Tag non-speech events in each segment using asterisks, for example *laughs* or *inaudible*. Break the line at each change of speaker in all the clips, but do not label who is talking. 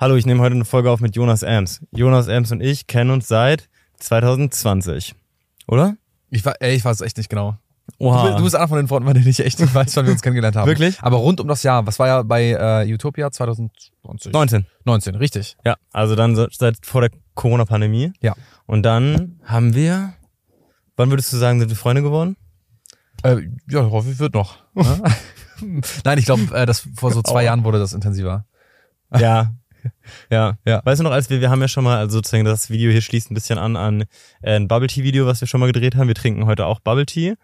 Hallo, ich nehme heute eine Folge auf mit Jonas Ems. Jonas Ems und ich kennen uns seit 2020, oder?
Ich, war, ey, ich weiß es echt nicht genau.
Oha.
Du, du bist einer von den Worten, *laughs* bei denen ich echt nicht weiß, wann wir uns kennengelernt haben.
Wirklich?
Aber rund um das Jahr. Was war ja bei äh, Utopia 2020?
19.
19, richtig.
Ja, also dann so, seit vor der Corona-Pandemie.
Ja.
Und dann haben wir, wann würdest du sagen, sind wir Freunde *laughs* geworden?
Äh, ja, hoffe ich,
*laughs*
wird noch. ne? Nein, ich glaube, äh, das vor so
Oh.
zwei Jahren wurde das intensiver.
Ja. Ja,
Ja.
Weißt du noch, als wir, wir haben ja schon mal, also sozusagen das Video hier schließt ein bisschen an an äh, ein Bubble Tea Video, was wir schon mal gedreht haben. Wir trinken heute auch Bubble Tea.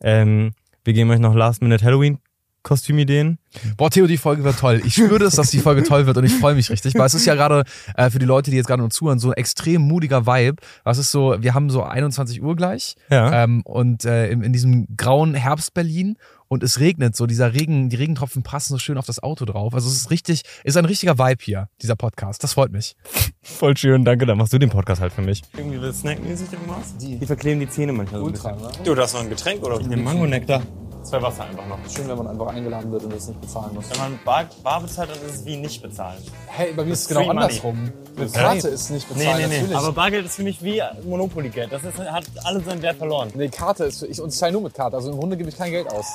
Ähm, wir geben euch noch Last Minute Halloween Kostümideen.
Boah, Theo, die Folge wird toll. Ich spüre es, dass die Folge toll wird und ich freue mich richtig, weil es ist ja gerade äh, für die Leute, die jetzt gerade nur zuhören, so ein extrem mutiger Vibe. Was ist so, wir haben so 21 Uhr gleich
Ja.
ähm, und äh, in, in diesem grauen Herbst-Berlin und es regnet so, dieser Regen, die Regentropfen passen so schön auf das Auto drauf. Also es ist richtig, ist ein richtiger Vibe hier, dieser Podcast. Das freut mich.
Voll schön, danke. Dann machst du den Podcast halt für mich. Irgendwie wird snackmäßig irgendwas? Die. die verkleben die Zähne manchmal Ultra, so ein bisschen. Du, das noch ein Getränk oder? Den Mango-Nektar. Zwei Wasser einfach noch.
Schön, wenn man einfach eingeladen wird und das nicht bezahlen muss.
Wenn man bar, bar bezahlt, dann ist es wie nicht bezahlen.
Hey, bei mir ist es
Free
genau
money.
andersrum. Eine Karte
Nein.
ist nicht
Nee,
bezahlen,
nee, nee.
natürlich.
Aber Bargeld ist für mich wie Monopoly-Geld. Das ist, hat alles seinen Wert verloren.
nee, Karte ist für, ich und ich zahle nur mit Karte, also im Grunde gebe ich kein Geld aus.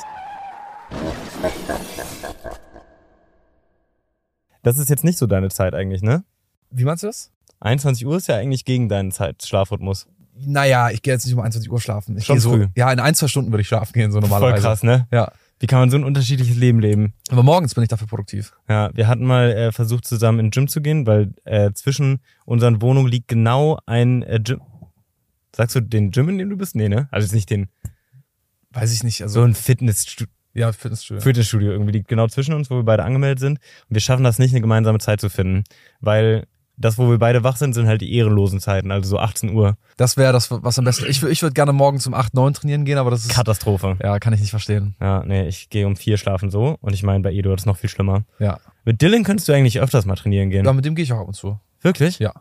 Das ist jetzt nicht so deine Zeit eigentlich, ne?
Wie meinst du das?
21 Uhr ist ja eigentlich gegen deinen Zeit Schlafrhythmus.
Naja, ich gehe jetzt nicht um 21 Uhr schlafen. Ich
Schon
gehe so,
früh.
Ja, in ein, zwei Stunden würde ich schlafen gehen, so normalerweise.
Voll krass, ne?
Ja.
Wie kann man so ein unterschiedliches Leben leben?
Aber morgens bin ich dafür produktiv.
Ja, wir hatten mal äh, versucht zusammen in den Gym zu gehen, weil äh, zwischen unseren Wohnungen liegt genau ein äh, Gym. Sagst du den Gym, in dem du bist? Nee, ne? Also jetzt nicht den
Weiß ich nicht. Also
so ein Fitnessstudio,
ja, Fitnessstudio.
Fitnessstudio irgendwie liegt genau zwischen uns, wo wir beide angemeldet sind. Und wir schaffen das nicht, eine gemeinsame Zeit zu finden, weil das, wo wir beide wach sind, sind halt die ehrenlosen Zeiten, also so 18 Uhr.
Das wäre das, was am besten. Ich, wür- ich würde gerne morgens um 8, 9 trainieren gehen, aber das ist.
Katastrophe.
Ja, kann ich nicht verstehen.
Ja, nee, ich gehe um vier schlafen so. Und ich meine, bei Edo ist es noch viel schlimmer.
Ja.
Mit Dylan könntest du eigentlich öfters mal trainieren gehen.
ja mit dem gehe ich auch ab und zu.
Wirklich?
Ja.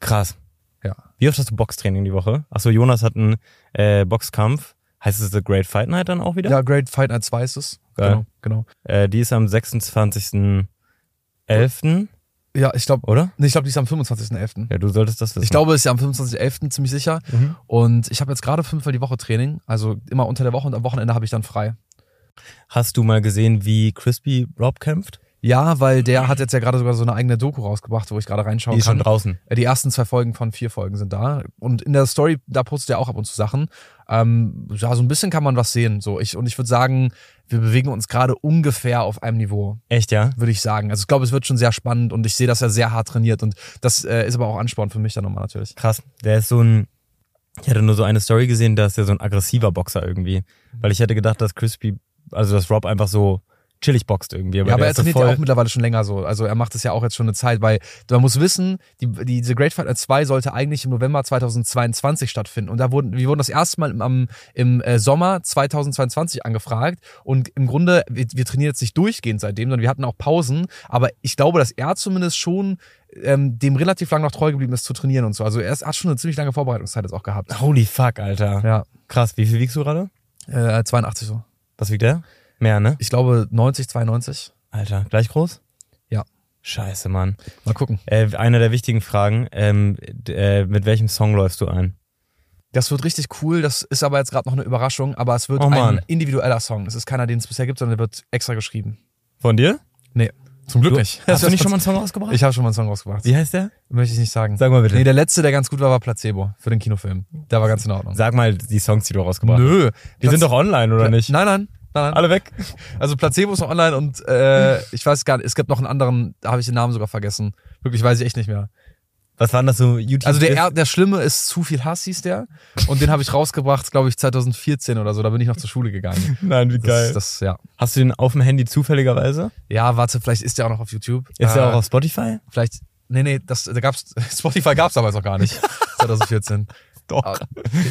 Krass.
Ja.
Wie oft hast du Boxtraining die Woche? Achso, Jonas hat einen äh, Boxkampf. Heißt es The Great Fight Night dann auch wieder?
Ja, Great Fight Night 2 ist es.
Geil.
Genau, genau.
Äh, die ist am 26.11.,
Ja, ich glaube.
oder?
Nee, ich glaube, die ist am 25.11.
Ja, du solltest das wissen.
Ich glaube, es ist ja am 25.11. ziemlich sicher.
Mhm.
Und ich habe jetzt gerade fünfmal die Woche Training. Also immer unter der Woche und am Wochenende habe ich dann frei.
Hast du mal gesehen, wie Crispy Rob kämpft?
Ja, weil der hat jetzt ja gerade sogar so eine eigene Doku rausgebracht, wo ich gerade reinschauen
Die ist schon
kann.
draußen.
Äh, Die ersten zwei Folgen von vier Folgen sind da. Und in der Story, da postet er auch ab und zu Sachen. Ähm, ja, so ein bisschen kann man was sehen. So. Ich, und ich würde sagen, wir bewegen uns gerade ungefähr auf einem Niveau,
Echt, ja?
würde ich sagen. Also ich glaube, es wird schon sehr spannend und ich sehe, dass er sehr hart trainiert. Und das äh, ist aber auch Ansporn für mich dann nochmal natürlich.
Krass. Der ist so ein. Ich hatte nur so eine Story gesehen, da ist er so ein aggressiver Boxer irgendwie.
Mhm.
Weil ich hätte gedacht, dass Crispy, also dass Rob einfach so chillig boxt irgendwie. Aber,
Ja, aber
der
er
ist so
trainiert
voll,
ja auch mittlerweile schon länger so. Also er macht es ja auch jetzt schon eine Zeit, weil man muss wissen, die, die, diese Great Fight 2 sollte eigentlich im November 2022 stattfinden. Und da wurden, wir wurden das erste Mal im, am, im äh, Sommer 2022 angefragt. Und im Grunde, wir, wir trainieren jetzt nicht durchgehend seitdem, sondern wir hatten auch Pausen. Aber ich glaube, dass er zumindest schon ähm, dem relativ lang noch treu geblieben ist zu trainieren und so. Also er ist, hat schon eine ziemlich lange Vorbereitungszeit jetzt auch gehabt.
Holy fuck, Alter.
Ja,
Krass, wie viel wiegst du gerade?
äh, 82 so.
Was wiegt der? Mehr, ne?
Ich glaube 90, 92.
Alter, gleich groß?
Ja.
Scheiße, Mann.
Mal gucken.
Äh, eine der wichtigen Fragen, ähm, d- äh, mit welchem Song läufst du ein?
Das wird richtig cool. Das ist aber jetzt gerade noch eine Überraschung, aber es wird
Oh, Mann.
ein individueller Song. Es ist keiner, den es bisher gibt, sondern der wird extra geschrieben.
Von dir?
Nee, zum Glück nicht.
Hast du nicht schon mal einen Song rausgebracht?
Ich habe schon mal einen Song rausgebracht.
Wie heißt der?
Möchte ich nicht sagen.
Sag mal bitte.
Nee, der letzte, der ganz gut war, war Placebo für den Kinofilm. Der war ganz in Ordnung.
Sag mal die Songs, die du rausgebracht hast.
Nö.
Die sind doch online, oder nicht?
Nein, nein. Nein, nein.
Alle weg.
Also Placebo ist noch online und äh, ich weiß gar nicht, es gibt noch einen anderen, da habe ich den Namen sogar vergessen. Wirklich weiß ich echt nicht mehr.
Was waren das so YouTube?
Also der, er- der Schlimme ist zu viel Hass, hieß der. Und den habe ich rausgebracht, glaube ich, 2014 oder so. Da bin ich noch zur Schule gegangen.
Nein, wie geil.
Das, das, ja.
hast du den auf dem Handy zufälligerweise?
Ja, warte, vielleicht ist der auch noch auf YouTube.
Ist
Äh,
der auch auf Spotify?
Vielleicht, nee, nee, das, da gab's, *laughs* Spotify gab's damals noch
*laughs*
gar nicht. 2014.
Doch.
Aber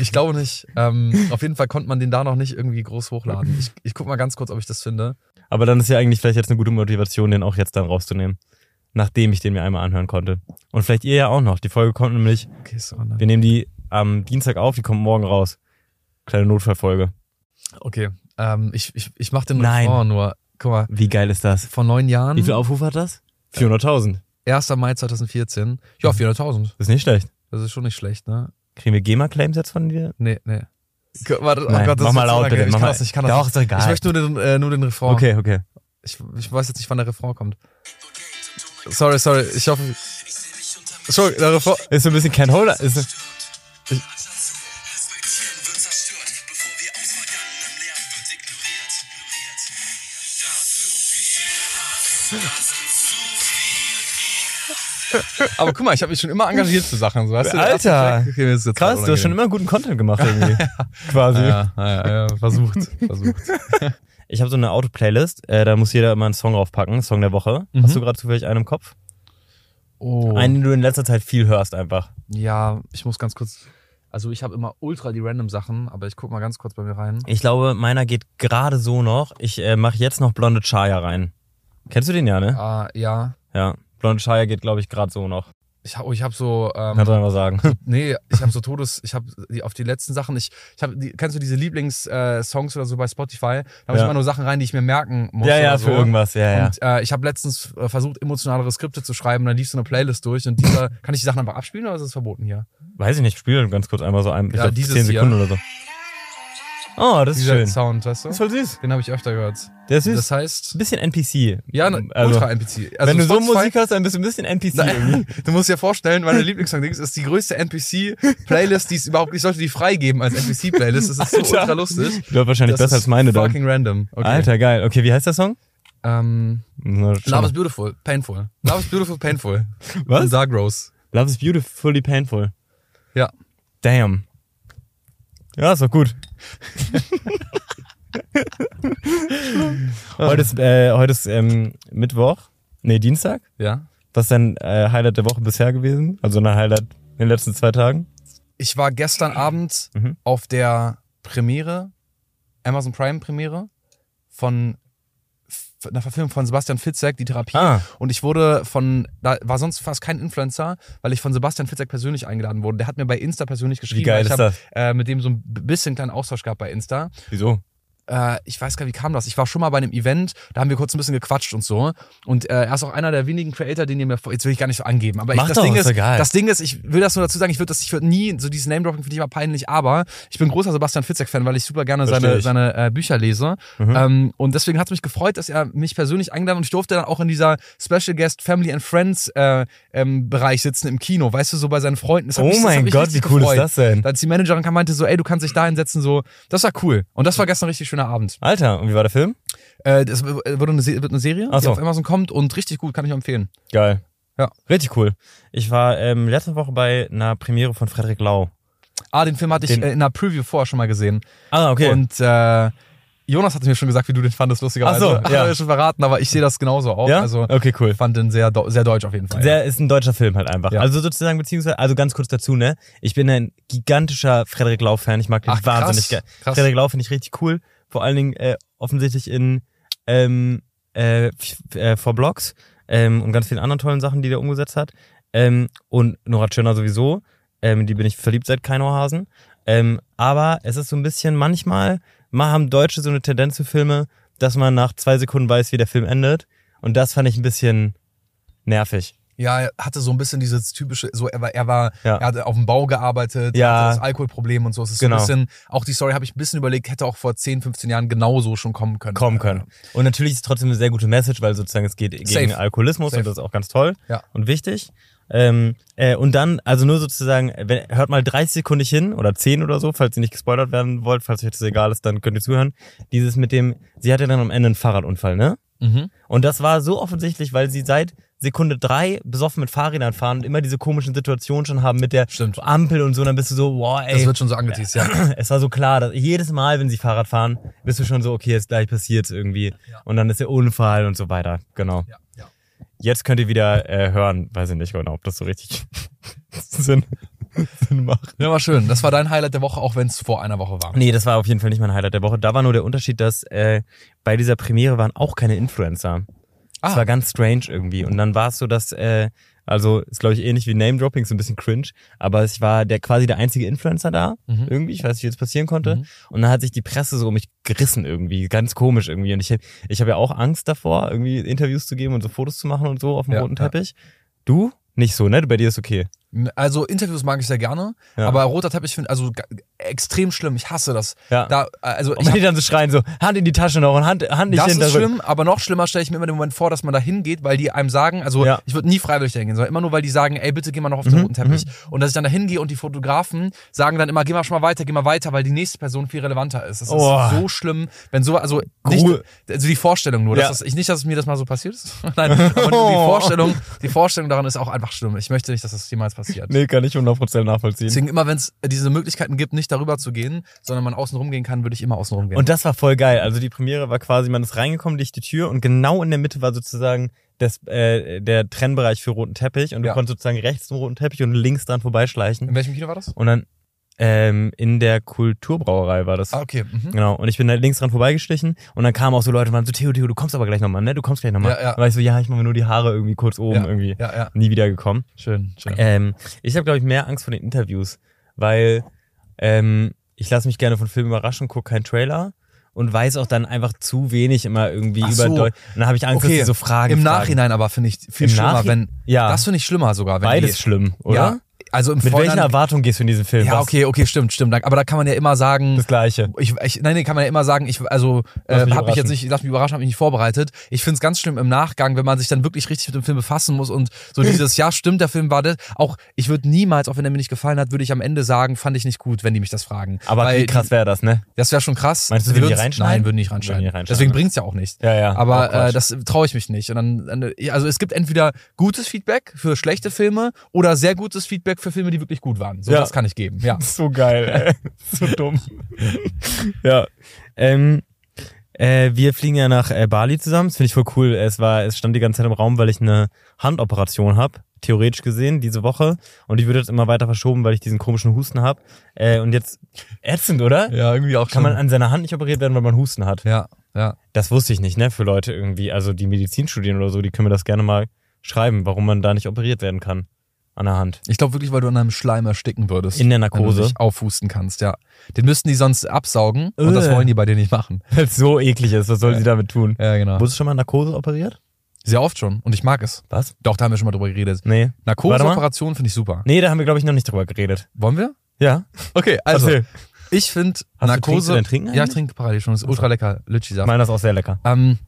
Ich glaube nicht. Ähm, auf jeden Fall konnte man den da noch nicht irgendwie groß hochladen. Ich, ich guck mal ganz kurz, ob ich das finde.
Aber dann ist ja eigentlich vielleicht jetzt eine gute Motivation, den auch jetzt dann rauszunehmen. Nachdem ich den mir einmal anhören konnte. Und vielleicht ihr ja auch noch. Die Folge kommt nämlich,
Okay, ist doch online.
wir nehmen die am Dienstag auf, die kommt morgen raus. Kleine Notfallfolge.
Okay, ähm, ich, ich, ich mach den
Nein.
Refrain nur. Guck mal,
Wie geil ist das?
vor neun Jahren.
Wie viel Aufrufe hat das? 400.000.
1. Mai 2014. Ja,
Mhm.
400.000.
Ist nicht schlecht.
Das ist schon nicht schlecht, ne?
Kriegen wir GEMA-Claims jetzt von dir?
Nee, nee. G- Warte, oh
Nein,
Gott, das
mach
ist
mal
jetzt
laut,
unangenehm.
bitte,
Ich
mach
kann
mal-
das, ich kann das.
Doch, ist egal.
Ich möchte nur den, äh, nur den Refrain.
Okay, okay.
Ich, ich weiß jetzt nicht, wann der Refrain kommt. Sorry, sorry. Ich hoffe. Entschuldigung, der Refrain.
Ist so ein bisschen Ken Holder. Ist,
Respektieren wird zerstört, bevor wir aus vergangenem lernen, wird ignoriert. ignoriert. Das ist zu viel Hass, das ist zu viel Krieg.
Aber guck mal, ich habe mich schon immer engagiert für Sachen. So, weißt du?
Alter.
Okay, mir ist jetzt
krass, du hast schon immer guten Content gemacht irgendwie. Quasi.
*laughs* Ja, ja, ja, versucht,
*laughs*
versucht.
Ich habe so eine Auto-Playlist, äh, da muss jeder immer einen Song draufpacken, Song der Woche.
Mhm.
Hast du gerade zufällig einen im Kopf?
Oh.
Einen, den du in letzter Zeit viel hörst einfach.
ja, ich muss ganz kurz. Also ich habe immer ultra die random Sachen, aber ich guck mal ganz kurz bei mir rein.
Ich glaube, meiner geht gerade so noch. Ich äh, mache jetzt noch Blonde Chaya rein. Kennst du den ja, ne?
Ah, ja.
Ja. Blonde Chaya geht, glaube ich, gerade so noch.
Ich habe oh, ich hab so. Ähm,
Kannst du einfach sagen.
Nee, ich habe so Todes, ich habe die, auf die letzten Sachen, ich, ich habe, die, kennst du diese Lieblingssongs äh, Songs oder so bei Spotify? Da habe ich
Ja.
immer nur Sachen rein, die ich mir merken
*laughs*
muss.
ja, ja,
oder so.
für irgendwas. Ja, ja.
Und äh, ich habe letztens äh, versucht, emotionalere Skripte zu schreiben, dann lief so eine Playlist durch und
*laughs*
dieser, kann ich die Sachen einfach abspielen oder ist es verboten hier?
Weiß ich nicht, spiel ganz kurz einmal so ein, ich
Ja,
glaub,
dieses
10 Sekunden
hier.
oder so. Oh, das ist
Dieser
schön.
Sound, weißt du?
Das ist voll süß.
Den habe ich öfter gehört.
Der ist süß.
Das heißt,
ein bisschen NPC.
ja, ne,
also,
ultra NPC. Also
Wenn du so
Spotify- *laughs*
Musik hast, dann bist du ein bisschen NPC irgendwie.
Du musst dir vorstellen, meine Lieblingssong-Dings ist die größte NPC-Playlist, die es überhaupt, ich sollte die freigeben als NPC-Playlist, das ist so
Alter.
ultra lustig.
Ich glaube wahrscheinlich
Das
besser
ist
als meine dann.
fucking random. Okay.
Alter, geil. Okay, wie heißt der Song?
Ähm,
Na, schon
Love
mal.
is beautiful, painful. Love is beautiful, painful.
Was?
Von Dark Rose.
Love is beautifully painful.
Ja.
Damn. Ja, ist doch *laughs* gut. heute ist, äh, heute ist ähm, Mittwoch. Nee, Dienstag.
Ja.
Was ist dein äh, Highlight der Woche bisher gewesen? Also ein Highlight in den letzten zwei Tagen?
Ich war gestern Abend
Mhm.
auf der Premiere, Amazon Prime Premiere von F- einer Verfilmung von Sebastian Fitzek, die Therapie.
Ah.
Und ich wurde von, da war sonst fast kein Influencer, weil ich von Sebastian Fitzek persönlich eingeladen wurde. Der hat mir bei Insta persönlich geschrieben.
geil
weil
ist
ich hab,
das?
Äh, mit dem so ein bisschen kleinen Austausch gehabt bei Insta.
Wieso?
äh, ich weiß gar nicht, wie kam das? Ich war schon mal bei einem Event, da haben wir kurz ein bisschen gequatscht und so. Und äh, er ist auch einer der wenigen Creator, den ihr mir vor- jetzt will ich gar nicht so angeben, aber ich,
Mach
das
doch,
Ding
ist
ist,
egal.
das Ding ist, ich will das nur dazu sagen, ich würde das, ich würde nie so dieses Name Dropping finde ich immer peinlich, aber ich bin großer Sebastian Fitzek Fan, weil ich super gerne
Versteh
seine
ich. Mhm.
seine äh, Bücher lese. Ähm, und deswegen hat es mich gefreut, dass er mich persönlich eingeladen und ich durfte dann auch in dieser Special Guest Family and Friends äh, ähm, Bereich sitzen im Kino, weißt du, so bei seinen Freunden. Das hat
Oh
mich, das hat
mein
mich
Gott,
richtig
wie cool ist
gefreut.
das denn?
Als die Managerin kam, meinte so, ey, du kannst dich da hinsetzen, so, das war cool. Und das war gestern ein richtig schöner Abend.
Alter, und wie war der Film?
Äh, das w- wurde eine, Se- wird eine Serie,
Ach
die
so.
auf Amazon kommt und richtig gut, kann ich empfehlen.
Geil.
Ja.
Richtig cool. Ich war ähm, letzte Woche bei einer Premiere von Frederik Lau.
Ah, den Film hatte ich
Den-
äh, in einer Preview vorher schon mal gesehen.
Ah, okay.
Und äh, Jonas hatte mir schon gesagt, wie du den fandest, lustigerweise.
Ach so,
Hat
ja.
er schon verraten, aber ich sehe das genauso auch.
ja?
Also
okay, cool.
fand den sehr, do- sehr deutsch auf jeden Fall.
Sehr, ist ein deutscher Film halt einfach.
Ja.
Also sozusagen, beziehungsweise, also ganz kurz dazu, ne? Ich bin ein gigantischer Frederik Lau-Fan. Ich mag den
Ach, krass,
wahnsinnig gerne.
krass.
Frederik Lau finde ich richtig cool. Vor allen Dingen äh, offensichtlich in ähm, äh, f- äh, For Blocks ähm, und ganz vielen anderen tollen Sachen, die der umgesetzt hat. Ähm, und Nora Tschirner sowieso. Ähm, die bin ich verliebt seit Keinohasen. Ähm, aber es ist so ein bisschen manchmal, mal haben Deutsche so eine Tendenz zu Filme, dass man nach zwei Sekunden weiß, wie der Film endet. Und das fand ich ein bisschen nervig.
Ja, er hatte so ein bisschen dieses typische, so er war, er war,
Ja.
er hatte auf dem Bau gearbeitet,
Ja.
hatte das Alkoholproblem und so. Es ist
Genau.
so ein bisschen, auch die Story habe ich ein bisschen überlegt, hätte auch vor 10, 15 Jahren genauso schon kommen können.
kommen können. Und natürlich ist es trotzdem eine sehr gute Message, weil sozusagen es geht gegen
Safe.
Alkoholismus
Safe.
und das ist auch ganz toll
Ja.
und wichtig. Ähm, äh, und dann, also nur sozusagen, wenn, hört mal 30 Sekunden hin oder 10 oder so, falls ihr nicht gespoilert werden wollt, falls euch das egal ist, dann könnt ihr zuhören. Dieses mit dem, sie hatte dann am Ende einen Fahrradunfall, ne?
Mhm.
Und das war so offensichtlich, weil sie seit Sekunde drei besoffen mit Fahrrädern fahren und immer diese komischen Situationen schon haben mit der
Stimmt.
Ampel und so, und dann bist du so, wow, ey
Das wird schon so angeteased, ja.
es war so klar, dass jedes Mal, wenn sie Fahrrad fahren, bist du schon so, okay, jetzt gleich passiert irgendwie. Und dann ist der Unfall und so weiter. Genau.
ja, ja.
Jetzt könnt ihr wieder äh, hören. Weiß ich nicht genau, ob das so richtig *laughs* Sinn, Sinn macht.
Ja, war schön. Das war dein Highlight der Woche, auch wenn es vor einer Woche war.
Nee, das war auf jeden Fall nicht mein Highlight der Woche. Da war nur der Unterschied, dass äh, bei dieser Premiere waren auch keine Influencer.
Ah.
Das war ganz strange irgendwie. Und dann war es so, dass, äh, also ist glaube ich ähnlich wie Name-Dropping, so ein bisschen cringe, aber ich war der quasi der einzige Influencer da,
Mhm.
irgendwie, ich weiß nicht, wie das passieren konnte. Und dann hat sich die Presse so um mich gerissen irgendwie, ganz komisch irgendwie. Und ich, hab- ich habe ja auch Angst davor, irgendwie Interviews zu geben und so Fotos zu machen und so auf dem
Ja,
roten
ja.
Teppich. Du? Nicht so, ne? Bei dir ist okay.
Also Interviews mag ich sehr gerne,
Ja.
aber roter Teppich finde also g- extrem schlimm. Ich hasse das.
Ja.
Da, also
Und
ich
wenn
hab,
die dann so schreien, so Hand in die Tasche noch und Hand, Hand nicht
das
hinter.
ist
so-
schlimm, aber noch schlimmer stelle ich mir immer den Moment vor, dass man da hingeht, weil die einem sagen, also
Ja. Mhm,
ich würde nie freiwillig dahin gehen, sondern immer nur, weil die sagen, ey, bitte geh mal noch auf den roten Teppich. Und dass ich dann da hingehe und die Fotografen sagen dann immer, geh mal schon mal weiter, geh mal weiter, weil die nächste Person viel relevanter ist. Das
Oh.
ist so schlimm, wenn so, also, nicht,
Ruhe.
also die Vorstellung nur,
Ja. Oh.
dass das, ich nicht, dass es mir das mal so passiert ist.
*laughs*
*laughs* Nein, aber die Vorstellung, die Vorstellung daran ist auch einfach schlimm. Ich möchte nicht, dass das jemals passiert.
Nee, kann ich 100% nachvollziehen.
Deswegen immer, wenn es diese Möglichkeiten gibt, nicht darüber zu gehen, sondern man außen rumgehen kann, würde ich immer außen rumgehen.
Und das war voll geil. Also die Premiere war quasi, man ist reingekommen durch die Tür und genau in der Mitte war sozusagen das, äh, der Trennbereich für roten Teppich und du
Ja.
konntest sozusagen rechts zum roten Teppich und links dran vorbeischleichen.
In welchem Kino war das?
Und dann ähm, in der Kulturbrauerei war das.
Ah, okay. Mhm.
Genau, und ich bin da links dran vorbeigeschlichen und dann kamen auch so Leute und waren so, Theo, Theo, du kommst aber gleich nochmal, ne? Du kommst gleich nochmal.
Ja, ja.
Und war ich so, ja, ich mache mir nur die Haare irgendwie kurz oben irgendwie.
Ja, ja.
Nie wieder gekommen.
Schön, schön.
Ähm, ich habe, glaube ich, mehr Angst vor den Interviews, weil ähm, ich lasse mich gerne von Filmen überraschen, gucke keinen Trailer und weiß auch dann einfach zu wenig immer irgendwie
Ach
über
so.
Deu- Und dann habe ich Angst, dass sie so Fragen
Im
fragen.
Nachhinein aber finde ich viel
Im
schlimmer,
Nachhi-
wenn.
Ja.
Das finde ich schlimmer sogar. Wenn
Beides
die,
schlimm, oder?
Ja. Also im
Mit welchen
Vorhinein-
Erwartungen gehst du in diesen Film?
Ja,
Was-
okay, okay, stimmt, stimmt. Aber da kann man ja immer sagen.
Das Gleiche.
Ich, ich, nein, nee, kann man ja immer sagen, ich also
Lass
äh,
mich
habe mich jetzt
überraschen.
nicht, lass mich überraschen, habe mich nicht vorbereitet. Ich finde es ganz schlimm im Nachgang, wenn man sich dann wirklich richtig mit dem Film befassen muss und so dieses, ja, stimmt, der Film war das. Auch ich würde niemals, auch wenn er mir nicht gefallen hat, würde ich am Ende sagen, fand ich nicht gut, wenn die mich das fragen.
Aber
Weil
wie krass wäre das, ne?
Das wäre schon krass.
Meinst du,
Wir
würden die
würden's-
reinschneiden?
Nein, würden nicht
Würden
reinschneiden.
die reinschneiden,
Deswegen
ne?
bringt's ja auch nicht.
Ja, ja. Auch
Aber
Quatsch.
äh, das traue ich mich nicht. Und dann, dann- also es gibt entweder gutes Feedback für schlechte Filme oder sehr gutes Feedback für Filme, die wirklich gut waren. So
Ja.
das kann ich geben.
*laughs*
Ja.
So geil, *laughs* ey. so dumm. ja. Ähm, äh, wir fliegen ja nach äh, Bali zusammen. Das finde ich voll cool. Es war, es stand die ganze Zeit im Raum, weil ich eine Handoperation habe, theoretisch gesehen, diese Woche. Und die wird jetzt immer weiter verschoben, weil ich diesen komischen Husten habe. Äh, und jetzt ätzend, oder?
Ja, irgendwie auch
Kann man an seiner Hand nicht operiert werden, weil man Husten hat.
ja, ja.
Das wusste ich nicht, ne? Für Leute irgendwie, also die Medizin studieren oder so, die können mir das gerne mal schreiben, warum man da nicht operiert werden kann an der Hand.
Ich glaube wirklich, weil du an einem Schleim ersticken würdest.
In der
Wenn du
Narkose.
dich aufhusten kannst, ja. Den müssten die sonst absaugen und das
Äh.
wollen die bei dir nicht machen.
*laughs* Weil es so eklig ist, was soll sie damit tun?
Ja, genau.
Äh, Wurdest du schon mal Narkose operiert?
Sehr oft schon und ich mag es.
Was?
Doch, da haben wir schon mal drüber geredet.
Nee.
Narkoseoperation finde ich super.
Nee, da haben wir, glaube ich, noch nicht drüber geredet.
Wollen wir?
Ja.
Okay, also
Erzähl.
ich finde
Hast du-
Narkose
trinkst du denn Trinken
Ja,
eigentlich?
ich trinke parallel schon, ist ultra lecker, Lütschi
Ich
sagt.
meine das auch sehr lecker.
Ähm,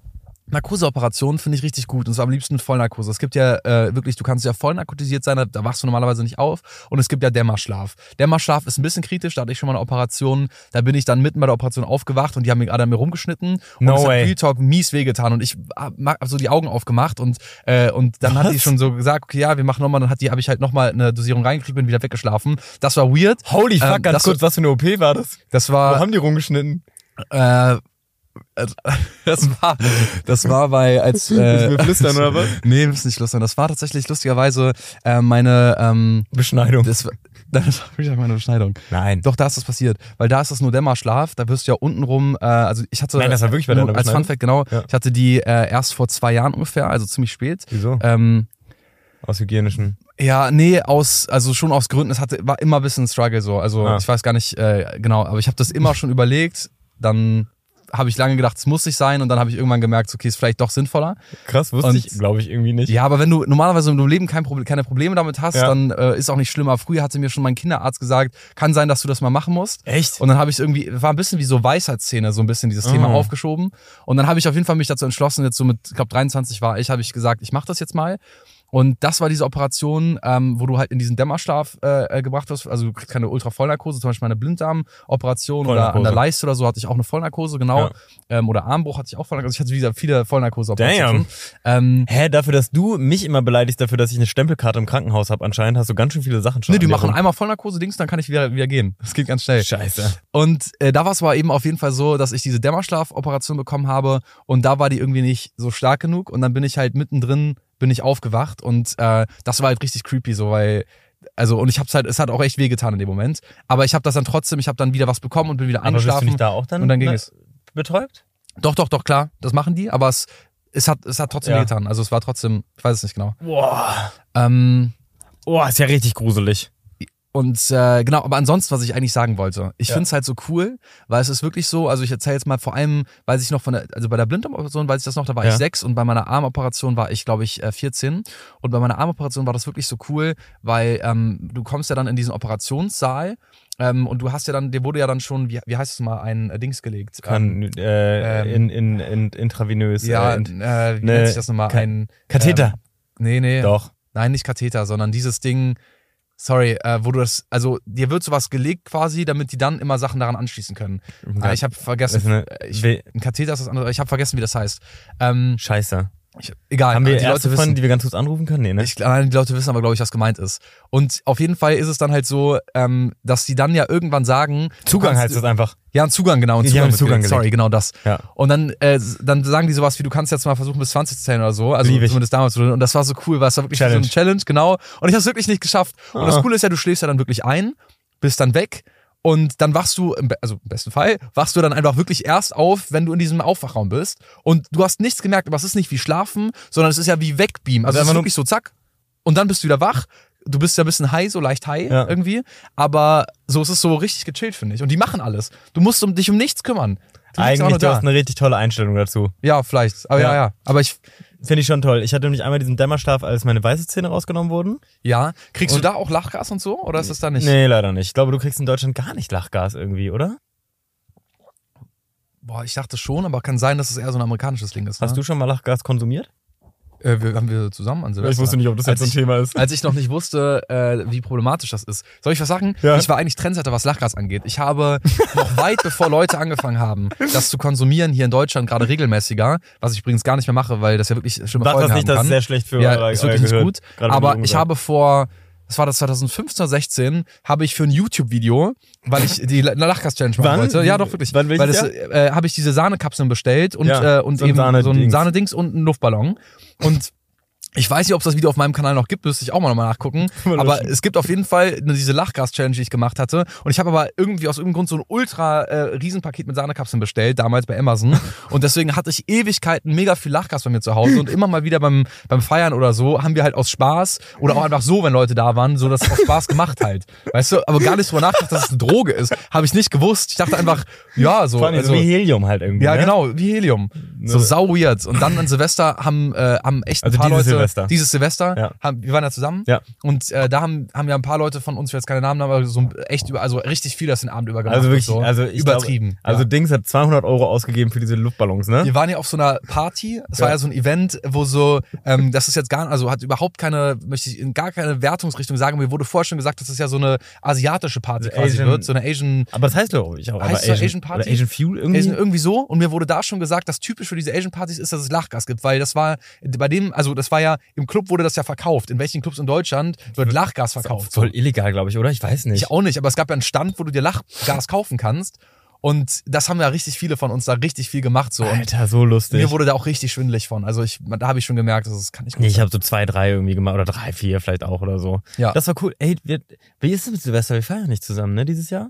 Narkoseoperationen finde ich richtig gut und zwar am liebsten Vollnarkose. Es gibt ja äh, wirklich, du kannst ja voll narkotisiert sein, da, da wachst du normalerweise nicht auf. Und es gibt ja Dämmerschlaf. Dämmerschlaf ist ein bisschen kritisch, da hatte ich schon mal eine Operation, da bin ich dann mitten bei der Operation aufgewacht und die haben mir gerade an mir rumgeschnitten und
No
es
way.
hat Real Talk mies wehgetan und ich habe so die Augen aufgemacht und äh, und dann hat die schon so gesagt, okay, ja, wir machen nochmal, dann hat die, habe ich halt nochmal eine Dosierung reingekriegt, bin wieder weggeschlafen. Das war weird.
Holy fuck,
Ähm,
ganz
das-
kurz, was für eine OP war das?
Das
Wo
war
haben die rumgeschnitten?
äh, äh, das war, das war bei, als, äh,
Müssen wir flüstern, oder was?
*laughs* Nee, wir müssen nicht flüstern. Das war tatsächlich lustigerweise äh, meine, ähm,
Beschneidung.
das, *laughs* war- das war wieder meine Beschneidung.
Nein.
Doch, da ist das passiert. Weil da ist das nur Dämmerschlaf, da wirst du ja untenrum, äh, also ich hatte,
Nein, das war wirklich bei deiner
nur als
Beschneidung?
Funfact, genau,
Ja.
ich hatte die äh, erst vor zwei Jahren ungefähr, also ziemlich spät.
Wieso?
Ähm,
Aus hygienischen.
ja, nee, aus, also schon aus Gründen, es hatte, war immer ein bisschen ein Struggle so. Also
Ah.
ich weiß gar nicht äh, genau, aber ich habe das immer schon überlegt. Dann habe ich lange gedacht, es muss nicht sein und dann habe ich irgendwann gemerkt, okay, ist vielleicht doch sinnvoller.
Krass, wusste
Und-
ich, glaube ich, irgendwie nicht.
Ja, aber wenn du normalerweise im Leben kein Problem, keine Probleme damit hast,
Ja.
dann äh, ist auch nicht schlimmer. Früher hatte mir schon mein Kinderarzt gesagt, kann sein, dass du das mal machen musst.
Echt?
Und dann habe ich irgendwie, war ein bisschen wie so Weisheitszähne, so ein bisschen dieses Thema
Ah.
aufgeschoben. Und dann habe ich auf jeden Fall mich dazu entschlossen, jetzt so mit, ich glaube 23 war ich, habe ich gesagt, ich mache das jetzt mal. Und das war diese Operation, ähm, wo du halt in diesen Dämmerschlaf äh, äh, gebracht wirst. Also du kriegst keine Ultravollnarkose, zum Beispiel meine Blinddarmoperation oder an
Vollnarkose.
der Leiste oder so hatte ich auch eine Vollnarkose, genau.
Ja.
Ähm, oder Armbruch hatte ich auch Vollnarkose. Also ich hatte wieder viele Vollnarkoseoperationen. Ähm,
Hä, dafür, dass du mich immer beleidigst, dafür, dass ich eine Stempelkarte im Krankenhaus habe, anscheinend hast du ganz schön viele Sachen schon.
Nee, ne, die
an dir
machen
rum.
einmal Vollnarkose, Dings, dann kann ich wieder, wieder gehen. Das geht ganz schnell.
Scheiße.
Und äh, da war es aber eben auf jeden Fall so, dass ich diese Dämmerschlafoperation bekommen habe und da war die irgendwie nicht so stark genug und dann bin ich halt mittendrin, bin ich aufgewacht und äh, das war halt richtig creepy so, weil also und ich hab's halt, es hat auch echt wehgetan in dem Moment, aber ich habe das dann trotzdem, ich habe dann wieder was bekommen und bin wieder
Aber bist du
eingeschlafen.
nicht da auch dann?
und dann ging
ne,
es.
Betäubt?
Doch, doch, doch, klar, das machen die, aber es, es hat, es hat trotzdem
Ja.
wehgetan. Also es war trotzdem, ich weiß es nicht genau.
Boah.
Ähm,
Oh, ist ja richtig gruselig.
Und äh, genau, aber ansonsten, was ich eigentlich sagen wollte, ich
Ja.
finde es halt so cool, weil es ist wirklich so, also ich erzähle jetzt mal vor allem, weiß ich noch von der, also bei der Blindoperation weiß ich das noch, da war
Ja.
ich sechs und bei meiner Armoperation war ich, glaube ich, äh, 14. Und bei meiner Armoperation war das wirklich so cool, weil ähm, du kommst ja dann in diesen Operationssaal ähm, und du hast ja dann, dir wurde ja dann schon, wie, wie heißt es mal, ein äh, Dings gelegt.
Kann äh,
ähm,
in, in, in, intravenös.
ja,
äh,
äh,
in,
wie
ne,
nennt sich das nochmal?
Ka-
Ein
Katheter.
Ähm, nee, nee.
Doch.
Nein, nicht Katheter, sondern dieses Ding, sorry, äh, wo du das, also dir wird sowas gelegt quasi, damit die dann immer Sachen daran anschließen können. Äh, ich
Mhm. das
habe
ist
vergessen,
eine,
äh, ich,
We-
ein Katheter ist das andere, ich habe vergessen, wie das heißt. Ähm,
Scheiße.
ich, egal, äh,
Haben wir
die
Ärzte
Leute
von,
wissen,
die wir ganz kurz anrufen können? Nee, ne?
ich, nein, die Leute wissen aber, glaube ich, was gemeint ist. Und auf jeden Fall ist es dann halt so, ähm, dass die dann ja irgendwann sagen, du
Zugang
kannst-
heißt das einfach.
ja, ein Zugang, genau. Ein
Die
Zugang
haben
wird
Zugang
gelegt. Sorry, genau das.
Ja.
Und dann, äh, dann sagen die sowas wie, du kannst jetzt mal versuchen, bis 20 zu zählen oder so. Also
Lieb ich.
zumindest damals. Und das war so cool, weil es war wirklich so
Challenge.
eine Challenge, genau. Und ich habe es wirklich nicht geschafft. Und das
Ah.
Coole ist ja, du schläfst ja dann wirklich ein, bist dann weg. Und dann wachst du, im Be- also im besten Fall, wachst du dann einfach wirklich erst auf, wenn du in diesem Aufwachraum bist. Und du hast nichts gemerkt, aber es ist nicht wie schlafen, sondern es ist ja wie wegbeamen. Also
Das
es
ist
ist
nur-
wirklich so zack. Und dann bist du wieder wach. Du bist ja ein bisschen high, so leicht high
Ja.
irgendwie. Aber so es ist so richtig gechillt, finde ich. Und die machen alles. Du musst um, dich um nichts kümmern. Du liegst
Eigentlich,
einfach
du
nur
hast eine richtig tolle Einstellung dazu.
ja, vielleicht. Aber ja.
Ja.
ja, Aber ich,
Finde ich schon toll. Ich hatte nämlich einmal diesen Dämmerschlaf, als meine weiße Zähne rausgenommen wurden.
ja. Kriegst du da auch Lachgas und so? Oder ist das da nicht?
nee, leider nicht. Ich glaube, du kriegst in Deutschland gar nicht Lachgas irgendwie, oder?
Boah, ich dachte schon, aber kann sein, dass es eher so ein amerikanisches Ding ist.
Hast
ne?
du schon mal Lachgas konsumiert?
du? Äh, wir, haben wir zusammen an Silvester.
ob das
Als ich-
Thema ist.
Als ich noch nicht wusste, äh, wie problematisch das ist. Soll ich was sagen?
Ja.
Ich war eigentlich Trendsetter, was Lachgas angeht. Ich habe
*laughs*
noch weit bevor Leute angefangen haben, das zu konsumieren hier in Deutschland, gerade regelmäßiger, was ich übrigens gar nicht mehr mache, weil das ja wirklich schlimme
Sag
Folgen
das
haben
nicht, das
kann.
ist sehr schlecht für
ja,
euer,
ist
euer
wirklich nicht
Gehirn.
gut.
Gerade
aber
wenn du
ich habe vor, das war das 2015 oder 16, habe ich für ein YouTube-Video, weil ich die La- Lachgas-Challenge machen
Wann?
wollte. Ja, doch, wirklich.
Wann welches
weil das, äh, habe ich diese Sahnekapseln bestellt und,
Ja,
äh, und
so ein
eben so ein
Sahnedings.
Sahnedings und einen Luftballon. Und ich weiß nicht, ob es das Video auf meinem Kanal noch gibt, müsste ich auch mal nochmal nachgucken.
*laughs* Mal
aber
löschen.
es gibt auf jeden Fall nur diese Lachgas-Challenge, die ich gemacht hatte. Und ich habe aber irgendwie aus irgendeinem Grund so ein ultra äh, Riesenpaket mit Sahnekapseln bestellt, damals bei Amazon.
*laughs*
Und deswegen hatte ich Ewigkeiten mega viel Lachgas bei mir zu Hause. Und immer mal wieder beim, beim Feiern oder so haben wir halt aus Spaß oder auch einfach so, wenn Leute da waren, so das aus Spaß gemacht halt. Weißt du, aber gar nicht drüber nachgedacht, dass es eine Droge ist. Habe ich nicht gewusst. Ich dachte einfach, ja, so.
Vor allem so
Also,
wie Helium halt irgendwie.
ja,
ne?
genau, wie Helium. So sau weird. Und dann an Silvester haben, äh, haben echt ein
Also
paar
dieses
Leute.
Silvester.
Dieses Silvester.
Ja.
Haben, wir waren ja zusammen.
Ja.
Und äh, da haben, haben ja ein paar Leute von uns, wir jetzt keine Namen, haben, aber so echt über, also richtig viel das den Abend über gemacht.
Also
und
wirklich,
so.
also ich
Übertrieben.
Glaube, also
ja.
Dings hat 200 Euro ausgegeben für diese Luftballons, ne?
Wir waren ja auf so einer Party, es war
Ja.
ja so ein Event, wo so, ähm, das ist jetzt gar, also hat überhaupt keine, möchte ich in gar keine Wertungsrichtung sagen, mir wurde vorher schon gesagt, dass es ja so eine asiatische Party
Also
quasi
Asian-
wird, so eine Asian,
Aber das heißt doch ich auch.
Heißt
aber
das Asian Party?
Oder Asian Fuel irgendwie?
Asian, irgendwie so. Und mir wurde da schon gesagt, dass typisch für diese Asian Partys ist, dass es Lachgas gibt, weil das war bei dem, also das war ja im Club wurde das ja verkauft. In welchen Clubs in Deutschland wird Lachgas verkauft?
Voll illegal, glaube ich, oder? Ich weiß nicht.
Ich auch nicht, aber es gab ja einen Stand, wo du dir Lachgas kaufen kannst. Und das haben ja richtig viele von uns da richtig viel gemacht so. Und
Alter, so lustig.
mir wurde da auch richtig schwindelig von. Also ich, da habe ich schon gemerkt, das ist- kann ich
Nee,
gut.
ich habe so zwei, drei irgendwie gemacht oder drei, vier vielleicht auch oder so.
Ja.
Das war cool. Ey, wir, wie ist es mit Silvester? Wir feiern nicht zusammen, ne, dieses Jahr?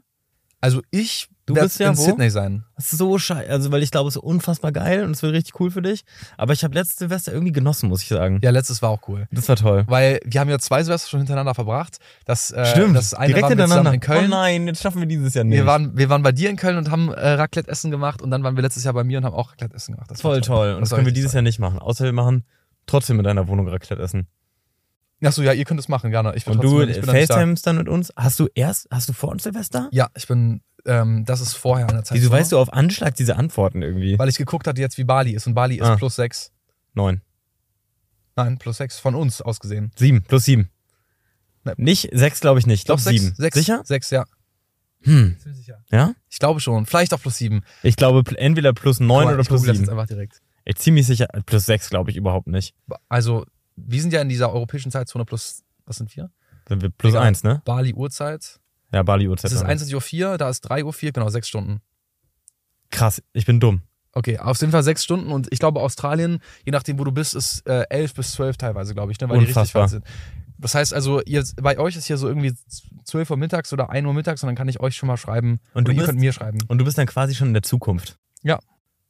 Also ich
Du
werd
bist ja
in
wo?
Sydney sein.
Das ist so scheiße. Also, weil ich glaube, es ist unfassbar geil und es wird richtig cool für dich. Aber ich habe letztes Silvester irgendwie genossen, muss ich sagen.
Ja, letztes war auch cool.
Das war toll.
Weil wir haben ja zwei Silvester schon hintereinander verbracht. Das, äh, Das eine
Direkt
waren wir zusammen
hintereinander.
in Köln.
Oh nein, jetzt schaffen wir dieses Jahr nicht.
Wir waren, wir waren bei dir in Köln und haben äh, Raclette-Essen gemacht und dann waren wir letztes Jahr bei mir und haben auch Raclette-Essen gemacht. Das war
voll toll. Und das,
war
können wir
richtig
dieses Jahr nicht machen. Außer wir machen trotzdem in deiner Wohnung Raclette essen.
toll. Achso, ja, ihr könnt es machen, gerne. Ich bin
Und du
trotzdem, ich bin dann nicht da.
FaceTimest dann mit uns. Hast du erst, hast du vor uns Silvester?
Ja, ich bin, ähm, das ist vorher an der Zeit.
Wieso
war,
weißt du auf Anschlag diese Antworten irgendwie?
Weil ich geguckt hatte jetzt, wie Bali ist und Bali ist
Ah.
plus sechs.
Neun.
Nein, plus sechs von uns aus gesehen.
Sieben, plus sieben.
Nein.
Nicht sechs, glaube ich nicht. Ich glaube
sechs,
sieben.
Sechs,
Sicher?
Sechs, ja.
Hm. Ja?
Ich glaube schon. Vielleicht auch plus sieben.
Ich glaube pl- entweder plus neun
Aber
oder
ich
plus
google das jetzt
sieben.
einfach direkt.
Ey, ziemlich sicher. Plus sechs glaube ich überhaupt nicht.
Also, wir sind ja in dieser europäischen Zeitzone plus, was sind wir?
Sind wir plus
Egal.
eins, ne?
Bali Uhrzeit.
Ja, Bali Uhrzeit.
Es ist
haben wir.
21.04 Uhr, da ist 3.04 Uhr, genau, sechs Stunden.
Krass, ich bin dumm.
Okay, auf jeden Fall sechs Stunden und ich glaube Australien, je nachdem wo du bist, ist äh, elf bis zwölf teilweise, glaube ich, ne, weil die richtig
Unfassbar.
weit sind. Das heißt also, ihr, bei euch ist hier so irgendwie zwölf Uhr mittags oder ein Uhr mittags und dann kann ich euch schon mal schreiben
Und du
oder ihr
bist-
könnt mir schreiben.
Und du bist dann quasi schon in der Zukunft.
Ja.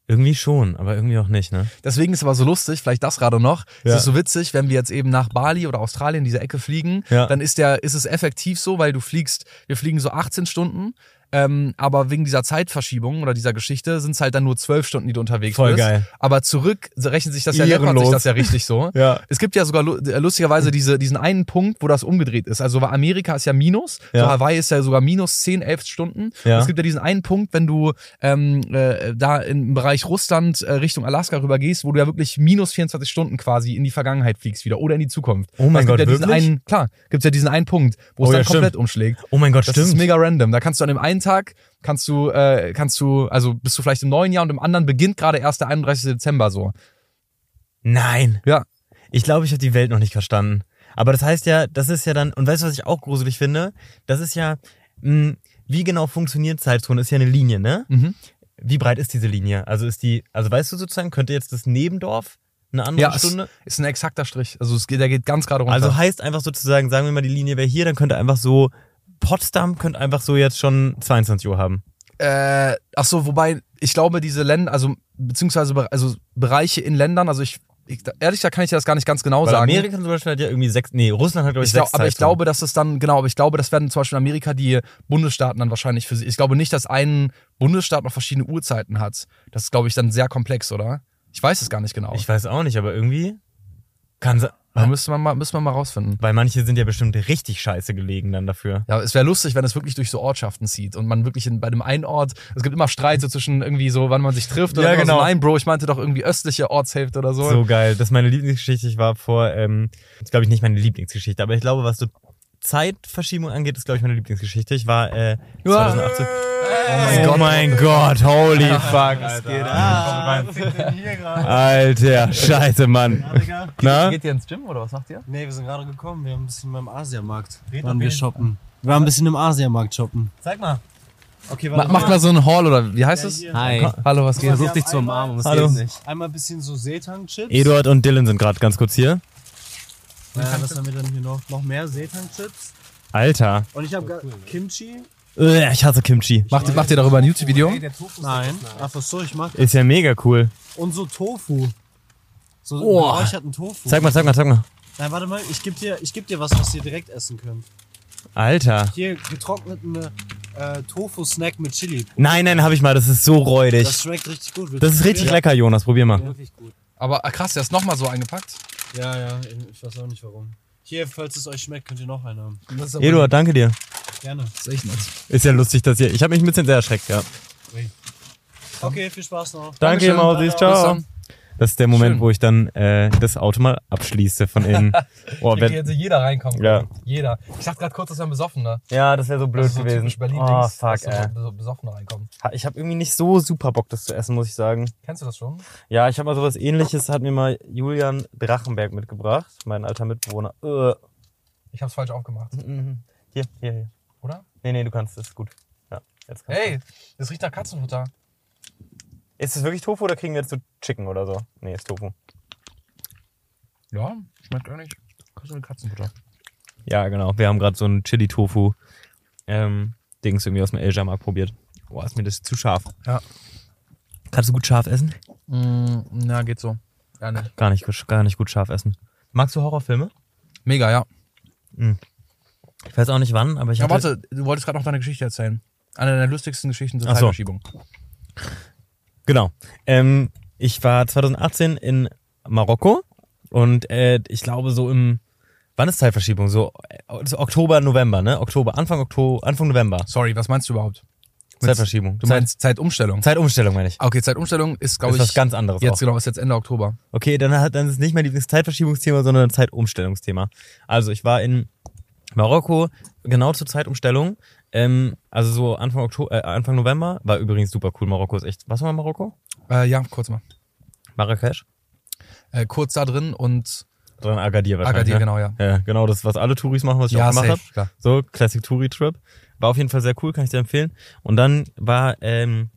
Irgendwie schon, aber irgendwie auch nicht, ne?
Deswegen ist es aber so lustig, vielleicht das gerade noch.
Ja.
Es ist so witzig, wenn wir jetzt eben nach Bali oder Australien diese Ecke fliegen,
Ja.
dann ist der, ist es effektiv so, weil du fliegst, wir fliegen so 18 Stunden, ähm, aber wegen dieser Zeitverschiebung oder dieser Geschichte sind es halt dann nur 12 Stunden, die du unterwegs
Voll
bist.
geil.
Aber zurück rechnet sich das ja, läppert sich
Ehrenlos.
das ja richtig so.
*laughs* Ja.
Es gibt ja sogar lu- äh, lustigerweise diese, diesen einen Punkt, wo das umgedreht ist. Also weil Amerika ist ja Minus,
Ja.
so Hawaii ist ja sogar Minus 10, 11 Stunden.
Ja.
Es gibt ja diesen einen Punkt, wenn du ähm, äh, da im Bereich Russland äh, Richtung Alaska rüber gehst, wo du ja wirklich Minus 24 Stunden quasi in die Vergangenheit fliegst wieder oder in die Zukunft.
Oh mein
Es gibt
Gott,
ja diesen
wirklich?
einen, Klar, gibt ja diesen einen Punkt, wo es
Oh ja,
dann komplett
stimmt.
umschlägt.
Oh mein Gott,
Das
stimmt.
ist mega random. Da kannst du an dem einen Tag, kannst du, äh, kannst du, also bist du vielleicht im neuen Jahr und im anderen beginnt gerade erst der 31. Dezember so.
Nein.
Ja.
Ich glaube, ich habe die Welt noch nicht verstanden. Aber das heißt ja, das ist ja dann, und weißt du, was ich auch gruselig finde? Das ist ja, mh, wie genau funktioniert Zeitzone? Ist ja eine Linie, ne?
Mhm.
Wie breit ist diese Linie? Also ist die, also weißt du sozusagen, könnte jetzt das Nebendorf eine andere
Ja, es
Stunde?
ist ein exakter Strich. Also es geht, der geht ganz gerade runter.
Also heißt einfach sozusagen, sagen wir mal, die Linie wäre hier, dann könnte einfach so, Potsdam könnte einfach so jetzt schon 22 Uhr haben.
äh, ach so, wobei ich glaube, diese Länder, also beziehungsweise Be- also Bereiche in Ländern, also ich, ich ehrlich gesagt kann ich dir das gar nicht ganz genau
Weil
sagen.
Amerika zum Beispiel hat ja irgendwie sechs, nee, Russland hat glaube ich,
ich glaub,
sechs
aber ich
Zeitzonen.
glaube, dass es dann, genau, aber ich glaube, das werden zum Beispiel in Amerika die Bundesstaaten dann wahrscheinlich für sich. Ich glaube nicht, dass ein Bundesstaat noch verschiedene Uhrzeiten hat. Das ist, glaube ich, dann sehr komplex, oder? Ich weiß es gar nicht genau.
Ich weiß auch nicht, aber irgendwie kann se-
da müsste man mal, müsste man mal rausfinden.
Weil manche sind ja bestimmt richtig scheiße gelegen dann dafür.
Ja, es wäre lustig, wenn es wirklich durch so Ortschaften zieht und man wirklich in, bei dem einen Ort, es gibt immer Streit so zwischen irgendwie so, wann man sich trifft oder
Ja,
immer so, Also
genau.
nein, Bro, ich meinte doch irgendwie östliche Ortshälfte oder so.
So geil. Das ist meine Lieblingsgeschichte. Ich war vor, ähm, ist glaube ich nicht meine Lieblingsgeschichte, aber ich glaube, was so Zeitverschiebung angeht, ist glaube ich meine Lieblingsgeschichte. Ich war äh, 2018.
mein Gott.
Gott, holy fuck, es geht ab. Alter, scheiße, Mann. Na?
ihr ins Gym oder was macht ihr?
Nee, wir sind gerade gekommen. Wir haben ein bisschen beim Asiamarkt. Waren wir shoppen. Wir waren ein bisschen im Asiamarkt shoppen.
Zeig mal.
Okay,
Ma macht mal so einen Haul oder wie heißt es?
Hi.
Hallo, was geht?
dich zu umarmen. Was
Hallo.
Nicht. Einmal ein bisschen so Seetang-Chips.
Eduard und Dylan sind gerade ganz kurz hier.
Ja, was haben wir denn hier noch? Noch mehr Seetang-Chips.
Alter.
Und ich habe Kimchi. Oh,
Äh, Ich hasse Kimchi.
Macht, macht ihr darüber ein YouTube-Video?
Nein. Ach, was so, ich mag.
Ist ja mega cool.
Und so Tofu. So oh. geräucherten Tofu.
Zeig mal, zeig mal, zeig mal.
Nein, warte mal. Ich geb dir, ich geb dir was, was ihr direkt essen könnt.
Alter.
Hier getrockneten äh, Tofu-Snack mit Chili.
Nein, nein, hab ich mal. Das ist so räudig.
Das schmeckt richtig gut. Willst
Das
du
ist richtig
probieren?
lecker, Jonas. Probier mal.
Wirklich gut.
Aber ah, krass, der ist nochmal so eingepackt.
Ja, ja, ich weiß auch nicht warum. Hier, falls es euch schmeckt, könnt ihr noch einen haben.
Das ist aber
Eduard, danke dir.
Gerne.
das ist echt nett.
Ist ja lustig, dass ihr. Ich habe mich ein bisschen sehr erschreckt, ja.
Okay, viel Spaß noch.
Danke, ihr Mausis. Ciao.
Bis
Das ist der Moment,
Schön.
wo ich dann äh, das Auto mal abschließe von
*laughs*
innen. Oh,
Wenn
wenn,
hätte jeder reinkommen.
Ja.
Jeder. Ich dachte gerade kurz, dass wir ein Besoffener.
ja, das wäre so blöd
so
gewesen.
typisch Berlin
oh, fuck, ey.
dass so Besoffener reinkommen.
Ha- Ich habe irgendwie nicht so super Bock, das zu essen, muss ich sagen.
Kennst du das schon?
Ja, ich habe mal sowas ähnliches, hat mir mal Julian Drachenberg mitgebracht, mein alter Mitbewohner. Äh,
Ich hab's falsch aufgemacht,
mhm. hier, hier, hier.
oder?
Nee, nee, du kannst, das ist gut. Ja, jetzt kannst
Hey, das riecht nach Katzenfutter.
du. Ist das wirklich Tofu oder kriegen wir jetzt so Chicken oder so? Nee, ist Tofu.
Ja, schmeckt eigentlich. Kannst du eine Katzenfutter?
Ja, genau. Wir haben gerade so ein Chili-Tofu ähm, Dings irgendwie aus dem Eljamark probiert. Boah, ist mir das zu scharf.
Ja.
Kannst du gut scharf essen?
Mm, na, geht so. Ja, ne.
Gar nicht, gut- gar nicht gut scharf essen. Magst du Horrorfilme?
Mega, ja.
Ich weiß auch nicht wann, aber ich
Ja,
hatte,
warte, du wolltest gerade noch deine Geschichte erzählen. Eine deiner lustigsten Geschichten zur
Ach so.
Zeitverschiebung.
Genau. Ähm, ich war 2018 in Marokko und äh, ich glaube so im Wann ist Zeitverschiebung? So äh, so Oktober, November, ne? Oktober, Anfang Oktober, Anfang November.
Sorry, was meinst du überhaupt?
Zeitverschiebung.
Du meinst Zeitumstellung.
Zeit, Zeitumstellung meine ich.
Ah, Okay, Zeitumstellung ist, glaube
Ist
ich,
was ganz Oh. anderes
jetzt
auch.
genau, ist jetzt Ende Oktober.
Okay, dann, hat, dann ist es nicht mein Lieblingszeitverschiebungsthema, sondern ein Zeitumstellungsthema. Also ich war in Marokko genau zur Zeitumstellung. Ähm, also so Anfang Oktober, äh, Anfang November war übrigens super cool. Marokko ist echt. Was war Marokko?
Äh, ja, kurz mal.
Marrakesch?
Äh, kurz da drin und
Dann Agadir wahrscheinlich.
Agadir,
ne?
genau, ja.
Ja, genau, das, was alle Touris machen, was ich
Ja,
auch gemacht
safe,
habe.
klar.
So, Classic Touri Trip. War auf jeden Fall sehr cool, kann ich dir empfehlen. Und dann war ähm,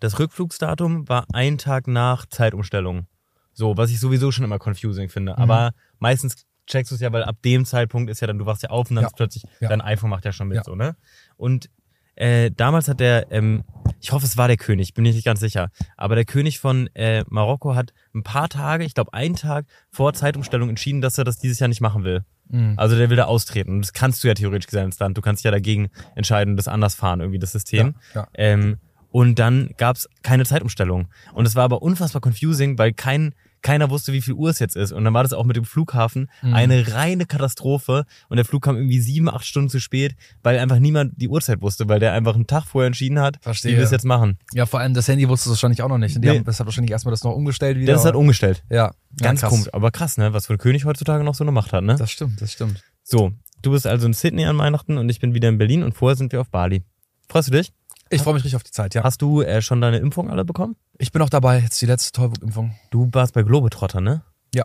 das Rückflugsdatum war ein Tag nach Zeitumstellung. So, was ich sowieso schon immer confusing finde.
Mhm.
Aber meistens checkst du es ja, weil ab dem Zeitpunkt ist ja dann, du wachst ja auf und dann
Ja.
ist plötzlich,
Ja.
dein iPhone macht ja schon mit
Ja.
so, ne? Und äh, damals hat der, ähm, ich hoffe, es war der König, bin ich nicht ganz sicher, aber der König von äh, Marokko hat ein paar Tage, ich glaube einen Tag vor Zeitumstellung entschieden, dass er das dieses Jahr nicht machen will.
Mhm.
Also der will da austreten. Und Das kannst du ja theoretisch gesehen als Land. Du kannst dich ja dagegen entscheiden und das anders fahren, irgendwie das System.
Ja, ja.
Ähm, und dann gab's keine Zeitumstellung. Und es war aber unfassbar confusing, weil kein, keiner wusste, wie viel Uhr es jetzt ist. Und dann war das auch mit dem Flughafen
Mhm.
eine reine Katastrophe. Und der Flug kam irgendwie sieben, acht Stunden zu spät, weil einfach niemand die Uhrzeit wusste, weil der einfach einen Tag vorher entschieden hat,
Verstehe.
wie wir es jetzt machen.
Ja, vor allem das Handy wusste es wahrscheinlich auch noch nicht. Und die
Nee.
haben das hat wahrscheinlich erstmal das noch umgestellt wieder.
Der ist halt
oder?
umgestellt.
ja,
Ganz
ja, krass.
komisch, aber krass, ne? Was für ein König heutzutage noch so eine Macht hat, ne?
Das stimmt, das stimmt.
So, du bist also in Sydney an Weihnachten und ich bin wieder in Berlin und vorher sind wir auf Bali. Freust du dich?
Ich freue mich richtig auf die Zeit, ja.
Hast du äh, schon deine Impfung alle bekommen?
Ich bin auch dabei, jetzt die letzte Tollwutimpfung.
Du warst bei Globetrotter, ne?
Ja.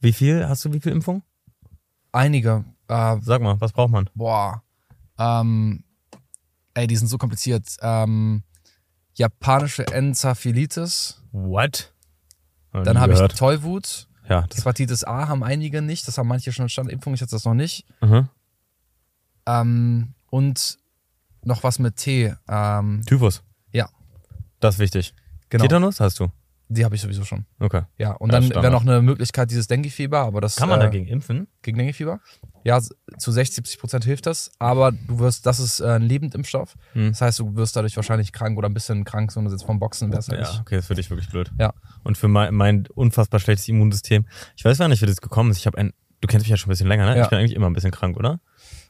Wie viel? Hast du wie viel Impfung?
Einige, äh,
Sag mal, was braucht man?
boah, ähm, ey, die sind so kompliziert. Ähm, japanische Enzephalitis,
What?
dann habe ich Tollwut,
Ja, das
Hepatitis A haben einige nicht, das haben manche schon als Standardimpfung, ich hatte das noch nicht.
mhm.
Ähm, und noch was mit T, ähm,
Typhus.
Ja.
Das ist wichtig.
genau,
Tetanus hast du.
die habe ich sowieso schon.
Okay.
Ja, und
Ja,
dann
Standard.
wäre noch eine Möglichkeit dieses Dengue-Fieber, aber das
Kann man
äh,
dagegen impfen?
gegen Dengue-Fieber. Ja, s- zu 60, 70 Prozent hilft das, aber du wirst, das ist äh, ein Lebendimpfstoff.
Hm.
Das heißt, du wirst dadurch wahrscheinlich krank oder ein bisschen krank, so jetzt vom Boxen wär's halt
Ja,
nicht.
okay, das ist für dich wirklich blöd.
Ja.
Und für mein, mein unfassbar schlechtes Immunsystem. Ich weiß gar nicht, wie das gekommen ist. Ich habe ein, du kennst mich ja schon ein bisschen länger, ne?
Ja.
Ich bin eigentlich immer ein bisschen krank, oder?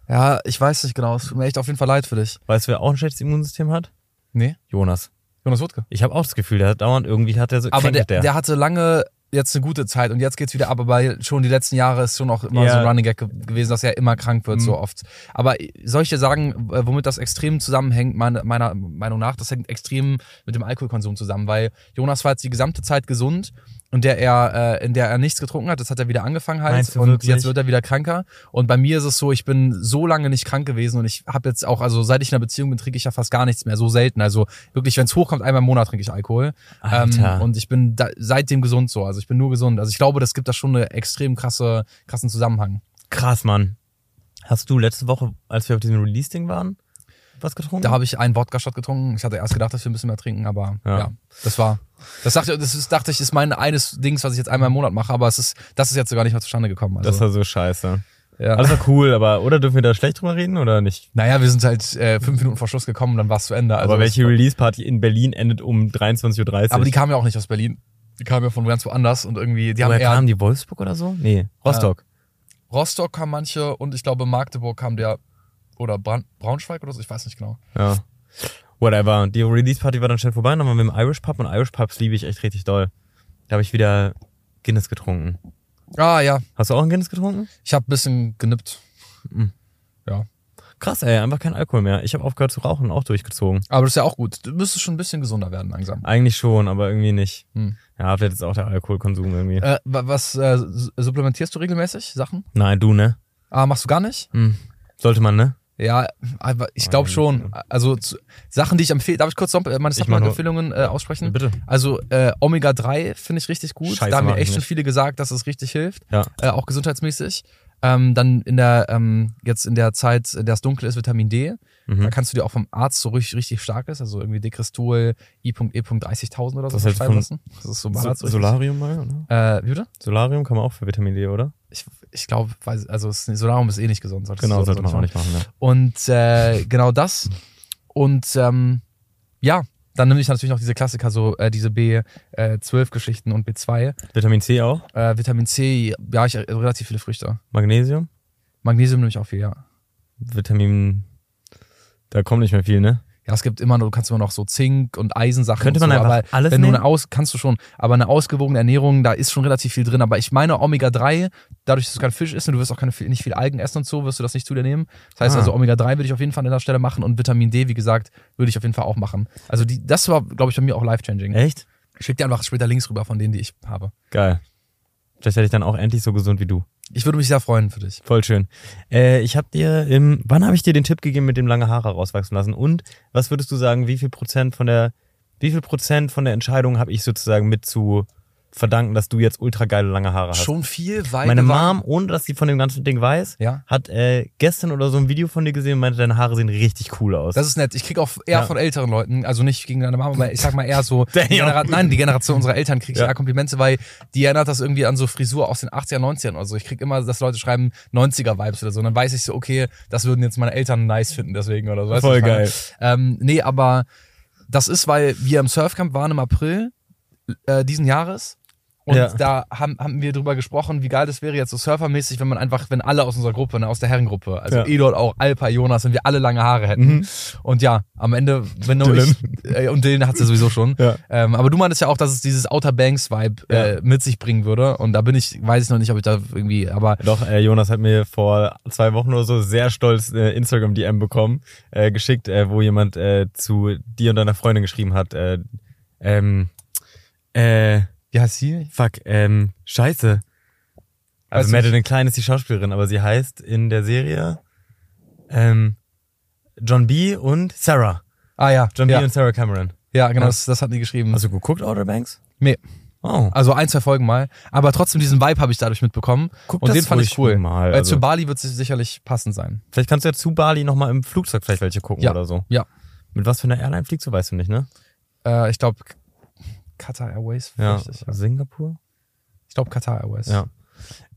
Ja, ich weiß nicht genau. Es tut mir echt auf jeden Fall leid für dich.
Weißt du, wer auch ein schlechtes Immunsystem hat?
Nee.
Jonas.
Jonas Wutke.
Ich habe auch das Gefühl, der hat dauernd irgendwie hat der so
Aber der,
kränkelt
der. hatte lange jetzt eine gute Zeit und jetzt geht's wieder ab, aber schon die letzten Jahre ist schon auch immer
Ja. Mhm.
so ein Running Gag ge- gewesen, dass er immer krank wird, so oft. Aber soll ich dir sagen, äh, womit das extrem zusammenhängt, meine, meiner Meinung nach, das hängt extrem mit dem Alkoholkonsum zusammen, weil Jonas war jetzt die gesamte Zeit gesund und der er, äh, in der er nichts getrunken hat, das hat er wieder angefangen halt
Meinst du
und
wirklich?
jetzt wird er wieder kranker und bei mir ist es so, ich bin so lange nicht krank gewesen und ich habe jetzt auch, also seit ich in einer Beziehung bin, trinke ich ja fast gar nichts mehr, so selten, also wirklich, wenn es hochkommt, einmal im Monat trinke ich Alkohol
Alter.
ähm, und ich bin da, seitdem gesund so. Also ich bin nur gesund. Also ich glaube, das gibt da schon eine extrem krasse, krassen Zusammenhang.
Krass, Mann. Hast du letzte Woche, als wir auf diesem Release-Ding waren, was getrunken?
Da habe ich einen Wodka-Shot getrunken. Ich hatte erst gedacht, dass wir ein bisschen mehr trinken, aber
Ja.
ja, das war. Das dachte, das ist, dachte ich, ist mein eines Dings, was ich jetzt einmal im Monat mache, aber es ist, das ist jetzt sogar nicht mehr zustande gekommen.
das also-
Also,
war so scheiße.
ja.
Alles war cool, aber oder dürfen wir da schlecht drüber reden oder nicht?
naja, wir sind halt äh, fünf Minuten vor Schluss gekommen, dann war es zu Ende. Also
aber welche
das-
Release-Party in Berlin endet um 23.30 Uhr?
aber die kamen ja auch nicht aus Berlin. Die kamen ja von ganz woanders und irgendwie, die
Woher
haben eher
kamen die Wolfsburg oder so? Nee, Rostock.
Rostock kam manche und ich glaube Magdeburg kam der oder Bran Braunschweig oder so, ich weiß nicht genau.
Ja. Whatever. Die Release-Party war dann schnell vorbei, und dann waren wir im Irish Pub und Irish Pubs liebe ich echt richtig doll. Da habe ich wieder Guinness getrunken.
Ah ja,
Hast du auch einen Guinness getrunken?
Ich habe ein bisschen genippt. Ja.
Krass, ey, einfach kein Alkohol mehr. Ich habe aufgehört zu rauchen, auch durchgezogen.
Aber das ist ja auch gut. Du müsstest schon ein bisschen gesunder werden langsam.
Eigentlich schon, aber irgendwie nicht.
Hm.
Ja, vielleicht ist auch der Alkoholkonsum irgendwie.
Äh, wa- was äh, su- supplementierst du regelmäßig? Sachen?
Nein, du, ne?
Ah, machst du gar nicht?
Hm. Sollte man, ne?
Ja, aber ich glaube schon. Also zu, Sachen, die ich empfehle. Darf ich kurz Sump- meine
Ich mach nur-
Supplement-Empfehlungen äh, aussprechen?
Bitte.
Also äh, Omega-3 finde ich richtig gut.
Scheiße,
da haben
mach
mir
ich
echt schon
nicht.
viele gesagt, dass es richtig hilft.
Ja.
Äh, auch gesundheitsmäßig. Ähm, dann in der, ähm, jetzt in der Zeit, in der es dunkel ist, Vitamin D. Da
Mhm.
kannst du dir auch vom Arzt so richtig, richtig starkes, also irgendwie Dekristol, I.E. 30.000 E oder
Das
so
heißt
verschreiben
von-
lassen. Das ist so,
So,
Arzt richtig.
Solarium mal, oder?
Äh, wie bitte?
Solarium kann man auch für Vitamin D, oder?
Ich, ich glaube, weiß- also es- Solarium ist eh nicht gesund. solltest
Genau,
du
sollte man auch nicht machen, ne?
Und äh, genau das. Und ähm, ja, dann nehme ich natürlich noch diese Klassiker, so äh, diese B12-Geschichten und B2.
ne? Vitamin C auch?
Äh, Vitamin C, ja, ich äh, relativ viele Früchte.
Magnesium?
Magnesium nehme ich auch viel, ja.
Vitamin. Da kommt nicht mehr viel, ne?
Ja, es gibt immer, noch- du kannst immer noch so Zink und Eisensachen.
Könnte
und
man
so,
einfach
aber
alles
wenn du
nehmen?
eine aus, kannst du schon. Aber eine ausgewogene Ernährung, da ist schon relativ viel drin. Aber ich meine Omega 3, dadurch, dass du kein Fisch isst und du wirst auch keine, nicht viel Algen essen und so, wirst du das nicht zu dir nehmen. Das heißt
Ah.
also Omega 3 würde ich auf jeden Fall an der Stelle machen und Vitamin D, wie gesagt, würde ich auf jeden Fall auch machen. Also die, das war, glaube ich, bei mir auch life changing.
Echt?
Ich schick dir einfach später Links rüber von denen, die ich habe.
Geil. Vielleicht werde ich dann auch endlich so gesund wie du.
Ich würde mich sehr freuen für dich.
Voll schön. Äh, ich habe dir im, wann habe ich dir den Tipp gegeben, mit dem lange Haare rauswachsen lassen? Und was würdest du sagen, wie viel Prozent von der, wie viel Prozent von der Entscheidung habe ich sozusagen mit zu verdanken, dass du jetzt ultra geile lange Haare hast.
Schon viel, weil.
Meine
wir waren-
Mom, ohne dass sie von dem ganzen Ding weiß,
Ja.
hat äh, gestern oder so ein Video von dir gesehen und meinte, deine Haare sehen richtig cool aus.
Das ist nett. Ich krieg auch eher
Ja.
von älteren Leuten, also nicht gegen deine Mama, aber ich sag mal
*laughs*
eher so, die
Damn.
Genera nein, die Generation unserer Eltern krieg ich
Ja.
eher Komplimente, weil die erinnert das irgendwie an so Frisur aus den 80er, 90ern oder so. Ich krieg immer, dass Leute schreiben 90er-Vibes oder so. Und dann weiß ich so, okay, das würden jetzt meine Eltern nice finden deswegen oder so. Weißt du,
Voll
was ich meine?
geil.
Ähm, nee, aber das ist, weil wir im Surfcamp waren im April äh, diesen Jahres. Und
Ja.
da haben, haben wir drüber gesprochen, wie geil das wäre jetzt so surfermäßig, wenn man einfach, wenn alle aus unserer Gruppe, ne, aus der Herrengruppe, also
Ja. Mhm.
Edol auch, Alpa, Jonas, wenn wir alle lange Haare hätten. Und ja, am Ende, wenn nur
Dylan.
ich, äh, und Dylan hat's ja sowieso schon.
Ja.
Ähm, aber du meintest ja auch, dass es dieses Outer Banks Vibe äh, mit sich bringen würde. Und da bin ich, weiß ich noch nicht, ob ich da irgendwie, aber
Doch, äh, Jonas hat mir vor zwei Wochen oder so sehr stolz äh, Instagram-DM bekommen, äh, geschickt, äh, wo jemand äh, zu dir und deiner Freundin geschrieben hat, äh, ähm, äh,
wie heißt sie?
fuck, ähm, scheiße.
Weiß
Also Madeline
nicht.
Klein ist die Schauspielerin, aber sie heißt in der Serie ähm, John B. und Sarah.
Ah ja,
John Also- B.
ja,
und Sarah Cameron.
ja genau, das, das hat die geschrieben.
Hast du geguckt, Outer Banks?
nee.
Oh.
Also ein, zwei Folgen mal. Aber trotzdem diesen Vibe habe ich dadurch mitbekommen.
Guck
und
das
den fand ich
ruhig
cool.
mal,
Weil
also-
zu Bali wird es sicherlich passend sein.
Vielleicht kannst du ja zu Bali nochmal im Flugzeug vielleicht welche gucken
Ja.
oder so.
Ja.
Mit was für einer Airline fliegst du, weißt du nicht, ne?
Äh, ich glaube, Qatar Airways.
Ja.
fürchte ich.
Singapur?
Ich glaube, Qatar Airways.
Ja.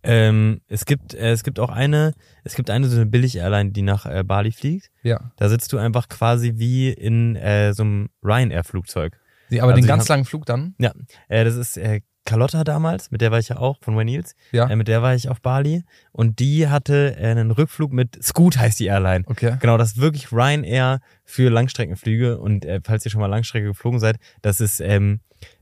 Ähm, es gibt äh, es gibt auch eine es gibt eine so eine billig Airline, die nach äh, Bali fliegt.
ja.
Da sitzt du einfach quasi wie in äh, so einem Ryanair Flugzeug.
Nee, aber
Also
den
ich
ganz
hab-
langen Flug dann.
Ja, äh, das ist äh, Carlotta damals, mit der war ich ja auch von Weniels.
Ja.
Äh, mit der war ich auf Bali und die hatte äh, einen Rückflug mit Scoot heißt die Airline.
Okay.
Genau, das ist wirklich Ryanair für Langstreckenflüge und äh, falls ihr schon mal Langstrecke geflogen seid, das ist ähm,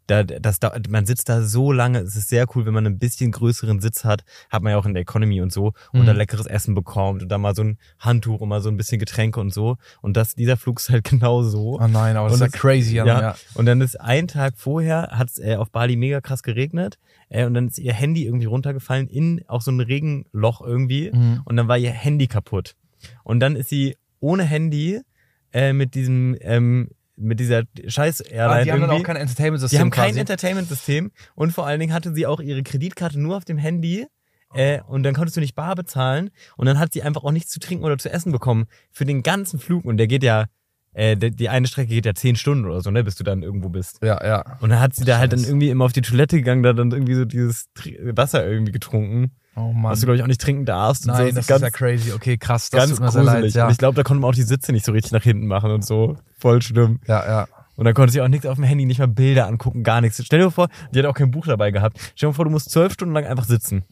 da, das da, man sitzt da so lange, es ist sehr cool, wenn man einen bisschen größeren Sitz hat, hat man ja auch in der Economy und so und
Mhm.
da leckeres Essen bekommt und da mal so ein Handtuch und mal so ein bisschen Getränke und so und das dieser Flug ist halt *laughs* genau so.
Oh nein, aber das
Und
ist ja crazy. Ja. Ja.
Und dann ist ein Tag vorher, hat es äh, auf Bali mega krass geregnet äh, und dann ist ihr Handy irgendwie runtergefallen in auch so ein Regenloch irgendwie
Mhm.
und dann war ihr Handy kaputt. Und dann ist sie ohne Handy äh, mit diesem, ähm, mit dieser scheiß
Aber
Airline
Ah, die haben dann
irgendwie.
auch kein Entertainment-System.
die haben kein
quasi.
Entertainment-System und vor allen Dingen hatte sie auch ihre Kreditkarte nur auf dem Handy. Äh,
Oh.
und dann konntest du nicht bar bezahlen und dann hat sie einfach auch nichts zu trinken oder zu essen bekommen für den ganzen Flug und der geht ja äh, die, die eine Strecke geht ja zehn Stunden oder so ne bis du dann irgendwo bist
Ja, ja.
und dann hat sie da halt dann
Scheiße.
irgendwie immer auf die Toilette gegangen da dann irgendwie so dieses Tr- Wasser irgendwie getrunken
Oh Mann.
was du glaube ich auch nicht trinken darfst und so.
nein, das ist ja crazy. Okay, krass. Das
ganz
tut mir sehr leid.
gruselig.
Ja.
Und ich glaube, da konnte man auch die Sitze nicht so richtig nach hinten machen und so. Voll schlimm.
ja, ja.
Und dann konnte sie auch nichts auf dem Handy, nicht mal Bilder angucken, gar nichts. Stell dir vor, die hat auch kein Buch dabei gehabt. Stell dir vor, du musst zwölf Stunden lang einfach sitzen.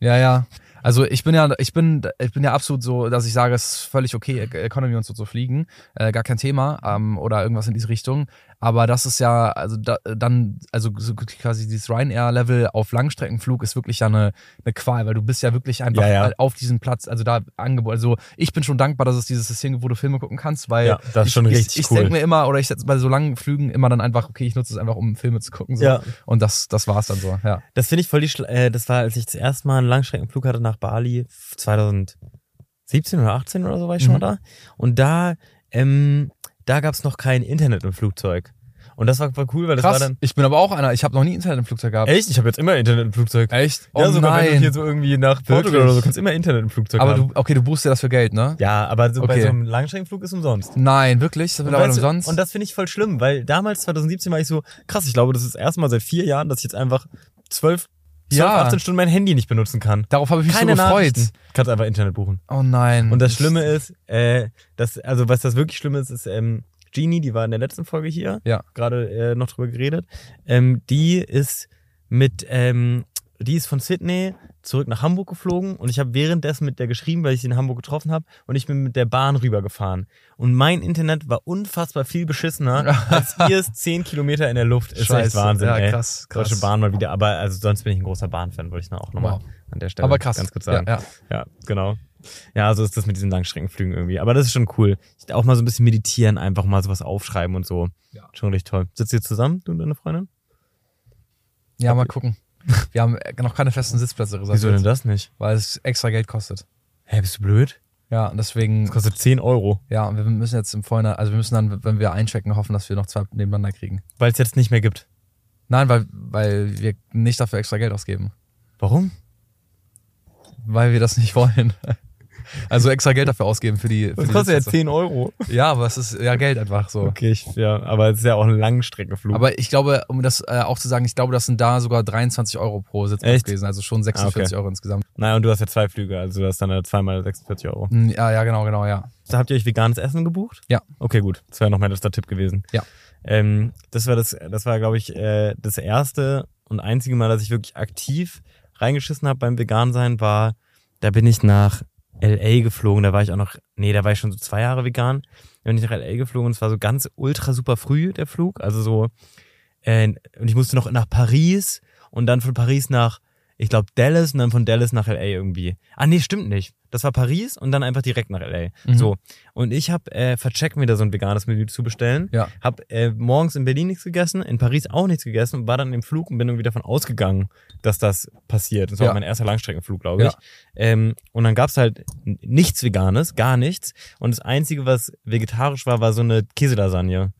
Ja, ja. Also ich bin ja, ich bin, ich bin ja absolut so, dass ich sage, es ist völlig okay, E- Economy und so zu fliegen, äh, gar kein Thema ähm, oder irgendwas in diese Richtung. Aber das ist ja, also da, dann, also so quasi dieses Ryanair-Level auf Langstreckenflug ist wirklich ja eine, eine Qual, weil du bist ja wirklich einfach
Ja, ja.
auf diesem Platz, also da angeboten. Also ich bin schon dankbar, dass es dieses System gibt, wo du Filme gucken kannst, weil
Ja, das ist
ich,
schon
ich,
richtig
ich
cool.
denke mir immer oder ich setze bei so langen Flügen immer dann einfach, okay, ich nutze es einfach, um Filme zu gucken. So.
Ja.
Und das, das war's dann so. Ja.
Das finde ich voll die, Schla äh, das war, als ich das erste Mal einen Langstreckenflug hatte nach Bali, 2017 oder 18 oder so war ich schon
Mhm.
mal da. Und da, ähm, da gab es noch kein Internet im Flugzeug. Und das war voll cool, weil das war
Krass.
dann,
Ich bin aber auch einer. Ich habe noch nie Internet im Flugzeug gehabt.
echt, ich habe jetzt immer Internet im Flugzeug.
Echt?
Ja,
oh
sogar wenn du
nein.
hier so irgendwie nach Äh, Portugal
Wirklich?
oder so kannst, immer Internet im Flugzeug
aber
haben.
du, okay, du buchst dir das für Geld, ne?
Ja, aber so bei
Okay.
so einem Langstreckenflug ist umsonst.
Nein, wirklich? Das wird aber
weißt du,
umsonst.
und das finde ich voll schlimm, weil damals, 2017, war ich so, krass, ich glaube, das ist das erste Mal seit vier Jahren, dass ich jetzt einfach zwölf, zwölf
Ja.
18 Stunden mein Handy nicht benutzen kann.
Darauf habe ich mich
Keine
so gefreut.
Nachrichten. Kannst einfach Internet buchen.
Oh nein.
Und das Schlimme ist, äh, das, also was das wirklich Schlimme ist, ist, ähm, Genie, die war in der letzten Folge hier,
Ja.
gerade äh, noch drüber geredet, ähm, die ist mit, ähm, die ist von Sydney zurück nach Hamburg geflogen und ich habe währenddessen mit der geschrieben, weil ich sie in Hamburg getroffen habe und ich bin mit der Bahn rübergefahren. Und mein Internet war unfassbar viel beschissener,
*laughs*
als ihr es zehn Kilometer in der Luft. Ist echt
Scheiße.
Wahnsinn,
Ja,
ey.
krass, krass.
Deutsche Bahn mal wieder, aber also sonst bin ich ein großer Bahnfan, wollte ich noch auch nochmal
Wow.
an der Stelle
Aber krass.
ganz kurz sagen.
Ja, ja.
Ja, genau. Ja, so ist das mit diesen Langstreckenflügen irgendwie. Aber das ist schon cool. Ich- Auch mal so ein bisschen meditieren, einfach mal sowas aufschreiben und so.
Ja.
Schon richtig toll. Sitzt ihr zusammen, du und deine Freundin?
Ja, mal gucken. Wir haben noch keine festen Sitzplätze reserviert.
Wieso denn das nicht?
Weil es extra Geld kostet.
Hä, bist du blöd?
Ja, und deswegen,
Das kostet 10 Euro,
ja, und wir müssen jetzt im Vorhinein, also wir müssen dann, wenn wir einchecken, hoffen, dass wir noch zwei nebeneinander kriegen.
weil es jetzt nicht mehr gibt.
Nein, weil, weil wir nicht dafür extra Geld ausgeben.
Warum?
Weil wir das nicht wollen. *laughs* Also extra Geld dafür ausgeben für die. Für
Das
die
kostet ja
Sitzplätze.
10 Euro.
Ja, aber es ist ja Geld einfach so.
Okay, ich, ja, aber es ist ja auch ein Langstreckenflug.
Aber ich glaube, um das äh, auch zu sagen, ich glaube, das sind da sogar 23 Euro pro Sitzplatz
Echt? Ah,
gewesen, also schon 46 Euro insgesamt.
naja, und du hast ja zwei Flüge, also du hast dann ja zweimal 46 Euro.
Hm, Ja, ja, genau, genau, ja.
Da habt ihr euch veganes Essen gebucht?
Ja.
Okay, gut. Das wäre noch mein letzter Tipp gewesen.
Ja.
Ähm, das war das, das war, glaube ich, äh, das erste und einzige Mal, dass ich wirklich aktiv reingeschissen habe beim Vegan-Sein, war, da bin ich nach LA geflogen. Da war ich auch noch, nee, da war ich schon so zwei Jahre vegan. Da bin ich nach LA geflogen und es war so ganz ultra super früh der Flug. Also so, äh, und ich musste noch nach Paris und dann von Paris nach, ich glaube, Dallas und dann von Dallas nach LA irgendwie. Ah, nee, stimmt nicht. Das war Paris und dann einfach direkt nach LA.
Mhm.
So. Und ich habe äh, vercheckt, mir da so ein veganes Menü zu bestellen.
Ja.
Hab äh, morgens in Berlin nichts gegessen, in Paris auch nichts gegessen und war dann im Flug und bin irgendwie davon ausgegangen, dass das passiert. Das war
Ja.
mein erster Langstreckenflug, glaube ich.
Ja.
Ähm, und dann gab's halt n- nichts Veganes, gar nichts. Und das Einzige, was vegetarisch war, war so eine Käselasagne.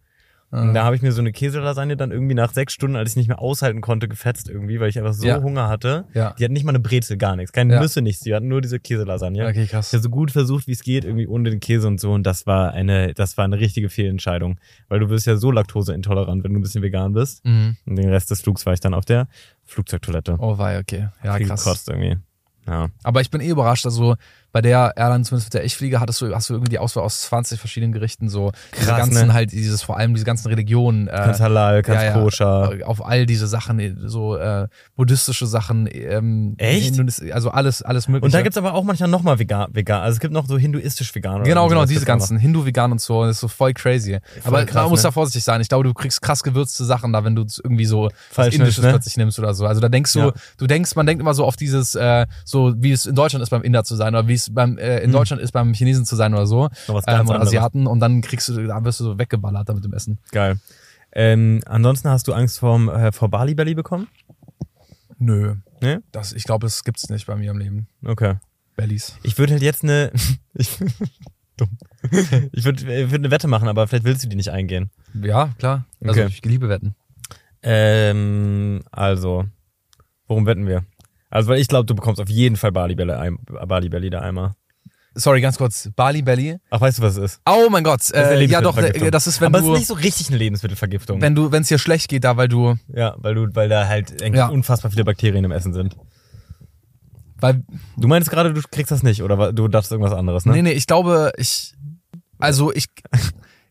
Und da habe ich mir so eine Käselasagne dann irgendwie nach sechs Stunden, als ich nicht mehr aushalten konnte, gefetzt irgendwie, weil ich einfach so
Ja.
Hunger hatte.
Ja.
Die hatten nicht mal eine Brezel, gar nichts. Keine
Ja.
Nüsse, nichts. Die hatten nur diese Käselasagne.
Okay,
Ich
krass.
habe so gut versucht, wie es geht, irgendwie ohne den Käse und so. Und das war eine, das war eine richtige Fehlentscheidung. Weil du bist ja so laktoseintolerant, wenn du ein bisschen vegan bist.
Mhm.
Und den Rest des Flugs war ich dann auf der Flugzeugtoilette.
Oh, war okay. Ja,
Viel
krass.
gekotzt irgendwie. Ja.
Aber ich bin eh überrascht, also bei der Airline, zumindest mit der ich fliege, hattest du, hast du irgendwie die Auswahl aus 20 verschiedenen Gerichten, so diese
Krass,
ganzen
ne?
halt, dieses, vor allem diese ganzen Religionen, äh,
Kannst halal, kannst
ja, ja.
koscher.
auf all diese Sachen, eh, so äh, buddhistische Sachen, ähm,
Echt?
Hinduis- also alles, alles mögliche.
Und da gibt's aber auch manchmal nochmal vegan, vegan. Also es gibt noch so hinduistisch vegan. Oder
Genau,
so.
genau,
Das
diese
gibt's auch noch.
ganzen Hindu, vegan und so, das ist so voll crazy. Aber
krass,
man muss
ne?
da vorsichtig sein. Ich glaube, du kriegst krass gewürzte Sachen da, wenn du irgendwie so was
Falsch
Indisches
nimmst, ne?
plötzlich nimmst oder so. Also da denkst du,
Ja.
du denkst, man denkt immer so auf dieses, äh, so wie es in Deutschland ist beim Inder zu sein oder wie es beim äh, in Deutschland ist beim Chinesen zu sein oder so.
Hm. Noch was ganz
Ähm, oder
anderes.
Asiaten und dann kriegst du, da wirst du so weggeballert da mit dem Essen.
Geil. Ähm, ansonsten hast du Angst vorm, äh, vor Bali Belly bekommen?
Nö.
Nee?
Das, ich glaube, es gibt's nicht bei mir im Leben.
Okay.
Bellies.
Ich würde halt jetzt eine. *laughs* ich, dumm. Ich würde würd eine Wette machen, aber vielleicht willst du die nicht eingehen.
Ja, klar. Also
Okay.
ich liebe Wetten.
Ähm, also, worum wetten wir? Also, weil ich glaube, du bekommst auf jeden Fall Bali Belly, ein, Bali Belly da einmal.
Sorry, ganz kurz. Bali Belly.
Ach, weißt du, was es ist?
Oh mein Gott.
Das ist eine
Äh, ja doch,
Lebensmittelvergiftung.
äh, das ist, wenn
Aber
du...
es ist nicht so richtig eine Lebensmittelvergiftung.
wenn du, wenn es dir schlecht geht, da weil du,
ja, weil du, weil da halt eigentlich
Ja.
unfassbar viele Bakterien im Essen sind.
weil,
Du meinst gerade, du kriegst das nicht oder wa- du darfst irgendwas anderes, ne?
nee, nee, ich glaube, ich, also ich,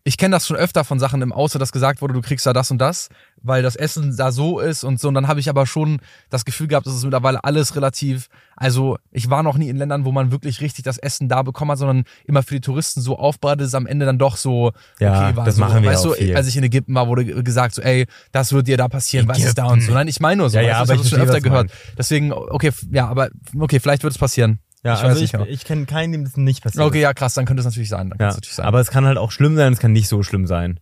ich kenne das schon öfter von Sachen im Auto, dass gesagt wurde, du kriegst da das und das, weil das Essen da so ist und so. Und dann habe ich aber schon das Gefühl gehabt, dass es mittlerweile alles relativ, also ich war noch nie in Ländern, wo man wirklich richtig das Essen da bekommen hat, sondern immer für die Touristen so aufbereitet ist, am Ende dann doch so,
Ja,
okay, war
das
so,
machen wir
weißt
auch
du,
viel.
als ich in Ägypten war, wurde ge- gesagt so, ey, das wird dir da passieren, was ist da und so. Nein, ich meine nur so,
Ja, ja,
weißt du, das
aber
hab
ich
schon
verstehe,
öfter
was du
gehört. Deswegen, okay, f- ja, aber okay, vielleicht wird es passieren.
ja,
ich weiß
also
nicht
ich,
genau.
ich kenne keinen, dem das nicht passiert.
Okay, ja, krass, dann könnte es natürlich sein. Dann
Ja,
könnte es natürlich sein. Hm.
aber es kann halt auch schlimm sein, es kann nicht so schlimm sein.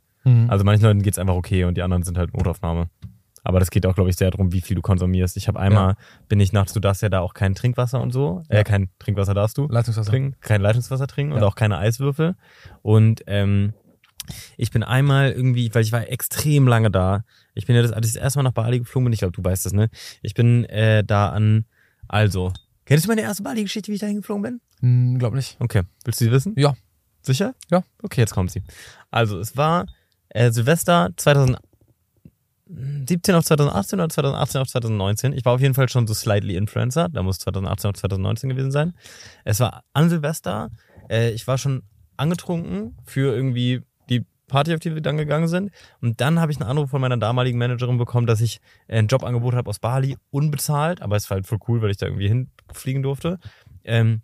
Also manchen Leuten geht's einfach okay und die anderen sind halt Notaufnahme. Aber das geht auch, glaube ich, sehr darum, wie viel du konsumierst. Ich habe einmal, bin ich nachts, du darfst ja da auch kein Trinkwasser und so. Äh, kein Trinkwasser darfst du
Leitungswasser.
trinken, kein Leitungswasser trinken und
Ja.
auch keine Eiswürfel. Und ähm, ich bin einmal irgendwie, weil ich war extrem lange da. Ich bin ja das, als ich das erste Mal nach Bali geflogen bin, ich glaube, du weißt das, ne? Ich bin äh, da an, also, kennst du meine erste Bali-Geschichte, wie ich da hingeflogen bin?
Hm, glaub nicht.
Okay, willst du sie wissen?
Ja.
Sicher?
Ja.
Okay, jetzt kommt sie. Also, es war äh, Silvester 2017 auf 2018 oder 2018 auf 2019. Ich war auf jeden Fall schon so slightly Influencer. Da muss 2018 auf 2019 gewesen sein. Es war an Silvester. Äh, ich war schon angetrunken für irgendwie die Party, auf die wir dann gegangen sind. Und dann habe ich einen Anruf von meiner damaligen Managerin bekommen, dass ich äh, ein Jobangebot habe aus Bali, unbezahlt. Aber es war halt voll cool, weil ich da irgendwie hinfliegen durfte. Ähm,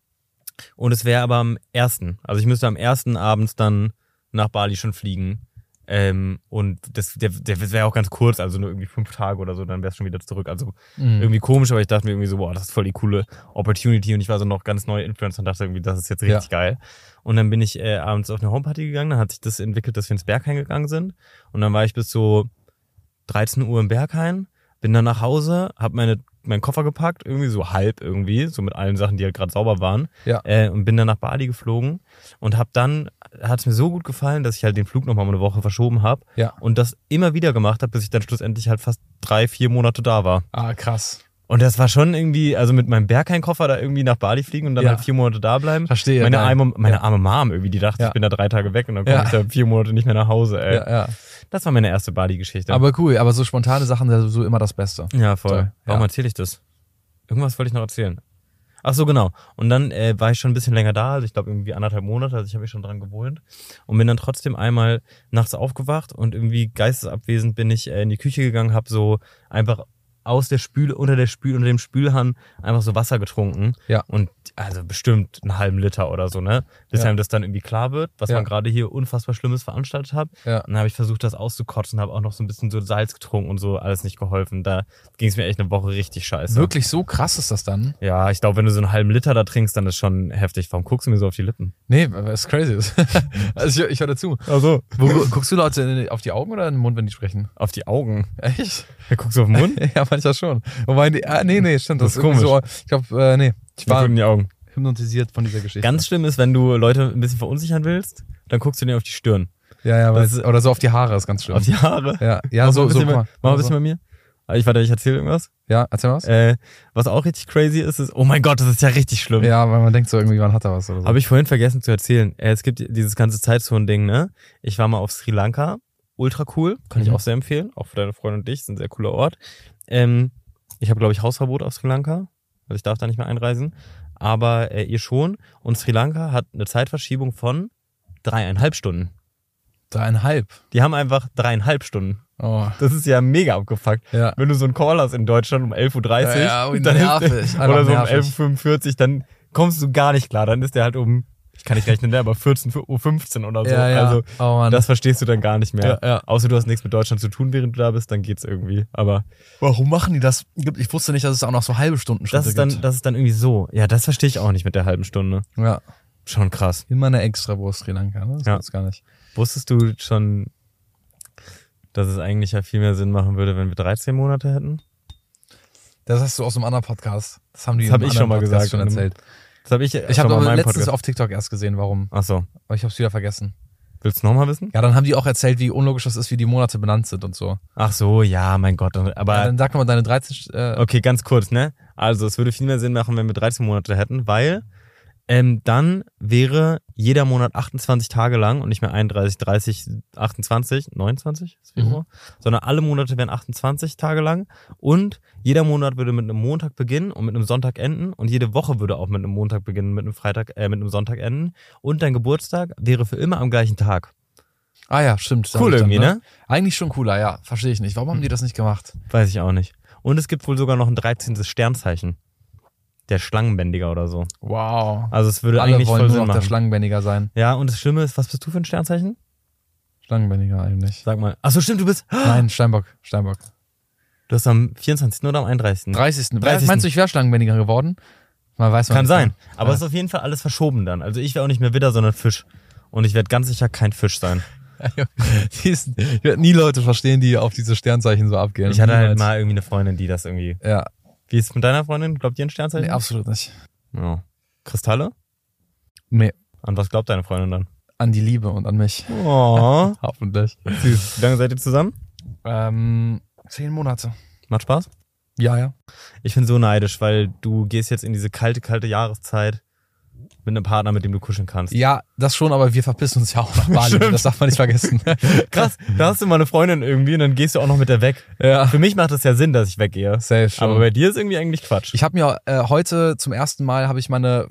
und es wäre aber am ersten. Also ich müsste am ersten abends dann nach Bali schon fliegen. Ähm, und das, der, der wäre auch ganz kurz, also nur irgendwie fünf Tage oder so, dann wär's schon wieder zurück. Also
Mhm. Hm.
irgendwie komisch, aber ich dachte mir irgendwie so, boah, das ist voll die coole Opportunity. Und ich war so noch ganz neu Influencer und dachte irgendwie, das ist jetzt richtig geil. Und dann bin ich äh, abends auf eine Homeparty gegangen, dann hat sich das entwickelt, dass wir ins Berghain gegangen sind. Und dann war ich bis so 13 Uhr im Berghain, bin dann nach Hause, habe meine meinen Koffer gepackt, irgendwie so halb irgendwie, so mit allen Sachen, die halt gerade sauber waren.
Ja.
Äh, und bin dann nach Bali geflogen und habe dann, hat es mir so gut gefallen, dass ich halt den Flug nochmal um eine Woche verschoben habe
Ja.
und das immer wieder gemacht habe, bis ich dann schlussendlich halt fast drei, vier Monate da war.
Ah, krass.
Und das war schon irgendwie, also mit meinem Berghain-Koffer da irgendwie nach Bali fliegen und dann
Ja.
halt vier Monate da bleiben.
Verstehe,
Meine,
nein.
arme, meine arme Mom irgendwie, die dachte,
Ja.
ich bin da drei Tage weg und dann
Ja.
komme ich da vier Monate nicht mehr nach Hause, ey.
Ja, ja.
Das war meine erste Bali-Geschichte.
Aber cool, aber so spontane Sachen sind so immer das Beste.
Ja, voll.
Toll,
Warum
ja.
erzähle ich das? Irgendwas wollte ich noch erzählen. Ach so, genau. Und dann äh, war ich schon ein bisschen länger da, also ich glaube irgendwie anderthalb Monate, also ich habe mich schon dran gewohnt. Und bin dann trotzdem einmal nachts aufgewacht und irgendwie geistesabwesend bin ich äh, in die Küche gegangen, habe so einfach aus der Spüle, unter der Spüle, unter dem Spülhahn einfach so Wasser getrunken.
Ja.
Und also bestimmt einen halben Liter oder so, ne? Bis
Ja.
einem das dann irgendwie klar wird, was
Ja.
man gerade hier unfassbar Schlimmes veranstaltet hat.
Ja.
Und dann habe ich versucht, das auszukotzen, habe auch noch so ein bisschen so Salz getrunken und so, alles nicht geholfen. Da ging es mir echt eine Woche richtig scheiße.
Wirklich so krass ist das dann?
Ja, ich glaube, wenn du so einen halben Liter da trinkst, dann ist schon heftig. Warum guckst du mir so auf die Lippen?
Nee, was crazy ist. *laughs* also ich, ich höre dazu.
Also
Wo, guckst du Leute in- auf die Augen oder in den Mund, wenn die sprechen?
auf die Augen.
Echt? *laughs*
Ja, guckst du auf den Mund?
Ja, manchmal schon. Wobei, nee, ah, nee, nee, stimmt. Das,
Das
ist
ist
irgendwie So, ich glaube, äh, nee, ich
Guck
war
in die Augen.
hypnotisiert von dieser Geschichte.
Ganz schlimm ist, wenn du Leute ein bisschen verunsichern willst, dann guckst du denen auf die Stirn,
ja, ja, aber
das-
oder so auf die Haare ist ganz schlimm.
auf die Haare.
ja,
Mach mal
ja, so,
ein
so,
bisschen
guck
bei-
mal. Also
Mach mal ein bisschen bei mir. Ah, Ich warte, ich erzähle irgendwas.
Ja, erzähl mal was.
Äh, was auch richtig crazy ist, ist, oh mein Gott, das ist ja richtig schlimm.
Ja, weil man denkt so, irgendwie, wann hat er was oder so.
Habe ich vorhin vergessen zu erzählen. Äh, es gibt dieses ganze Zeitzonen-Ding, ne? Ich war mal auf Sri Lanka. Ultra cool. Kann ich
Mhm.
auch sehr empfehlen. Auch für deine Freundin und dich. Ist ein sehr cooler Ort. Ähm, ich habe, glaube ich, Hausverbot auf Sri Lanka. Also ich darf da nicht mehr einreisen. Aber äh, ihr schon. Und Sri Lanka hat eine Zeitverschiebung von dreieinhalb Stunden.
Dreieinhalb.
Die haben einfach dreieinhalb Stunden.
Oh.
Das ist ja mega abgefuckt.
Ja.
Wenn du so einen Call hast in Deutschland um 11.30 Uhr
Ja, ja,
dann
nervig.
ist der,
Einfach
oder so um
nervig.
11.45 Uhr, dann kommst du gar nicht klar. Dann ist der halt um, ich kann nicht rechnen, ne, aber 14.15 Uhr oder so.
Ja, ja.
Also
oh, Mann.
das verstehst du dann gar nicht mehr.
Ja, ja.
Außer du hast nichts mit Deutschland zu tun, während du da bist, dann geht's irgendwie. Aber
Warum machen die das? Ich wusste nicht, dass es auch noch so halbe Stunden
das ist, dann, das ist dann irgendwie so. Ja, das verstehe ich auch nicht mit der halben Stunde.
Ja.
Schon krass.
Immer eine Extrawurst Sri Lanka, ne? Das
Ja.
gibt's gar nicht.
Wusstest du schon, dass es eigentlich ja viel mehr Sinn machen würde, wenn wir 13 Monate hätten?
Das hast du aus einem anderen Podcast. Das haben die
Das hab
im
ich
anderen
schon mal gesagt,
Podcast schon
in einem-
erzählt.
Das habe ich,
Ich
schon
habe
mal in
aber
meinem
letztens
Podcast-
auf TikTok erst gesehen, warum.
Ach so,
Aber ich habe es wieder vergessen.
willst du nochmal wissen?
Ja, dann haben die auch erzählt, wie unlogisch das ist, wie die Monate benannt sind und so.
Ach so, ja, mein Gott. Aber
Ja, dann sag doch mal deine 13. Sch- Äh,
Okay, ganz kurz, ne? Also, es würde viel mehr Sinn machen, wenn wir 13 Monate hätten, weil ähm, dann wäre jeder Monat 28 Tage lang und nicht mehr 31, 30, 28, 29, ist Februar, sondern alle Monate wären 28 Tage lang und jeder Monat würde mit einem Montag beginnen und mit einem Sonntag enden und jede Woche würde auch mit einem Montag beginnen, mit einem Freitag, äh, mit einem Sonntag enden und dein Geburtstag wäre für immer am gleichen Tag.
Ah ja, stimmt.
Cool
Dann-
irgendwie, ne?
Eigentlich schon cooler, ja. Verstehe ich nicht. Warum haben die das nicht gemacht?
Weiß ich auch nicht. Und es gibt wohl sogar noch ein 13. Sternzeichen. Der Schlangenbändiger oder so.
Wow.
Also es würde
Alle
eigentlich
wollen
voll
nur
Sinn
noch der
machen.
Schlangenbändiger sein.
Ja, und das Schlimme ist, was bist du für ein Sternzeichen?
Schlangenbändiger
*gasps*
eigentlich.
Sag mal. Achso, stimmt, du bist.
Nein, Steinbock. Steinbock.
Du hast am 24. oder am 31.
30.
30..
Meinst du, ich wäre Schlangenbändiger geworden? Man weiß man
Kann
nicht. *laughs*
sein. Aber
Ja.
es ist auf jeden Fall alles verschoben dann. Also ich wäre auch nicht mehr Widder, sondern Fisch. Und ich werde ganz sicher kein Fisch sein.
Die ist- Ich werde nie Leute verstehen, die auf diese Sternzeichen so abgehen.
Ich hatte halt
Niemals.
mal irgendwie eine Freundin, die das irgendwie.
Ja,
Wie ist es mit deiner Freundin? Glaubt ihr ein Sternzeichen?
nee, absolut nicht.
Ja. Kristalle?
Nee,
An was glaubt deine Freundin dann?
*laughs* an die Liebe und an mich.
Oh,
*laughs* Hoffentlich.
süß. Wie lange seid ihr zusammen?
Ähm, zehn Monate.
Macht Spaß?
Ja, ja.
Ich bin so neidisch, weil du gehst jetzt in diese kalte, kalte Jahreszeit mit einem Partner, mit dem du kuscheln kannst.
Ja, das schon, aber wir verpissen uns ja auch
*laughs*
nach Bali.
Stimmt.
Das darf man
*laughs*
nicht vergessen.
Krass, da hast du mal eine Freundin irgendwie und dann gehst du auch noch mit der weg.
ja.
Für mich macht es ja Sinn, dass ich weggehe.
Safe schon.
Aber bei dir ist irgendwie eigentlich Quatsch.
ich habe mir äh, heute zum ersten Mal habe ich meine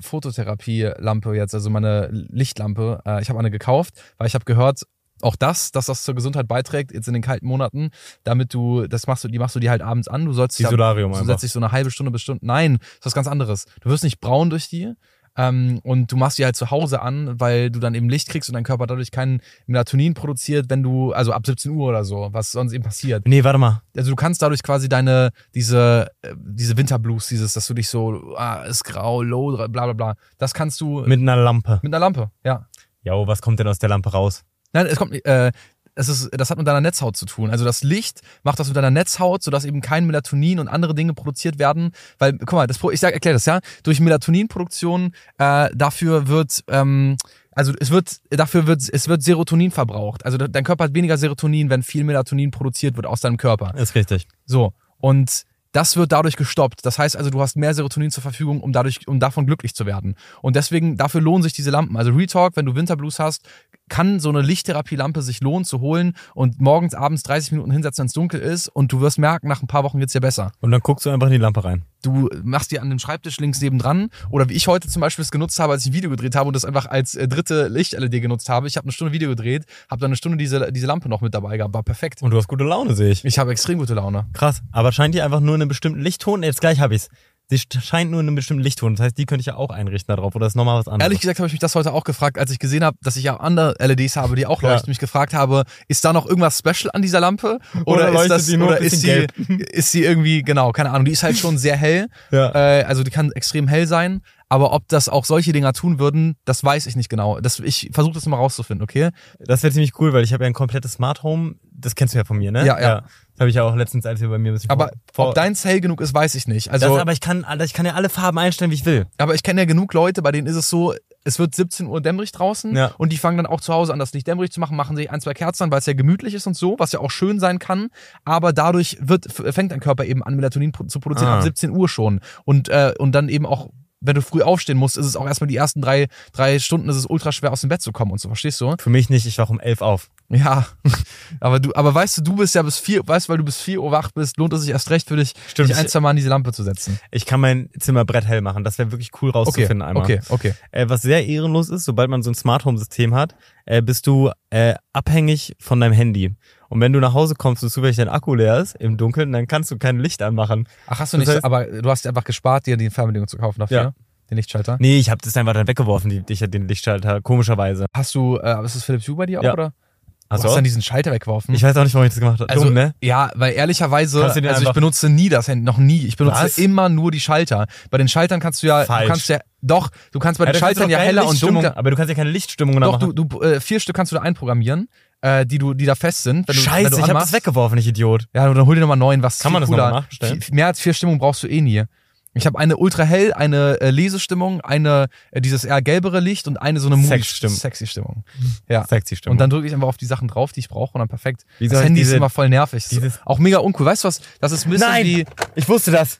Fototherapie-Lampe jetzt, also meine Lichtlampe, äh, ich habe eine gekauft, weil ich habe gehört, auch das, dass das zur Gesundheit beiträgt, jetzt in den kalten Monaten, damit du, das machst du, die machst du dir halt abends an, du sollst
Die
dich
Solarium
Du
einfach.
setzt dich so eine halbe Stunde bis Stunde. Nein, das ist was ganz anderes. Du wirst nicht braun durch die. Ähm, und du machst die halt zu Hause an, weil du dann eben Licht kriegst und dein Körper dadurch keinen Melatonin produziert, wenn du, also ab 17 Uhr oder so, was sonst eben passiert.
Nee, warte mal.
Also du kannst dadurch quasi deine, diese, äh, diese Winterblues, dieses, dass du dich so, ah, ist grau, low, bla bla bla. Das kannst du mit,
Mit einer Lampe.
einer Lampe, ja.
oh, Jo, was kommt denn aus der Lampe raus?
Nein, es kommt, äh, das, ist, das hat mit deiner Netzhaut zu tun. Also das Licht macht das mit deiner Netzhaut, sodass eben kein Melatonin und andere Dinge produziert werden. Weil, guck mal, das, Pro- ich sag, erklär das, ja. Durch Melatoninproduktion, äh, dafür wird, ähm, also es wird, dafür wird, es wird Serotonin verbraucht. Also de- dein Körper hat weniger Serotonin, wenn viel Melatonin produziert wird aus deinem Körper.
Ist richtig.
So. Und das wird dadurch gestoppt. Das heißt also, du hast mehr Serotonin zur Verfügung, um dadurch, um davon glücklich zu werden. Und deswegen, dafür lohnen sich diese Lampen. Also Retalk, wenn du Winterblues hast, kann so eine Lichttherapielampe sich lohnen zu holen und morgens, abends 30 Minuten hinsetzen, wenn es dunkel ist und du wirst merken, nach ein paar Wochen geht's dir besser.
Und dann guckst du einfach in die Lampe rein.
Du machst dir an dem Schreibtisch links nebendran oder wie ich heute zum Beispiel es genutzt habe, als ich ein Video gedreht habe und das einfach als äh, dritte Licht-LED genutzt habe. Ich habe eine Stunde Video gedreht, habe dann eine Stunde diese, diese Lampe noch mit dabei gehabt. War perfekt.
Und du hast gute Laune, sehe ich.
Ich habe extrem gute Laune.
Krass. Aber scheint die einfach nur in einem bestimmten Lichtton? Jetzt gleich habe ich's. Sie sch- scheint nur in einem bestimmten Lichtton. Das heißt, die könnte ich ja auch einrichten darauf. Oder ist nochmal was anderes?
Ehrlich gesagt habe ich mich das heute auch gefragt, als ich gesehen habe, dass ich ja andere LEDs habe, die auch
Ja.
leuchten. Mich gefragt habe, ist da noch irgendwas special an dieser Lampe?
Oder
Oder, ist
leuchtet
das,
die nur
oder
ein
ist sie,
bisschen *laughs*
ist sie irgendwie, genau, keine Ahnung. Die ist halt schon sehr hell.
Ja.
Äh, also die kann extrem hell sein. Aber ob das auch solche Dinger tun würden, das weiß ich nicht genau. Das, ich versuche das mal rauszufinden, okay?
Das wäre ziemlich cool, weil ich habe ja ein komplettes Smart Home. Das kennst du ja von mir, ne?
Ja, ja.
Das habe ich ja auch letztens, als wir bei mir ein bisschen
Aber
vor,
ob deins hell genug ist, weiß ich nicht. Also,
das, aber ich kann, alle- ich kann ja alle Farben einstellen, wie ich will.
aber ich kenne ja genug Leute, bei denen ist es so, es wird 17 Uhr dämmerig draußen
Ja.
und die fangen dann auch zu Hause an, das Licht dämmerig zu machen, machen sich ein, zwei Kerzen an, weil es ja gemütlich ist und so, was ja auch schön sein kann, aber dadurch wird, f- fängt dein Körper eben an, Melatonin pro- zu produzieren
Ah.
ab 17 Uhr schon und, äh, und dann eben auch, wenn du früh aufstehen musst, ist es auch erstmal die ersten drei, drei Stunden, ist es ultra schwer aus dem Bett zu kommen und so, verstehst du?
Für mich nicht, ich wach um elf auf.
Ja, *laughs* aber du, aber weißt du, du bist ja bis vier, weißt, weil du bis vier Uhr wach bist, lohnt es sich erst recht für dich,
Stimmt,
dich ein,
ich-
zwei Mal an diese Lampe zu setzen.
Ich kann mein Zimmer bretthell machen. Das wäre wirklich cool
Okay,
rauszufinden einmal.
okay, okay.
Äh, was sehr ehrenlos ist, sobald man so ein Smart Home System hat, äh, bist du äh, abhängig von deinem Handy. Und wenn du nach Hause kommst und zufällig dein Akku leer ist im Dunkeln, dann kannst du kein Licht anmachen.
Ach, hast du
Das
nicht,
heißt-
aber du hast einfach gespart, dir die Fernbedienung zu kaufen dafür?
Ja.
Den Lichtschalter?
Nee, ich habe das einfach dann weggeworfen, die, die, den Lichtschalter, komischerweise.
Hast du, äh, aber ist das Philips Hue bei dir auch,
Ja.
oder?
Hast
du
du
hast
auch?
dann diesen Schalter weggeworfen.
Ich weiß auch nicht, warum ich das gemacht habe.
also,
Dumm, ne?
Ja, weil ehrlicherweise,
Kannst du den
also ich
einfach-
benutze nie das Handy, noch nie. Ich benutze
Was?
immer nur die Schalter. Bei den Schaltern kannst du ja,
Falsch.
du kannst ja, doch, du kannst bei den
da kannst du
Schaltern
doch
ja
keine
heller und
Lichtstimmung-
dunkler.
Aber du kannst ja keine Lichtstimmungen
Doch,
machen.
du, du, äh, vier Stück kannst du da einprogrammieren, äh, die du, die da fest sind. Wenn du, wenn
Scheiße,
du
ich habe das
anmachst.
weggeworfen, ich Idiot.
Ja, dann hol dir nochmal neun, was
Kann
viel
man das
cooler.
nochmal nachbestellen?
Viel- Mehr als vier Stimmungen brauchst du eh nie. Ich habe eine ultra hell, eine äh, Lesestimmung, eine äh, dieses eher gelbere Licht und eine so eine Moody-
Sexstimmung.
sexy Stimmung. Ja.
Mhm. Sexy Stimmung.
Und dann drücke ich einfach auf die Sachen drauf, die ich brauche und dann perfekt.
Wie
das
soll ich
Handy ist
diese-
immer voll nervig. Das ist
dieses-
auch mega uncool. Weißt du was? Das ist ein bisschen
Nein!
wie
ich wusste das.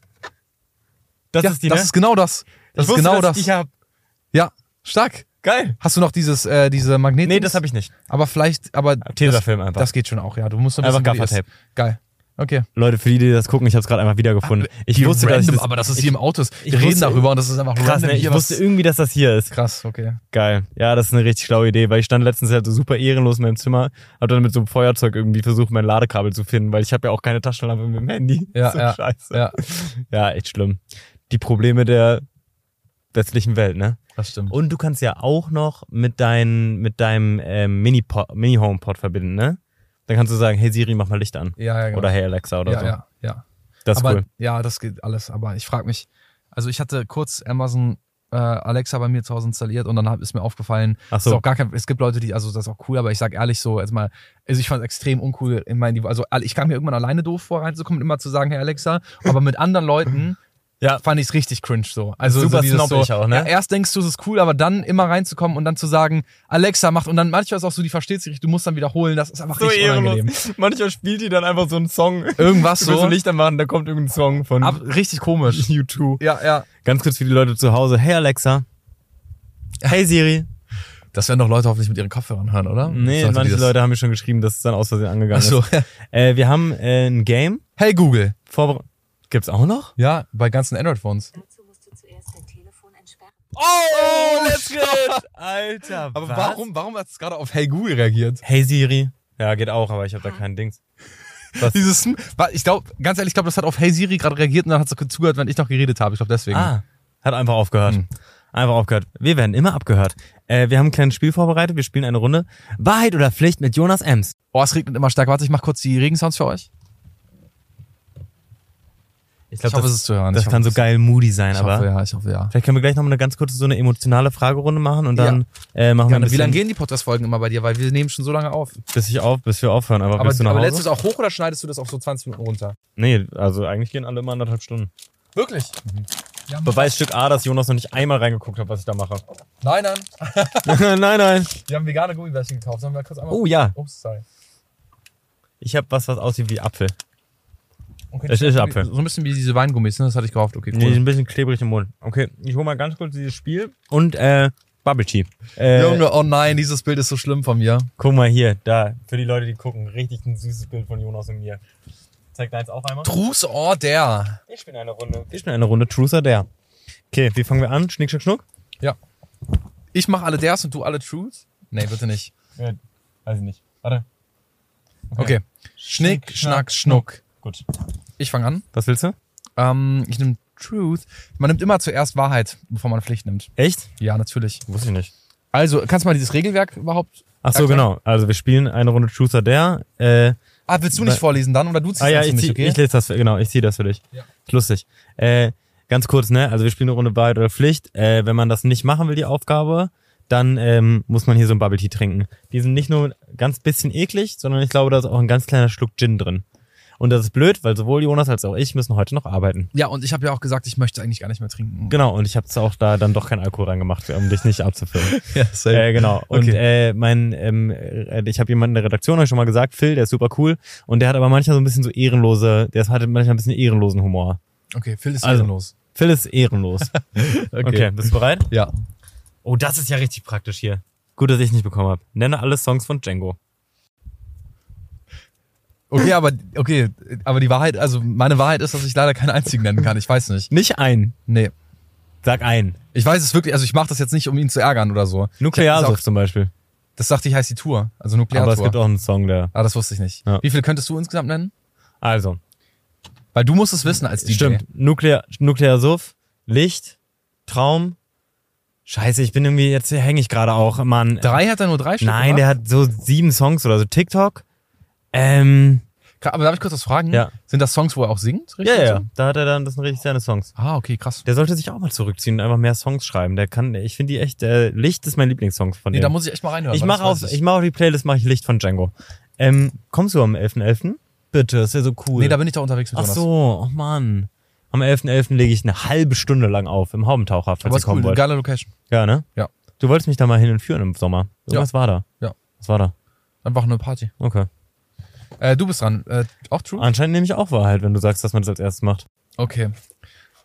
Das
ja,
ist die,
das
ne?
ist genau das. Das
ich
ist
wusste,
genau
dass
das.
ich die hab.
ja, stark.
Geil.
Hast du noch dieses äh, diese Magnet?
Nee, das habe ich nicht.
Aber vielleicht, aber
Tesafilm einfach.
das geht schon auch. Ja, du musst so ein
Einfach
bisschen wie die
Gaffertape.
ist. Geil. Okay.
Leute, für die, die das gucken, ich habe es gerade einfach wiedergefunden. Ich
Die
wusste, dass ich
random,
das,
aber das ist
ich-
hier im Autos.
ich
Wir reden
wusste-
darüber und das ist einfach
Krass,
random.
ne? Ich
hier was-
wusste irgendwie, dass das hier ist.
Krass, okay.
Geil. Ja, das ist eine richtig schlaue Idee, weil ich stand letztens halt so super ehrenlos in meinem Zimmer, habe dann mit so einem Feuerzeug irgendwie versucht, mein Ladekabel zu finden, weil ich habe ja auch keine Taschenlampe mit dem Handy. *laughs*
Ja,
so
ja,
scheiße.
ja.
ja, echt schlimm. Die Probleme der westlichen Welt, ne?
Das stimmt.
Und du kannst ja auch noch mit, dein, mit deinem ähm, Mini-Homepod Mini HomePod verbinden, ne? Dann kannst du sagen, hey Siri, mach mal Licht an.
ja, ja, genau.
Oder hey Alexa oder
ja,
so.
ja, ja.
Das ist
aber
cool.
ja, das geht alles. Aber ich frage mich, also ich hatte kurz Amazon äh, Alexa bei mir zu Hause installiert und dann hab, ist mir aufgefallen,
Ach so.
ist auch gar kein, es gibt Leute, die, also das ist auch cool, aber ich sag ehrlich so, jetzt mal, also ich fand es extrem uncool. Ich meine, die- also ich kam mir irgendwann alleine doof vor, reinzukommen, immer zu sagen, hey Alexa, aber mit anderen Leuten.
*laughs* Ja.
fand ich es richtig cringe so. Also
Super
so dieses so,
snobbig auch, ne?
ja, erst denkst du, es ist cool, aber dann immer reinzukommen und dann zu sagen, Alexa macht und dann manchmal ist auch so, die versteht sich nicht, du musst dann wiederholen, das ist einfach richtig unangenehm.
Manchmal spielt die dann einfach so einen Song. *laughs*
Irgendwas
Du willst
so,
ein Licht anmachen, da kommt irgendein Song von *laughs*
ab, richtig komisch.
U2.
Ja, ja.
Ganz kurz für die Leute zu Hause. Hey Alexa. Hey Siri.
Das werden doch Leute hoffentlich mit ihren Kopfhörern hören, oder?
Nee,
Sollte die
manche
das-
Leute haben mir schon geschrieben, dass es dann aus Versehen angegangen
Ach so.
ist. Äh, wir haben äh, ein Game
*laughs* Hey Google.
vorbereitet. Gibt's auch noch?
Ja, bei ganzen Android-Phones.
Dazu musst du zuerst dein Telefon entsperren.
Oh, let's *laughs* go.
Alter,
Aber warum, warum hat es gerade auf Hey Google reagiert?
Hey Siri. Ja, geht auch, aber ich habe da keinen Dings. Was?
Dieses, hm, wa- ich glaube, ganz ehrlich, ich glaube, das hat auf Hey Siri gerade reagiert und dann hat es zugehört, wenn ich noch geredet habe. Ich glaube, deswegen.
Ah, hat einfach aufgehört.
Hm.
Einfach aufgehört. Wir werden immer abgehört. Äh, wir haben ein kleines Spiel vorbereitet. Wir spielen eine Runde. Wahrheit oder Pflicht mit Jonas Ems.
Oh, es regnet immer stark. Warte, ich mach kurz die Regensounds für euch.
Ich
Ich
glaube,
hoffe,
das,
es ist zu hören.
das
Ich
kann
hoffe,
so
es-
geil moody sein,
Ich
aber
hoffe, ja, ich hoffe, ja.
vielleicht können wir gleich nochmal eine ganz kurze, so eine emotionale Fragerunde machen und dann äh, machen wir ein
Gerne. Wie
bisschen,
lange gehen die Podcast-Folgen immer bei dir? Weil wir nehmen schon so lange auf.
bis, ich auf, bis wir aufhören. Aber,
Aber,
willst du nach
aber
Hause?
lädst du es auch hoch oder schneidest du das auf so 20 Minuten runter?
Nee, also eigentlich gehen alle immer anderthalb Stunden.
Wirklich?
Beweisstück A, dass Jonas noch nicht einmal reingeguckt hat, was ich da mache. *laughs*
Nein, nein.
nein, nein.
Wir haben vegane Gummibärchen gekauft. Sollen wir kurz einmal.
Oh ja,
Ups, sorry.
ich habe was, was aussieht wie Apfel.
Okay,
Es ist Apfel.
So ein bisschen wie diese Weingummis, ne? Das hatte ich gehofft. Okay, cool.
Nee, die sind ein bisschen klebrig im Mund. Okay, ich hole mal ganz kurz dieses Spiel und äh, Bubble Tea. Äh,
Junge, oh nein, dieses Bild ist so schlimm von mir.
Guck mal hier, da, für die Leute, die gucken, richtig ein süßes Bild von Jonas und mir. Zeig deins auch einmal.
Truce Order.
Wir spielen eine Runde. Wir spielen eine Runde Truth or Dare. Okay, wie fangen wir an? Schnick, schnack, schnuck?
Ich mache alle Dares und du alle Truths? Nee, bitte nicht.
Weiß ich nicht. Warte.
Okay. Schnick, schnack, schnuck.
Gut.
Ich fange an.
Was willst du?
Ähm, ich nehme Truth. Man nimmt immer zuerst Wahrheit, bevor man Pflicht nimmt.
Echt?
Ja, natürlich.
Wusste ich nicht.
Also, kannst du mal dieses Regelwerk überhaupt.
Ach so,
Erklär.
genau. Also wir spielen eine Runde Truth or Dare. Äh,
Ah, willst du nicht
Weil-
vorlesen dann oder du ziehst
ah ja,
das
ich,
nicht,
zieh,
okay?
ich lese das für, genau, ich ziehe das für dich.
Ja.
Ist lustig. Äh, ganz kurz, ne? Also wir spielen eine Runde Wahrheit oder Pflicht. Äh, wenn man das nicht machen will, die Aufgabe, dann ähm, muss man hier so ein Bubble Tea trinken. Die sind nicht nur ganz bisschen eklig, sondern ich glaube, da ist auch ein ganz kleiner Schluck Gin drin. Und das ist blöd, weil sowohl Jonas als auch ich müssen heute noch arbeiten.
ja, und ich habe ja auch gesagt, ich möchte eigentlich gar nicht mehr trinken.
Genau, und ich habe auch da dann doch keinen Alkohol reingemacht, um dich nicht
*laughs*
abzufüllen.
Ja, safe.
Äh, genau. Und
Okay.
äh, mein, ähm, äh, ich habe jemanden in der Redaktion euch schon mal gesagt, Phil, der ist super cool. Und der hat aber manchmal so ein bisschen so ehrenlose, der hat manchmal ein bisschen ehrenlosen Humor.
Okay, Phil ist
Also-
also, los.
Phil ist *laughs* ehrenlos. okay. bist du bereit?
Ja.
Oh, das ist ja richtig praktisch hier. Gut, dass ich nicht bekommen habe. Nenne alle Songs von Django.
Okay, aber okay, aber die Wahrheit, also meine Wahrheit ist, dass ich leider keinen einzigen nennen kann. Ich weiß nicht.
Nicht ein.
Nee.
Sag ein.
Ich weiß es wirklich, also ich mache das jetzt nicht, um ihn zu ärgern oder so.
Nuklearsucht
Ist
zum Beispiel.
auch- Das dachte ich heißt die Tour, also Nukleartour.
Aber es gibt auch einen Song, der.
ah, das wusste ich nicht.
Ja.
Wie viel könntest du insgesamt nennen?
Also,
Weil du musst es wissen als DJ.
stimmt. Nuklear, Nuklearsuff, Licht, Traum. Scheiße, ich bin irgendwie, jetzt hänge ich gerade auch, Mann.
Drei hat er nur drei Stück
Nein, der
gemacht?
hat so sieben Songs oder so. TikTok. Ähm,
Ka- Aber darf ich kurz was fragen?
Ja.
Sind das Songs, wo er auch singt?
ja,
Richtig
ja, ja.
so?
Da hat er dann, das sind richtig seine Songs.
Ah, okay, krass.
Der sollte sich auch mal zurückziehen und einfach mehr Songs schreiben. Der kann, ich finde die echt, äh, Licht ist mein Lieblingssong von
Nee,
dem.
da muss ich echt mal reinhören.
ich
weil
mache
das weiß
auf, ich mach auf die Playlist, mache ich Licht von Django. Ähm, kommst du am 11.11.? Bitte, ist ja so cool.
Nee, da bin ich doch unterwegs mit
Ach
Jonas.
so, oh Mann. Am 11.11. lege ich eine halbe Stunde lang auf im Haubentaucher, falls
Aber
ihr
ist cool,
kommen
eine
wollt.
geile Location.
Ja, ne?
Ja.
Du wolltest mich da mal hin und führen im Sommer. Irgendwas war da.
Ja.
Was war da?
Einfach eine Party.
Okay.
Äh, du bist dran. Äh, auch true?
Anscheinend nehme ich auch Wahrheit, wenn du sagst, dass man das als erstes macht.
Okay.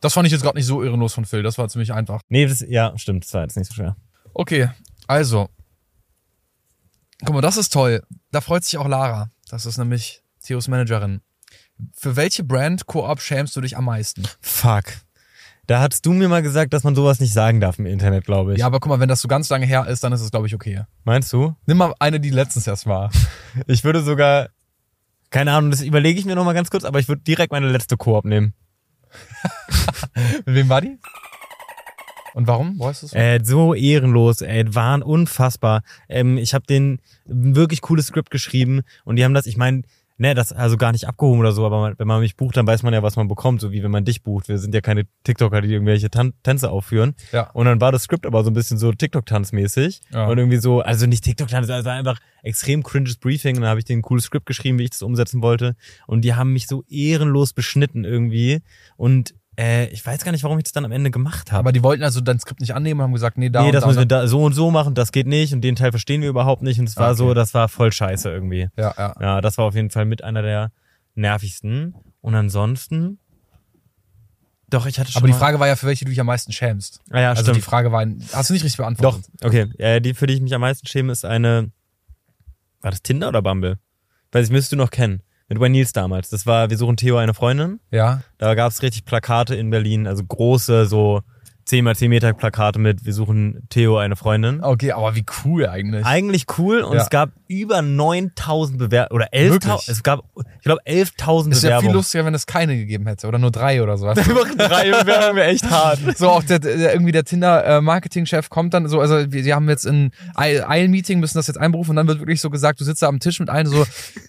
Das fand ich jetzt gerade nicht so ehrenlos von Phil. Das war ziemlich einfach.
Nee, das, ja, stimmt, das war jetzt nicht so schwer.
Okay, also. Guck mal, das ist toll. Da freut sich auch Lara. Das ist nämlich Theos Managerin. Für welche Brand Koop schämst du dich am meisten?
Fuck. Da hast du mir mal gesagt, dass man sowas nicht sagen darf im Internet, glaube ich.
Ja, aber guck mal, wenn das so ganz lange her ist, dann ist es, glaube ich, okay.
Meinst du?
Nimm mal eine, die letztens erst war. *laughs*
Ich würde sogar, keine Ahnung, das überlege ich mir nochmal ganz kurz, aber ich würde direkt meine letzte Koop nehmen.
Mit wem war die? Und warum? Wo ist das?
Äh, so ehrenlos, ey, waren unfassbar. Ähm, ich habe den ein wirklich cooles Skript geschrieben und die haben das, ich meine, ne, das also gar nicht abgehoben oder so, aber man, wenn man mich bucht, dann weiß man ja, was man bekommt, so wie wenn man dich bucht. Wir sind ja keine TikToker, die irgendwelche Tan Tänze aufführen.
Ja.
Und dann war das Skript aber so ein bisschen so TikTok-Tanzmäßig
Ja.
und irgendwie so, also nicht TikTok-Tanz, also einfach extrem cringes Briefing und dann habe ich denen ein cooles Skript geschrieben, wie ich das umsetzen wollte und die haben mich so ehrenlos beschnitten irgendwie und äh, ich weiß gar nicht, warum ich das dann am Ende gemacht habe
Aber die wollten also dein Skript nicht annehmen und haben gesagt, nee, da
nee,
und
das
da und
müssen wir da so und so machen, das geht nicht und den Teil verstehen wir überhaupt nicht und es war
Okay.
so, das war voll scheiße irgendwie.
da. Ja, ja.
Ja, das war auf jeden Fall mit einer der nervigsten und ansonsten doch, ich hatte schon
Aber die
mal-
Frage war ja, für welche du dich am meisten schämst.
Ah ja,
also
stimmt.
die Frage war, hast du nicht richtig
Doch,
beantwortet?
okay, äh, die für die ich mich am meisten schäme ist eine war das Tinder oder Bumble? Weiß ich, müsstest du noch kennen. Mit Wayne Nils damals. Das war wir suchen Theo eine Freundin.
Ja.
Da gab's richtig Plakate in Berlin, also große so 10 mal 10 Meter Plakate mit wir suchen Theo eine Freundin.
Okay, aber wie cool eigentlich.
eigentlich cool und
Ja.
es gab über 9000 Bewerbungen oder 11.000,
Wirklich?
es gab, ich glaube, 11.000
Es wäre viel
Bewerbungen.
lustiger, wenn es keine gegeben hätte oder nur drei oder sowas. *laughs*
Drei Bewerbungen wäre echt hart.
so auch der, der irgendwie der Tinder äh, Marketingchef kommt dann so also wir, wir haben jetzt ein Eil- Eilmeeting müssen das jetzt einberufen und dann wird wirklich so gesagt du sitzt da am Tisch mit allen so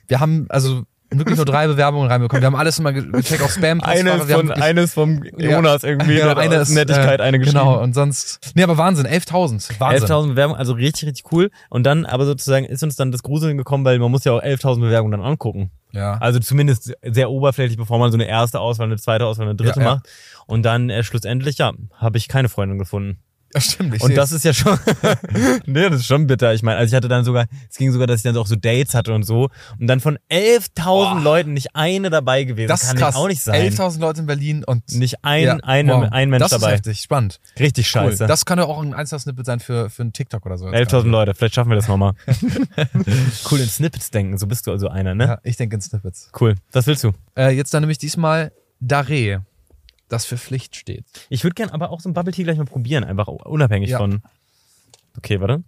wir haben also wirklich nur drei Bewerbungen reinbekommen. Wir haben alles mal ge- gecheckt auf Spam.
Eine
Postfach. wir haben
von,
wirklich-
eines vom
Ja.
Jonas irgendwie.
Genau,
der hat
eine
aus
ist,
Nettigkeit,
äh,
eine geschrieben.
Genau, und sonst. Nee, aber Wahnsinn, 11.000. Wahnsinn.
11.000 Bewerbungen, also richtig, richtig cool. Und dann, aber sozusagen ist uns dann das Gruseln gekommen, weil man muss ja auch 11.000 Bewerbungen dann angucken.
Ja.
Also zumindest sehr oberflächlich, bevor man so eine erste Auswahl, eine zweite Auswahl, eine dritte
Ja, ja.
macht. Und dann äh, schlussendlich, ja, habe ich keine Freundin gefunden.
Ja, *laughs* stimmt. Ich
Und
seh's.
das ist ja schon, *laughs* nee, das ist schon bitter. Ich meine, also ich hatte dann sogar, es ging sogar, dass ich dann so auch so Dates hatte und so. Und dann von 11.000 Leuten nicht eine dabei gewesen.
das
kann
ist krass.
auch nicht sein.
11.000 Leute in Berlin und
Nicht ein,
Ja,
ein,
wow.
ein Mensch
das
dabei.
Das ist heftig, spannend.
Richtig
Cool.
scheiße.
Das kann ja auch ein einzelner Snippet sein für, für einen TikTok oder so.
11.000 Leute, vielleicht schaffen wir das
*laughs*
nochmal. cool in Snippets denken, so bist du also einer, ne?
Ja, ich denke in Snippets.
Cool, das willst du.
Äh, jetzt dann nämlich diesmal Dare, das für Pflicht steht.
Ich würde gern aber auch so ein Bubble Tea gleich mal probieren, einfach unabhängig
Ja.
von. Okay, warte.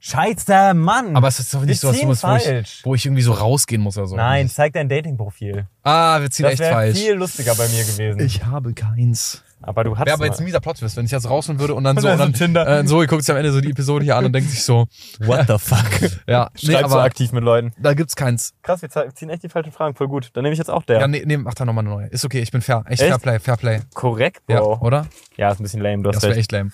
Scheißer Mann!
Aber es ist doch nicht
Wir
so, dass du
ziehen
musst, wo, ich,
falsch.
wo ich irgendwie so rausgehen muss oder so.
Nein, zeig dein Datingprofil.
Ah, wir ziehen
Das
echt
wäre
falsch.
viel lustiger bei mir gewesen.
Ich habe keins.
aber du
Wäre
hattest
aber jetzt
mal.
ein mieser Plotwist, wenn ich jetzt rausholen würde und dann so,
dann
und
so
dann,
Tinder.
Äh, so, ihr guckt sich am Ende so die Episode hier an und denkt sich so,
What the fuck?
*laughs* ja, nee,
Schreibst so
aber
aktiv mit Leuten.
da gibt's keins.
Krass, wir ze- ziehen echt die falschen Fragen. Voll gut. Dann nehme ich jetzt auch der.
Ja, nee, nee, mach da nochmal eine neue. Ist okay, ich bin fair. Echt,
Echt?
fair play, fair play.
Korrekt,
Ja,
Bro.
oder?
Ja, ist ein bisschen lame, du hast
Das wäre
recht.
echt lame.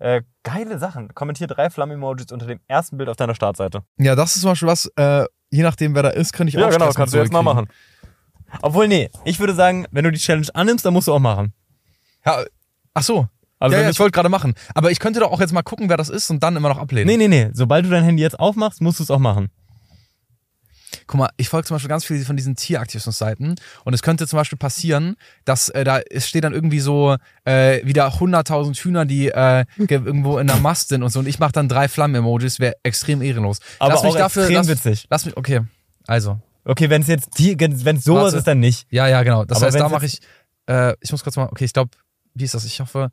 Äh, geile Sachen. Kommentier drei Flammen-Emojis unter dem ersten Bild auf deiner Startseite.
Ja, das ist zum Beispiel was, äh, je nachdem, wer da ist, könnte ich auch
Ja, genau,
Stress mit
kannst du jetzt mal
zurückkriegen.
machen. Obwohl, nee, ich würde sagen, wenn du die Challenge annimmst, dann musst du auch machen.
Ja, ach so.
Also wenn
ja, ja,
du-
ich wollte gerade machen. Aber ich könnte doch auch jetzt mal gucken, wer das ist und dann immer noch ablehnen.
Nee, nee, nee. Sobald du dein Handy jetzt aufmachst, musst du es auch machen.
Guck mal, ich folge zum Beispiel ganz viele von diesen Tieraktivismus-Seiten und es könnte zum Beispiel passieren, dass äh, da es steht dann irgendwie so äh, wieder 100.000 Hühner, die äh, ge- irgendwo in der Mast sind und so und ich mache dann drei Flammen-Emojis, wäre extrem ehrenlos.
Aber
lass mich
auch
dafür,
extrem
lass,
witzig.
Lass mich, okay, also.
Okay, wenn es jetzt die, wenn es sowas
Warte.
ist, dann nicht.
Ja, ja, genau. Das
Aber
heißt,
wenn's
da mache ich, äh, ich muss kurz mal, okay, ich glaube, wie ist das? Ich hoffe,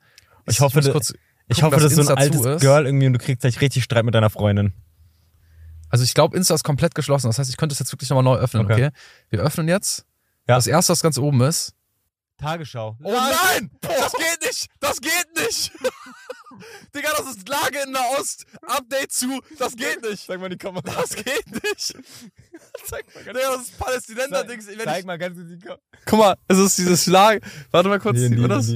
Ich hoffe,
muss
da-
kurz
Ich
gucken,
hoffe,
dass
das ist so ein
Insta zu
altes
ist.
Girl irgendwie und du kriegst gleich richtig Streit mit deiner Freundin.
Also ich glaube, Insta ist komplett geschlossen. Das heißt, ich könnte es jetzt wirklich nochmal neu öffnen, okay?
Okay.
Wir öffnen jetzt.
Ja.
Das erste, was ganz oben ist.
Tagesschau.
Oh nein! Das geht nicht! Das geht nicht! *laughs* Digga, das ist Lage in der Ost. Update zu. Das geht nicht. Zeig mal die Kamera. Das geht nicht. Zeig mal ganz Digga, das ist Palästinenser-Dings. Wenn ich-
mal ganz kurz die Kamera.
Guck mal, es ist dieses Lage. Warte mal kurz, sieht man das?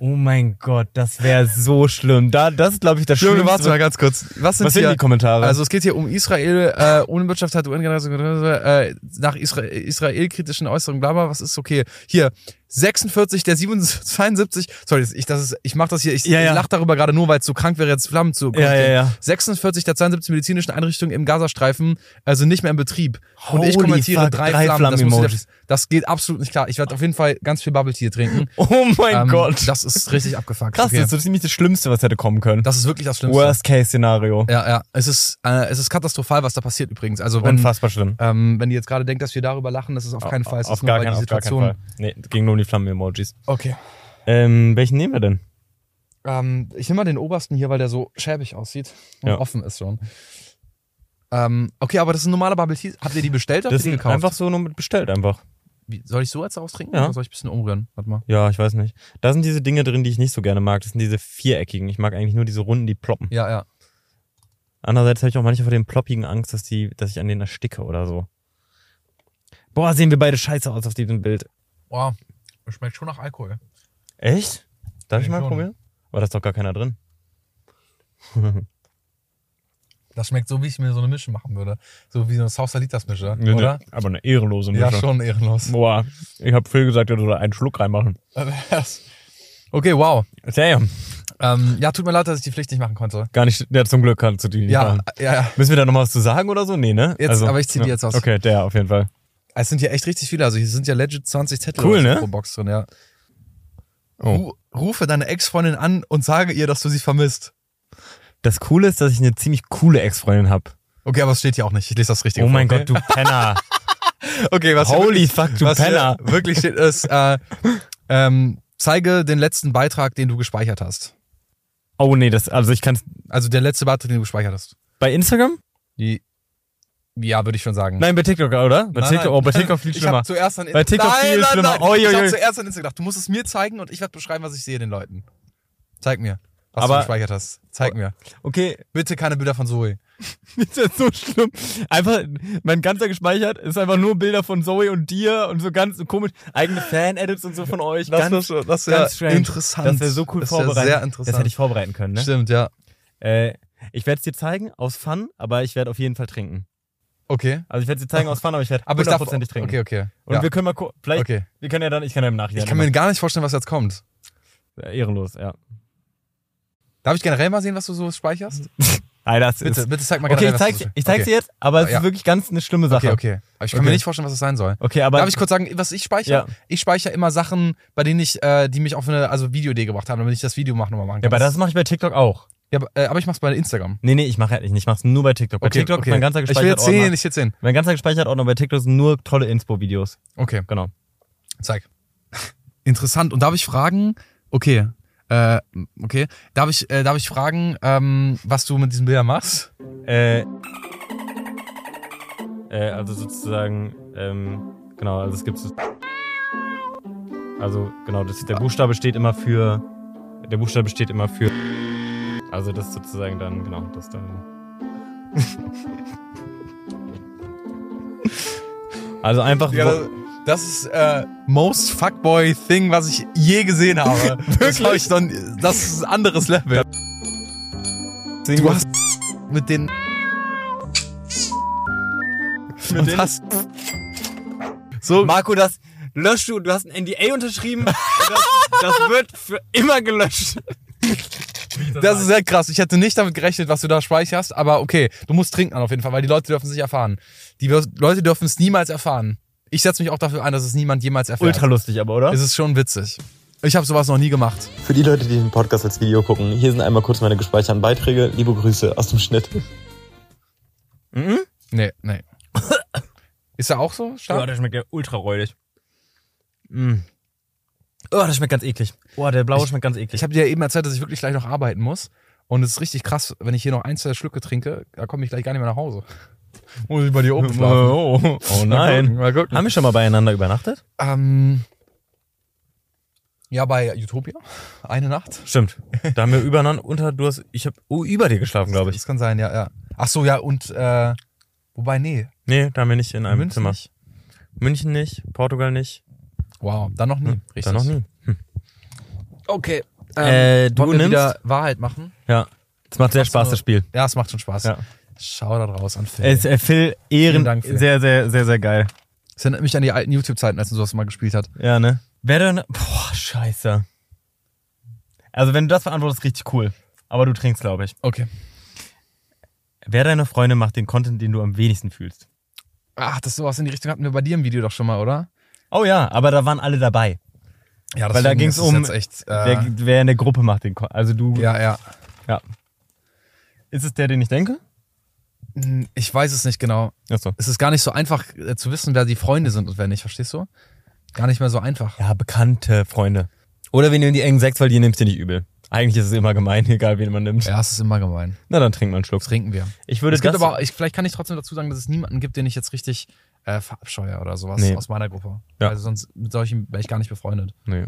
Oh mein Gott, das wäre so schlimm. Da, das ist, glaube ich, das
Junge,
Schlimmste.
warte mal ganz kurz. Was sind,
Was sind
hier?
die Kommentare?
Also es geht hier um Israel, äh, Unwirtschaft hat UN äh, nach Isra israelkritischen Äußerungen, bla bla, was ist okay. Hier, 46, der 77, 72, sorry, ich, das ist, ich mach das hier, ich,
Ja, ja.
ich lach darüber gerade nur, weil es so krank wäre, jetzt Flammen zu
Ja, ja, ja.
46 der 72 medizinischen Einrichtungen im Gazastreifen, also nicht mehr in Betrieb. Und
Holy
ich kommentiere
fuck,
drei,
drei
Flammen. Das, muss ich,
Flammen-Emojis.
das geht absolut nicht klar. Ich werde auf jeden Fall ganz viel Bubble Tea trinken.
*laughs* oh mein
Ähm,
Gott.
Das ist richtig abgefuckt.
Krass,
okay.
das ist so ziemlich das Schlimmste, was hätte kommen können.
das ist wirklich das Schlimmste.
Worst-Case-Szenario.
Ja, ja. Es ist, äh, es ist katastrophal, was da passiert übrigens. Also wenn,
Unfassbar schlimm.
ähm, wenn ihr jetzt gerade denkt, dass wir darüber lachen, das ist auf keinen Fall. Es
auf
ist
gar,
nur, weil
keinen,
die
auf gar
Situation.
keinen Fall. Nee, ging nur um die Flammen-Emojis.
Okay.
Ähm, welchen nehmen wir denn?
Ähm, ich nehme mal den obersten hier, weil der so schäbig aussieht und
Ja.
offen ist schon. Ähm, okay, aber das ist ein normaler Bubble Tea. Habt ihr die bestellt oder habt
Das
ihr die
ist
gekauft?
einfach so nur mit bestellt einfach.
Wie, soll ich so jetzt austrinken?
Ja.
Oder soll ich ein bisschen umrühren? Warte mal.
Ja, ich weiß nicht. Da sind diese Dinge drin, die ich nicht so gerne mag. Das sind diese viereckigen. Ich mag eigentlich nur diese runden, die ploppen.
Ja, ja.
Andererseits habe ich auch manchmal vor den ploppigen Angst, dass, die, dass ich an denen ersticke oder so. Boah, sehen wir beide scheiße aus auf diesem Bild.
Wow. Das schmeckt schon nach Alkohol.
Echt? Darf ich
Ja,
mal
schon.
probieren? Aber da ist doch gar keiner drin.
Das schmeckt so, wie ich mir so eine Mische machen würde. So wie so eine Sausalitas-Mische, oder?
ne, Aber eine ehrenlose Mische.
Ja, schon ehrenlos.
Boah, ich habe Phil gesagt, er soll einen Schluck reinmachen.
*laughs* okay, wow.
Damn.
Ähm, ja, tut mir leid, dass ich die Pflicht nicht machen konnte.
Gar nicht, ja, zum Glück kannst du die nicht
Ja,
machen.
ja, ja.
Müssen wir da nochmal was zu sagen oder so? Nee, ne?
Jetzt- aber ich zieh die jetzt aus.
Okay, der auf jeden Fall.
Es sind hier echt richtig viele. Also hier sind ja legit 20 Zettel
Cool,
aus der
ne?
Box drin, ja.
Oh.
Ru- Rufe deine Ex-Freundin an und sage ihr, dass du sie vermisst.
Das Coole ist, dass ich eine ziemlich coole Ex-Freundin habe.
Okay, aber es steht hier auch nicht. Ich lese das richtig.
Oh mein
vor, okay?
Gott, du *laughs* Penner.
Okay, was hier
Holy
wirklich,
fuck, du
was
Penner.
Hier wirklich steht ist, äh, ähm, zeige den letzten Beitrag, den du gespeichert hast.
Oh nee, das, also ich kann
Also der letzte Beitrag, den du gespeichert hast.
Bei Instagram?
Die, ja, würde ich schon sagen.
Nein, bei TikTok, oder? Bei
Nein,
TikTok,
nein.
oh, bei TikTok viel
ich
schlimmer.
habe zuerst an Insta-
Bei TikTok
nein,
viel
nein,
schlimmer.
Nein. Ich
Uiuiui.
habe zuerst an Insta gedacht. Du musst es mir zeigen und ich werde beschreiben, was ich sehe den Leuten. Zeig mir. was
Aber-
du gespeichert hast. Zeig mir.
Okay,
Bitte keine Bilder von Zoe.
ist *laughs* das so schlimm? Einfach, mein ganzer gespeichert ist einfach nur Bilder von Zoe und dir und so ganz komisch. Eigene Fan-Edits und so von euch.
Das
ganz,
wär- das wär
ganz strange.
interessant.
Das wäre so cool
Das wär
vorbereitet.
sehr interessant.
Das hätte ich vorbereiten können, ne?
Stimmt, ja.
Äh, ich werde es dir zeigen, aus Fun, aber ich werde auf jeden Fall trinken.
Okay.
Also ich werde es dir zeigen, aus Fun, aber ich werde
Aber ich darf.
hundertprozentig trinken.
Okay, okay.
Und
ja.
wir können mal, gu- vielleicht,
Okay.
wir können ja dann, ich kann ja im Nachhinein.
Ich
genau.
kann mir gar nicht vorstellen, was jetzt kommt.
mal- Äh, ehrenlos, ja.
Darf ich generell mal sehen, was du so speicherst?
Nein, das
Bitte,
ist,
bitte zeig mal
okay,
generell.
ich
was
zeig's,
du so-
ich zeig's
okay.
dir jetzt, aber es
Ja.
ist wirklich ganz eine schlimme Sache.
Okay, okay. Aber ich kann
Okay.
mir nicht vorstellen, was das sein soll.
Okay, aber
Darf ich kurz sagen, was ich speichere?
Ja.
Ich speichere immer Sachen, bei denen ich, äh, die mich auf eine also Videoidee gebracht haben, damit ich das Video machen nochmal machen
ja,
kann.
aber das mache ich bei TikTok auch.
ja, aber, äh, aber ich mach's bei Instagram.
Nee, nee, ich mache ehrlich nicht. Ich mach's nur bei TikTok. Bei TikTok ist mein ganzer
Ich will
gespeichert
jetzt sehen,
Ordner.
ich will jetzt sehen.
Mein ganzer gespeichert Ordner bei TikTok sind nur tolle Inspo-Videos.
Okay,
Genau.
zeig. Interessant. Und darf ich fragen, okay, äh, okay, darf ich, äh, darf ich fragen, ähm, was du mit diesen Bildern machst?
Äh, äh, also sozusagen, ähm, genau, also es gibt so- Also, genau, das, der Buchstabe steht immer für. Der Buchstabe steht immer für. Also das sozusagen dann, genau, das dann. *laughs* also einfach. wo-
das ist äh, most fuckboy thing, was ich je gesehen *laughs* habe. Wirklich? Das, hab ich dann, das ist ein anderes Level. Du hast mit den mit und hast so
Marco, das löscht du. Du hast ein NDA unterschrieben. *laughs* das, das wird für immer gelöscht.
das ist sehr krass. Ich hätte nicht damit gerechnet, was du da speicherst, aber okay, du musst trinken auf jeden Fall, weil die Leute dürfen es nicht erfahren. Die wir- Leute dürfen es niemals erfahren. Ich setze mich auch dafür ein, dass es niemand jemals erfährt.
Ultra lustig, aber oder?
Es ist schon witzig. Ich habe sowas noch nie gemacht.
Für die Leute, die den Podcast als Video gucken, hier sind einmal kurz meine gespeicherten Beiträge. Liebe Grüße aus dem Schnitt.
Nee,
*laughs*
nee. Ist er auch so stark?
Oh, das schmeckt ja ultra räudig. Mm. Oh, das schmeckt ganz eklig. Oh, der blaue schmeckt ganz eklig.
Ich habe dir ja eben erzählt, dass ich wirklich gleich noch arbeiten muss. Und es ist richtig krass, wenn ich hier noch ein, zwei Schlücke trinke, da komme ich gleich gar nicht mehr nach Hause. *laughs* Muss ich bei dir oben schlafen.
oh, oh nein.
Mal gucken. Mal
Haben wir schon mal beieinander übernachtet?
gucken. Ähm, ja, bei Utopia. Eine Nacht.
*laughs* Stimmt. Da haben wir übereinander unter, du hast, ich habe oh, über dir geschlafen, glaube ich.
Das kann sein, ja, ja. Ach so, ja, und äh, wobei, nee.
Nee, da haben wir nicht in einem
München
Zimmer.
nicht.
München nicht, Portugal nicht,
Wow, dann noch nie. Richtig.
Hm. da noch nie.
Okay. ähm,
Äh, du
wollen wir
nimmst-
wieder Wahrheit machen?
Ja. Es macht sehr Spaß, das Spiel.
Ja, es macht schon Spaß.
Ja.
Schau da raus an Phil.
Es, äh, Phil, Ehren,
Vielen Dank, Phil.
sehr, sehr, sehr, sehr geil.
Es erinnert mich an die alten YouTube-Zeiten, als man sowas mal gespielt hat.
Ja, ne? Wer denn, boah, scheiße. Also wenn du das beantwortest, richtig cool. Aber du trinkst, glaube ich.
Okay.
Wer deiner Freunde macht den Content, den du am wenigsten fühlst?
Ach, das sowas in die Richtung hatten wir bei dir im Video doch schon mal, oder?
Oh ja, aber da waren alle dabei.
Ja,
Weil da
deswegen
ging's
ist es
um-
Jetzt echt,
Wer,
äh,
wer in der Gruppe macht den Content? Also du,
ja, ja.
ja. Ist es der, den ich denke?
Hm, Ich weiß es nicht genau.
Achso.
Es ist gar nicht so einfach äh, zu wissen, wer die Freunde sind und wer nicht, verstehst du? Gar nicht mehr so einfach.
Ja, bekannte Freunde. Oder wir nehmen die engen sechs, weil die nimmst du nicht übel. Eigentlich ist es immer gemein, *laughs* egal wen man nimmt.
Ja, es ist immer gemein.
Na, dann trink mal einen Schluck.
Trinken wir.
Ich würde
es gibt
das,
aber, ich, vielleicht kann ich trotzdem dazu sagen, dass es niemanden gibt, den ich jetzt richtig äh, verabscheue oder sowas
Nee.
aus meiner Gruppe.
Ja.
Also sonst mit solchen wäre ich gar nicht befreundet.
nee.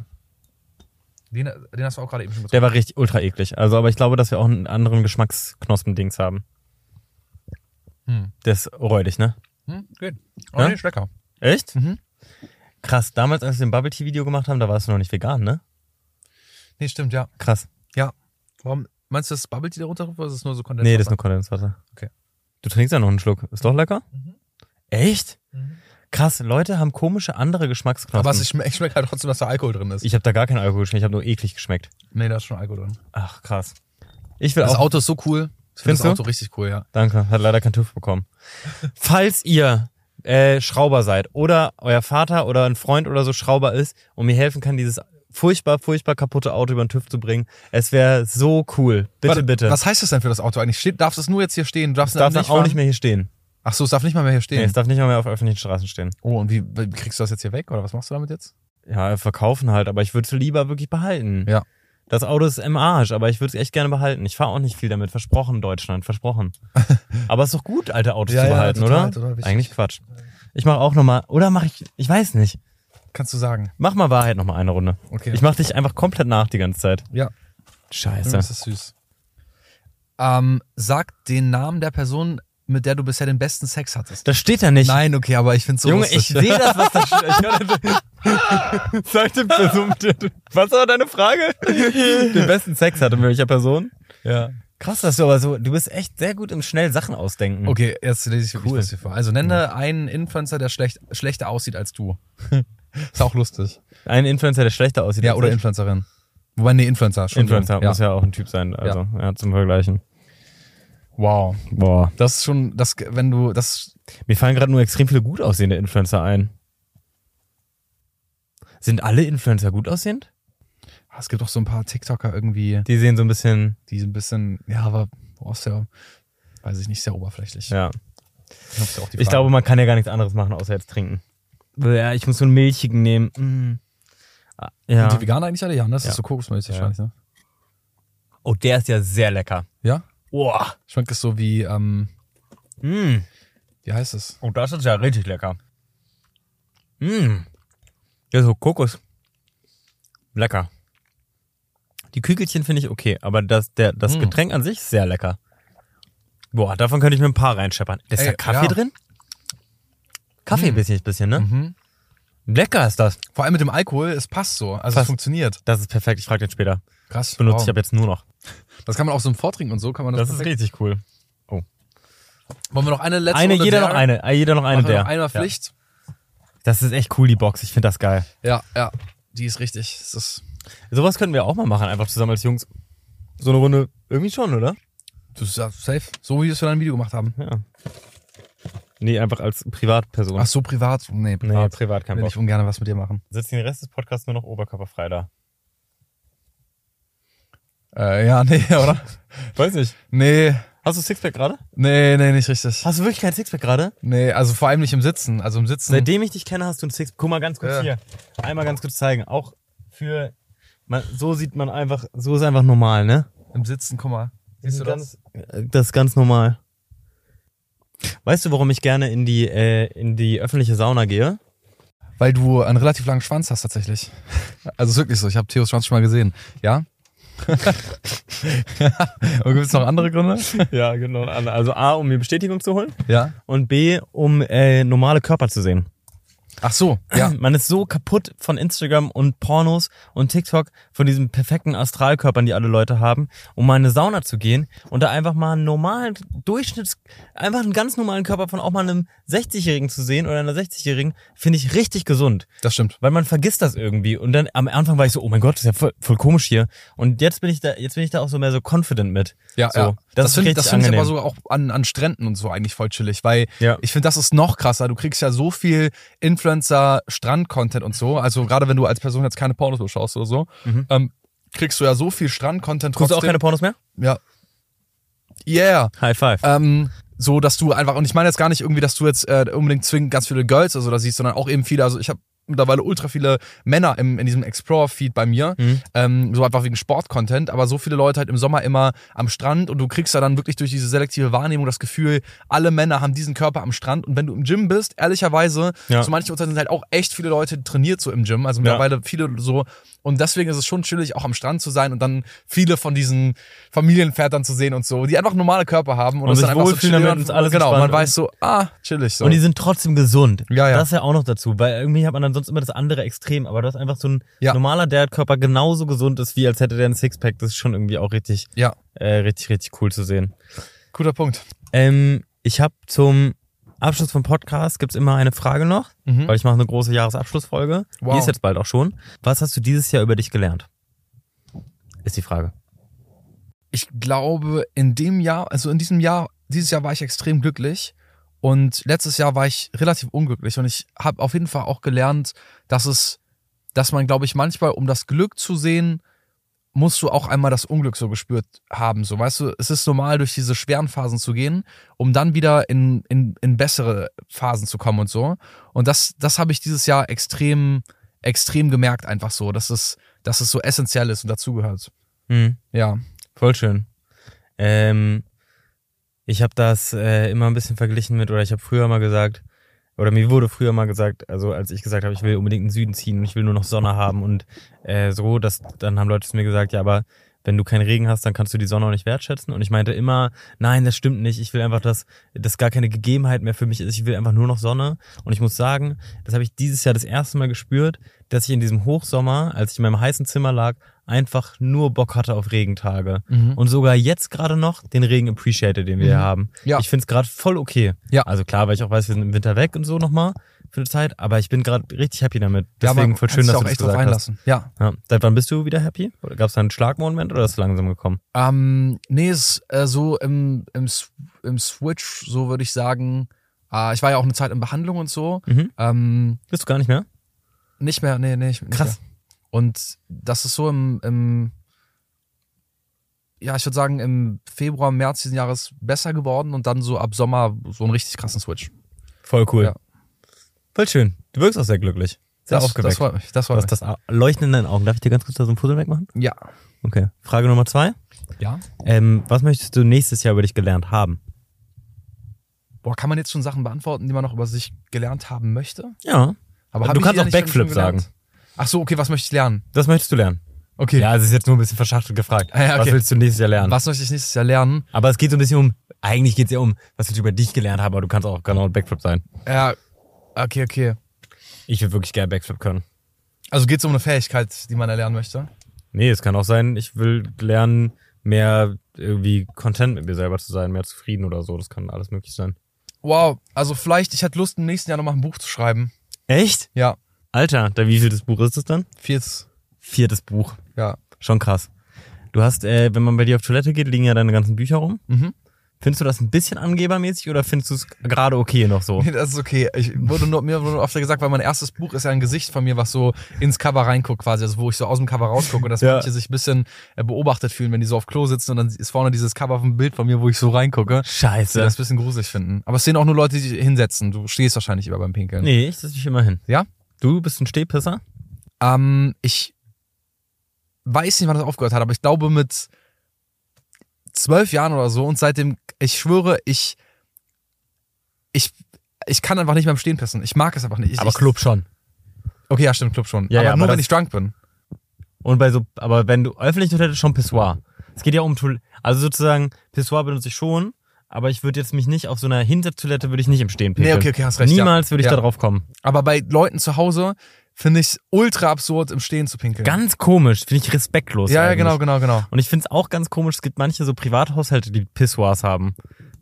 Den, den hast du auch gerade eben schon getrunken.
Der war richtig ultra eklig. Also, aber ich glaube, dass wir auch einen anderen Geschmacksknospen-Dings haben.
Hm.
Das ist räudig, ne?
Hm, gut. Oh,
Ja?
nee, ist lecker.
Echt?
Mhm.
Krass, damals, als wir ein Bubble Tea Video gemacht haben, da warst du noch nicht vegan, ne?
Nee, stimmt, ja.
Krass.
Warum, meinst du, das Bubble Tea da runter oder ist es nur so
Nee, das ist
Kondenswasser?
nur Kondenswasser.
Okay. Mhm.
Du trinkst ja noch einen Schluck. Ist doch lecker? Echt? Krass, Leute haben komische andere Geschmacksknospen.
Aber es schmeckt, ich schmeckt halt trotzdem, dass da Alkohol drin ist.
ich habe da gar keinen Alkohol geschmeckt, ich habe nur eklig geschmeckt.
nee, da ist schon Alkohol drin.
Ach, krass. Ich will
Das
auch.
Auto ist so cool. Ich finde
Findest
das Auto
du?
richtig cool, ja.
Danke, hat leider kein TÜV bekommen. Falls ihr äh, Schrauber seid oder euer Vater oder ein Freund oder so Schrauber ist und mir helfen kann, dieses furchtbar, furchtbar kaputte Auto über den TÜV zu bringen, es wäre so cool. Bitte,
Warte,
bitte.
Was heißt das denn für das Auto eigentlich? Steht, darf das nur jetzt hier stehen? Du darfst
es darf dann auch
fahren?
nicht mehr hier stehen.
Ach so, es darf nicht mal mehr hier
Nee,
stehen.
es darf nicht mal mehr auf öffentlichen Straßen stehen.
oh, und wie, wie kriegst du das jetzt hier weg? Oder was machst du damit jetzt?
Ja, verkaufen halt, aber ich würde es lieber wirklich behalten.
Ja.
Das Auto ist im Arsch, aber ich würde es echt gerne behalten. Ich fahre auch nicht viel damit. Versprochen,
*laughs*
Deutschland, versprochen. aber ist doch gut, alte Autos
Ja,
zu
ja,
behalten,
total,
oder?
total wichtig.
Eigentlich Quatsch. Ich mache auch nochmal, oder mache ich, ich weiß nicht.
Kannst du sagen.
Mach mal Wahrheit nochmal eine Runde.
Okay.
Ich mach dich einfach komplett nach die ganze Zeit.
Ja. Mhm,
Scheiße.
ist das süß. Ähm, sag den Namen der Person, mit der du bisher den besten Sex hattest.
Das steht da nicht.
Nein, okay, aber ich find's so
Junge, ich
lustig.
sehe das, was da steht. Sag dem Person, was war
*laughs*
deine Frage? Den besten Sex hatte mit welcher Person?
*laughs* ja.
Krass, dass du aber so, du bist echt sehr gut im schnell Sachen ausdenken.
Okay, jetzt lese ich wirklich was hier vor. Also nenne einen Influencer, der schlecht, schlechter aussieht als
*laughs*
du. ist auch lustig.
Ein Influencer, der schlechter aussieht.
Ja,
als
oder
ich.
Influencerin. Wobei, nee, Influencer. schon.
Influencer
ja.
muss ja auch ein Typ sein, also ja, zum Vergleichen.
Wow.
Boah.
Das ist schon, das, wenn du, das,
Mir fallen gerade nur extrem viele gut aussehende Influencer ein. Sind alle Influencer gut aussehend?
ah, es gibt auch so ein paar TikToker irgendwie,
Die sehen so ein bisschen,
die so ein bisschen, ja, aber, boah, ist ja, weiß ich nicht, sehr oberflächlich.
ja.
Ich, hab's ja auch die
Ich
Frage.
glaube, man kann ja gar nichts anderes machen, außer jetzt trinken. Ja, ich muss so einen milchigen nehmen. Mm. Ah, Ja.
Sind die Veganer eigentlich alle? Ja, ne? das
Ja.
ist so Kokosmilch
Ja.
wahrscheinlich, ne?
Oh, der ist ja sehr lecker.
Ja?
Boah.
Schmeckt es so wie, ähm,
Mm.
wie heißt es?
Oh, das ist ja richtig lecker. Mm. Ja, so Kokos. Lecker. Die Kügelchen finde ich okay, aber das, der, das
Mm.
Getränk an sich ist sehr lecker. Boah, davon könnte ich mir ein paar reinscheppern. Ist da
Ey,
Kaffee
ja. Mm. Mhm.
drin? Kaffee ein bisschen, bisschen, ne? Lecker ist das.
Vor allem mit dem Alkohol, es passt so. Also es
Passt.
funktioniert.
Das ist perfekt, ich frage den später.
Krass.
Benutze
wow.
ich ab jetzt nur noch.
Das kann man auch so im Vortrinken und so kann man das.
Das ist
perfekt-
richtig cool.
Wollen wir noch eine letzte
Eine,
Runde
jeder
der?
noch eine. äh, Jeder noch eine
Machen wir
der.
noch einmal
Ja.
Pflicht.
Das ist echt cool, die Box. Ich finde das geil.
Ja. ja, Die ist richtig. Das ist,
Sowas könnten wir auch mal machen, einfach zusammen als Jungs. So eine Runde irgendwie schon, oder?
das ist ja safe. So wie wir es für dein Video gemacht haben.
Ja. Nee, einfach als Privatperson.
Ach so, privat. Nee,
nee,
privat.
privat kein
Will
Bock.
ich ungern was mit dir machen.
Sitzt den Rest des Podcasts nur noch oberkörperfrei da.
Äh, ja, *laughs* nee, oder?
Weiß nicht.
nee.
Hast du Sixpack gerade? Mhm.
Nee, nee, nicht richtig.
Hast du wirklich kein Sixpack gerade?
Nee, also vor allem nicht im Sitzen. Also im Sitzen.
Seitdem ich dich kenne, hast du ein Sixpack. Guck mal ganz kurz
Ja.
hier. Einmal ganz kurz zeigen. Auch für. Man, so sieht man einfach, so ist einfach normal, ne?
Im Sitzen, guck mal. Siehst du das?
ganz, äh, das ist ganz normal. Weißt du, warum ich gerne in die, äh, in die öffentliche Sauna gehe?
Weil du einen relativ langen Schwanz hast tatsächlich. *laughs* Also ist wirklich so. Ich habe Theos Schwanz schon mal gesehen.
*laughs*
Ja? Und gibt es noch andere Gründe?
*laughs* Ja, genau. Also A, um mir Bestätigung zu holen
Ja.
und B, um äh, normale Körper zu sehen.
Ach so, ja.
*clears throat* Man ist so kaputt von Instagram und Pornos und TikTok, von diesen perfekten Astralkörpern, die alle Leute haben, um mal in eine Sauna zu gehen und da einfach mal einen normalen Durchschnitts, einfach einen ganz normalen Körper von auch mal einem 60-Jährigen zu sehen oder einer 60-Jährigen, finde ich richtig gesund.
Das stimmt.
Weil man vergisst das irgendwie. Und dann am Anfang war ich so, oh mein Gott, das ist ja voll, voll komisch hier. Und jetzt bin ich da, jetzt bin ich da auch so mehr so confident mit.
Ja,
so.
ja.
Das,
Das,
ist
finde
richtig
das finde ich
angenehm.
aber sogar auch an, an Stränden und so eigentlich voll chillig, weil
Ja.
ich finde, das ist noch krasser. Du kriegst ja so viel Influencer-Strand-Content und so. Also gerade wenn du als Person jetzt keine Pornos mehr schaust oder so, ähm, kriegst du ja so viel Strand-Content
Guckst Mhm. du
trotzdem.
auch keine Pornos mehr?
ja. Yeah.
High five.
*laughs* Ähm, so, dass du einfach, und ich meine jetzt gar nicht irgendwie, dass du jetzt äh, unbedingt zwingend ganz viele Girls oder so da siehst, sondern auch eben viele, also ich habe mittlerweile ultra viele Männer im, in diesem Explore-Feed bei mir, ähm, so einfach wegen Sport-Content, aber so viele Leute halt im Sommer immer am Strand und du kriegst da dann wirklich durch diese selektive Wahrnehmung das Gefühl, alle Männer haben diesen Körper am Strand und wenn du im Gym bist, ehrlicherweise,
Ja.
zu manchen Uhrzeit sind halt auch echt viele Leute trainiert so im Gym, also mittlerweile viele so und deswegen ist es schon chillig, auch am Strand zu sein und dann viele von diesen Familienvätern zu sehen und so, die einfach normale Körper haben und,
Und
es
sich
dann einfach
wohlfühlen,
chill
damit
und-
uns alles
Genau, man
entspannt.
weiß so, ah, chillig so.
Und die sind trotzdem gesund.
Ja, Ah, ja.
Das ist ja auch noch dazu, weil irgendwie hat man dann sonst immer das andere Extrem, aber das ist einfach so ein
Ja.
normaler, der Körper genauso gesund ist, wie als hätte der ein Sixpack. Das ist schon irgendwie auch richtig,
ja,
äh, richtig, richtig cool zu sehen.
guter Punkt.
Ähm, ich habe zum Abschluss vom Podcast gibt's immer eine Frage noch,
Mhm.
weil ich mache eine große Jahresabschlussfolge.
Wow.
Die ist jetzt bald auch schon. Was hast du dieses Jahr über dich gelernt? Ist die Frage.
Ich glaube, in dem Jahr, also in diesem Jahr, dieses Jahr war ich extrem glücklich und letztes Jahr war ich relativ unglücklich und ich habe auf jeden Fall auch gelernt, dass es, dass man, glaube ich, manchmal, um das Glück zu sehen, musst du auch einmal das Unglück so gespürt haben. So, weißt du, es ist normal, durch diese schweren Phasen zu gehen, um dann wieder in, in, in bessere Phasen zu kommen und so. Und das, das habe ich dieses Jahr extrem, extrem gemerkt, einfach so, dass es, dass es so essentiell ist und dazugehört.
Hm.
Ja.
Voll schön. Ähm, ich habe das äh, immer ein bisschen verglichen mit, oder ich habe früher mal gesagt, oder mir wurde früher mal gesagt, also als ich gesagt habe, ich will unbedingt in den Süden ziehen und ich will nur noch Sonne haben und äh, so, das, dann haben Leute zu mir gesagt, ja, aber wenn du keinen Regen hast, dann kannst du die Sonne auch nicht wertschätzen. Und ich meinte immer, nein, das stimmt nicht. Ich will einfach, dass das gar keine Gegebenheit mehr für mich ist. Ich will einfach nur noch Sonne. Und ich muss sagen, das habe ich dieses Jahr das erste Mal gespürt, dass ich in diesem Hochsommer, als ich in meinem heißen Zimmer lag, einfach nur Bock hatte auf Regentage. Und sogar jetzt gerade noch den Regen appreciate, den wir hier haben.
Mhm. Ja.
Ich finde es gerade voll okay.
Ja.
Also klar, weil ich auch weiß, wir sind im Winter weg und so nochmal für eine Zeit, aber ich bin gerade richtig happy damit. Deswegen
man
voll
kann
schön,
sich
dass
auch
du das
echt drauf
gesagt hast.
einlassen. Ja,
Ja. Seit wann bist du wieder happy? Oder gab es da einen Schlagmoment oder ist es langsam gekommen?
Ähm, nee, ist äh, so im, im, S- im Switch, so würde ich sagen. Äh, ich war ja auch eine Zeit in Behandlung und so.
Mhm.
Ähm,
Bist du gar nicht mehr?
nicht mehr, nee, nee. ich- Nicht
Krass.
Mehr. Und das ist so im, im ja, ich würde sagen, im Februar, März diesen Jahres besser geworden und dann so ab Sommer so einen richtig krassen Switch.
Voll cool.
Ja.
Voll schön. Du wirkst auch sehr glücklich. Sehr
das, das
aufgeweckt.
freut mich. Das
du
freut
hast
mich.
das Leuchten in deinen Augen. Darf ich dir ganz kurz da so ein Puzzle wegmachen?
Ja.
Okay. Frage Nummer zwei.
Ja.
Ähm, was möchtest du nächstes Jahr über dich gelernt haben?
Boah, kann man jetzt schon Sachen beantworten, die man noch über sich gelernt haben möchte?
Ja.
Aber
Du
hab ich die
kannst
ja
auch
nicht schon- schon
Backflip sagen.
gelernt? Ach so, okay, was möchte ich lernen?
Das möchtest du lernen.
Okay.
*laughs* Ja, es ist jetzt nur ein bisschen verschachtelt gefragt.
Ah, ja,
Was
okay.
willst du nächstes Jahr lernen?
Was möchte ich nächstes Jahr lernen?
Aber es geht so ein bisschen um, eigentlich geht es ja um, was willst du über dich gelernt haben, aber du kannst auch genau ein Backflip sein.
Ja, okay, okay.
Ich will wirklich gerne Backflip können.
Also geht's um eine Fähigkeit, die man erlernen möchte?
Nee, es kann auch sein, ich will lernen, mehr irgendwie content mit mir selber zu sein, mehr zufrieden oder so. Das kann alles möglich sein.
Wow, also vielleicht, ich hätte Lust, im nächsten Jahr nochmal ein Buch zu schreiben.
Echt?
Ja,
Alter, da wie viel das Buch ist es dann?
viertes.
Viertes Buch.
Ja. *laughs*
Schon krass. Du hast, äh, wenn man bei dir auf Toilette geht, liegen ja deine ganzen Bücher rum.
Mhm.
Findest du das ein bisschen angebermäßig oder findest du es gerade okay noch so?
Nee, das ist okay. Ich wurde nur, mir wurde nur oft gesagt, weil mein erstes Buch ist ja ein Gesicht von mir, was so ins Cover reinguckt quasi, also wo ich so aus dem Cover rausgucke und dass
Ja.
manche sich ein bisschen äh, beobachtet fühlen, wenn die so auf Klo sitzen und dann ist vorne dieses Cover vom Bild von mir, wo ich so reingucke. Die
*laughs* Scheiße.
das ein bisschen gruselig finden. Aber es sehen auch nur Leute, die sich hinsetzen. Du stehst wahrscheinlich über beim Pinkeln.
Nee, ich setze mich immer hin.
Ja?
Du bist ein Stehpisser?
Ähm, ich weiß nicht, wann das aufgehört hat, aber ich glaube mit zwölf Jahren oder so und seitdem, ich schwöre, ich, ich, ich kann einfach nicht mehr im Stehen pissen. Ich mag es einfach nicht. Ich, ich,
schon.
Okay, ja, stimmt, Club schon.
Ja,
aber
ja,
nur,
aber
wenn
das-
ich drunk bin.
Und bei so, aber wenn du öffentlich Toilette schon Pissoir. Es geht ja um Toil- also sozusagen Pissoir benutze ich schon, aber ich würde jetzt mich nicht auf so einer Hintertoilette würde ich nicht im Stehen pinkeln.
Nee, okay, okay, hast recht, ja.
Niemals würde
Ja.
ich da drauf kommen.
Aber bei Leuten zu Hause finde ich es ultra absurd, im Stehen zu pinkeln.
Ganz komisch, finde ich respektlos.
ja, ja,
eigentlich.
genau, genau, genau.
Und ich finde es auch ganz komisch, es gibt manche so Privathaushalte, die Pissoirs haben.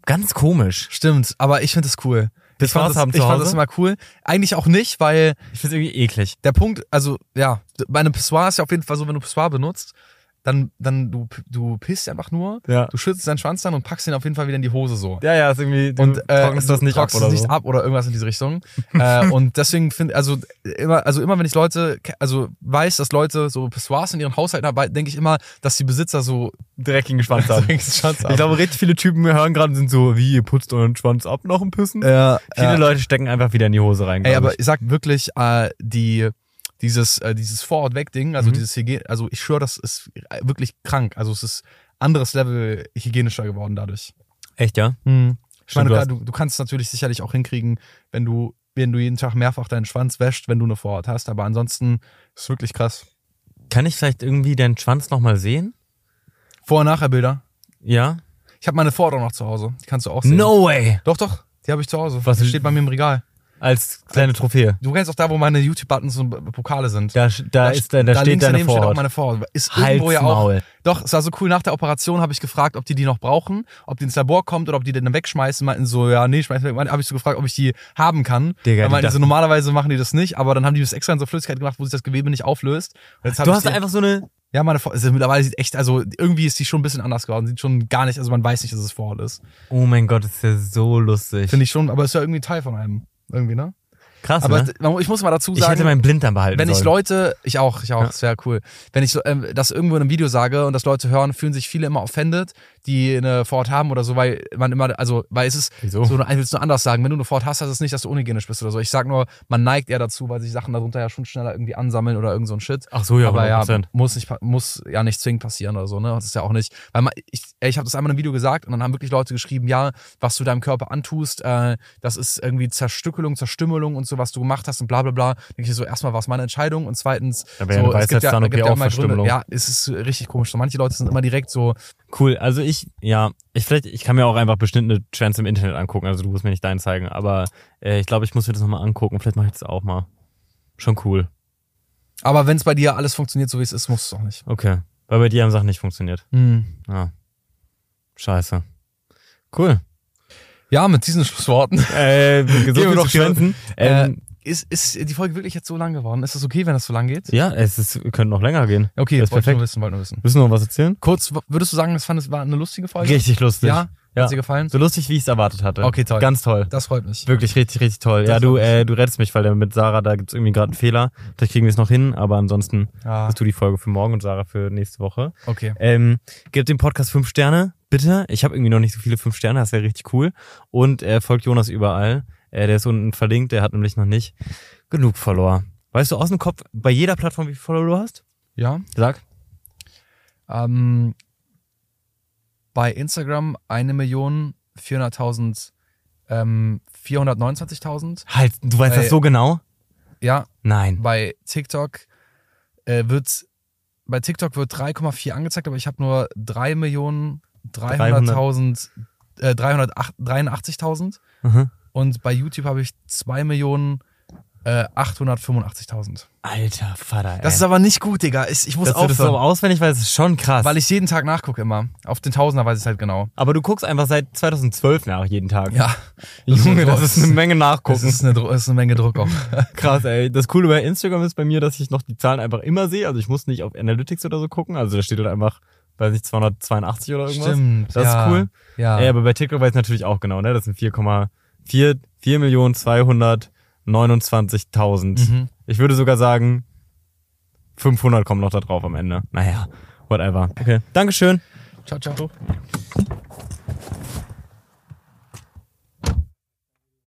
Ganz komisch.
Stimmt, aber ich finde es cool. Ich
Pissoirs
fand, das,
haben zu
ich fand
Hause?
das immer cool. Eigentlich auch nicht, weil
Ich finde es irgendwie eklig.
der Punkt, also ja, bei einem Pissoir ist ja auf jeden Fall so, wenn du Pissoir benutzt, dann, dann du, du pisst einfach nur,
Ja.
du schützt deinen Schwanz dann und packst ihn auf jeden Fall wieder in die Hose so.
Ja, ja, ist irgendwie, du
Und äh,
trocknest das
du
nicht
trocknest
ab oder
es nicht
so.
ab oder irgendwas in diese Richtung.
*laughs*
äh, und deswegen finde also immer, also immer wenn ich Leute, ke- also weiß, dass Leute so Pissoirs in ihren Haushalten arbeiten, denke ich immer, dass die Besitzer so
Dreckigen Schwanz
*laughs*
*laughs* haben.
dreckigen Schwanz
Ich glaube, richtig viele Typen hören gerade und sind so, wie, ihr putzt euren Schwanz ab nach dem Pissen?
ja,
Viele
ja.
Leute stecken einfach wieder in die Hose rein.
Ey,
glaub
aber
ich.
ich sag wirklich, äh, die, dieses, äh, dieses Vor-Ort-Weg-Ding,
Mhm.
also dieses Hygiene, also ich schwöre, das ist äh, wirklich krank. Also es ist anderes Level hygienischer geworden dadurch.
echt, ja?
Ich meine,
du
klar,
hast-
du, du kannst es natürlich sicherlich auch hinkriegen, wenn du, wenn du jeden Tag mehrfach deinen Schwanz wäscht, wenn du eine Vorhaut hast, aber ansonsten ist es wirklich krass.
Kann ich vielleicht irgendwie deinen Schwanz nochmal sehen?
Vor- und Nachher-Bilder.
Ja?
Ich habe meine Vorhaut auch noch zu Hause. Die kannst du auch sehen.
way!
Doch, doch. Die habe ich zu Hause.
Was-
die steht bei mir im Regal.
Als kleine Trophäe.
Du kennst auch da, wo meine YouTube-Buttons und B- Pokale sind.
Da, da, ist, da, da steht
links
deine
daneben Steht auch
Vorhaut.
meine Vorhaut. Ist
Halt's
irgendwo ja auch.
Maul.
Doch, es war so cool. Nach der Operation habe ich gefragt, ob die die noch brauchen, ob die ins Labor kommt oder ob die den dann wegschmeißen. Meinten so, ja, nee, schmeißen wir weg. Habe ich so gefragt, ob ich die haben kann.
Digga,
Dann
die
meinten so,
dachten-
normalerweise machen die das nicht, aber dann haben die das extra in so Flüssigkeit gemacht, wo sich das Gewebe nicht auflöst. Und jetzt hab
Du
ich
hast
die,
einfach so eine,
Ja, meine Vorhaut. Also, mittlerweile sieht echt, also irgendwie ist die schon ein bisschen anders geworden. Sieht schon gar nicht, also man weiß nicht, dass es Vorhaut ist.
oh mein Gott, das ist ja so lustig.
Finde ich schon, aber ist ja irgendwie Teil von einem. Irgendwie, ne?
Krass,
Aber
ne?
man- ich muss mal dazu
Ich hätte
sagen,
meinen Blinddarm behalten
wenn
sollen.
ich Leute, ich auch, ich auch,
Ja.
das wäre cool. Wenn ich ähm, das irgendwo in einem Video sage und das Leute hören, fühlen sich viele immer offended, die eine Ford haben oder so, weil man immer, also, weil es ist,
Wieso?
so, ich will es nur anders sagen, wenn du eine Ford hast, heißt es nicht, dass du unhygienisch bist oder so. Ich sag nur, man neigt eher dazu, weil sich Sachen darunter ja schon schneller irgendwie ansammeln oder irgend so ein Shit.
Ach so, ja,
Aber ja,
100%.
muss nicht, pa- muss ja nicht zwingend passieren oder so, ne? Das ist ja auch nicht. Weil man, ich, ey, ich habe das einmal in einem Video gesagt und dann haben wirklich Leute geschrieben, ja, was du deinem Körper antust, äh, das ist irgendwie Zerstückelung, Zerstümmelung und so, was du gemacht hast und bla bla bla, denke ich so, erstmal war es meine Entscheidung und zweitens,
Da wäre
so,
eine Weisheitszahn-OP auch
immer Gründe.
Verstümmelung.
Ja, es ist richtig komisch. So, manche Leute sind immer direkt so,
Cool, also ich, ja, ich vielleicht, ich kann mir auch einfach beschnittene Trends im Internet angucken, also du musst mir nicht deinen zeigen, aber äh, ich glaube, ich muss mir das nochmal angucken, vielleicht mache ich das auch mal. Schon cool,
aber wenn es bei dir alles funktioniert, so wie es ist, muss es auch nicht.
okay. Weil bei dir haben Sachen nicht funktioniert. Ja. Scheiße. Cool.
Ja, mit diesen Schlussworten. *laughs*
Äh,
wir
so
doch
doch
schon-
Grenzen.
Äh,
Ähm,
ist, ist die Folge wirklich jetzt so lang geworden? Ist das okay, wenn das so lang geht?
ja, es ist, könnte noch länger gehen.
Okay,
das ist
wollte ich
perfekt.
nur wissen, wollte nur wissen.
Willst du noch was erzählen?
Kurz, w- würdest du sagen, das fand, es war eine lustige Folge?
Richtig lustig.
Ja?
Ja.
Hat sie gefallen?
So lustig, wie ich es erwartet hatte.
Okay, toll.
Ganz toll.
Das freut mich.
Wirklich richtig, richtig toll. ja,
Das
du,
war
äh, du rettest mich, weil der mit Sarah, da gibt's irgendwie gerade einen Fehler. Vielleicht kriegen wir es noch hin, aber ansonsten
Ja,
hast du die Folge für morgen und Sarah für nächste Woche.
okay.
Ähm, gebt dem Podcast fünf Sterne, bitte. Ich habe irgendwie noch nicht so viele fünf Sterne, das wäre richtig cool. Und äh, folgt Jonas überall. Äh, der ist unten verlinkt, der hat nämlich noch nicht genug Follower. Weißt du aus dem Kopf bei jeder Plattform, wie viele Follower du hast?
Ja.
Sag.
Ähm, bei Instagram 1.400.000, ähm, 429.000.
Halt, du weißt
Ey.
das so genau?
Ja,
Nein.
bei TikTok äh, wird bei TikTok wird 3,4 angezeigt, aber ich habe nur 3 Millionen 300.000 äh, 383.000
Mhm.
und bei YouTube habe ich 2 Millionen äh, 885.000.
Alter Vater, ey.
Das ist aber nicht gut, Digga. Ich, ich muss
Dass du Äh. das
aufhören,
so auswendig weißt, ist schon krass.
weil ich jeden Tag nachgucke immer. Auf den Tausender weiß ich halt genau.
Aber du guckst einfach seit 2012 nach jeden Tag.
*laughs*
*laughs*
Ja,
Junge, das ist eine Menge
Das
nachgucken.
ist eine, Dru- das ist eine Menge
*laughs*
Druck auch. *laughs*
Krass, ey. Das Coole bei Instagram ist bei mir, dass ich noch die Zahlen einfach immer sehe. Also ich muss nicht auf Analytics oder so gucken. Also da steht halt einfach, weiß nicht, 282 oder irgendwas.
Stimmt.
Das
ja,
ist cool.
Ja.
Ey, aber bei TikTok weiß ich natürlich auch genau, ne? Das sind 4,4 4.229.000.
Mhm.
Ich würde sogar sagen, 500 kommen noch da drauf am Ende. Naja, whatever. Okay. Dankeschön.
Ciao, ciao.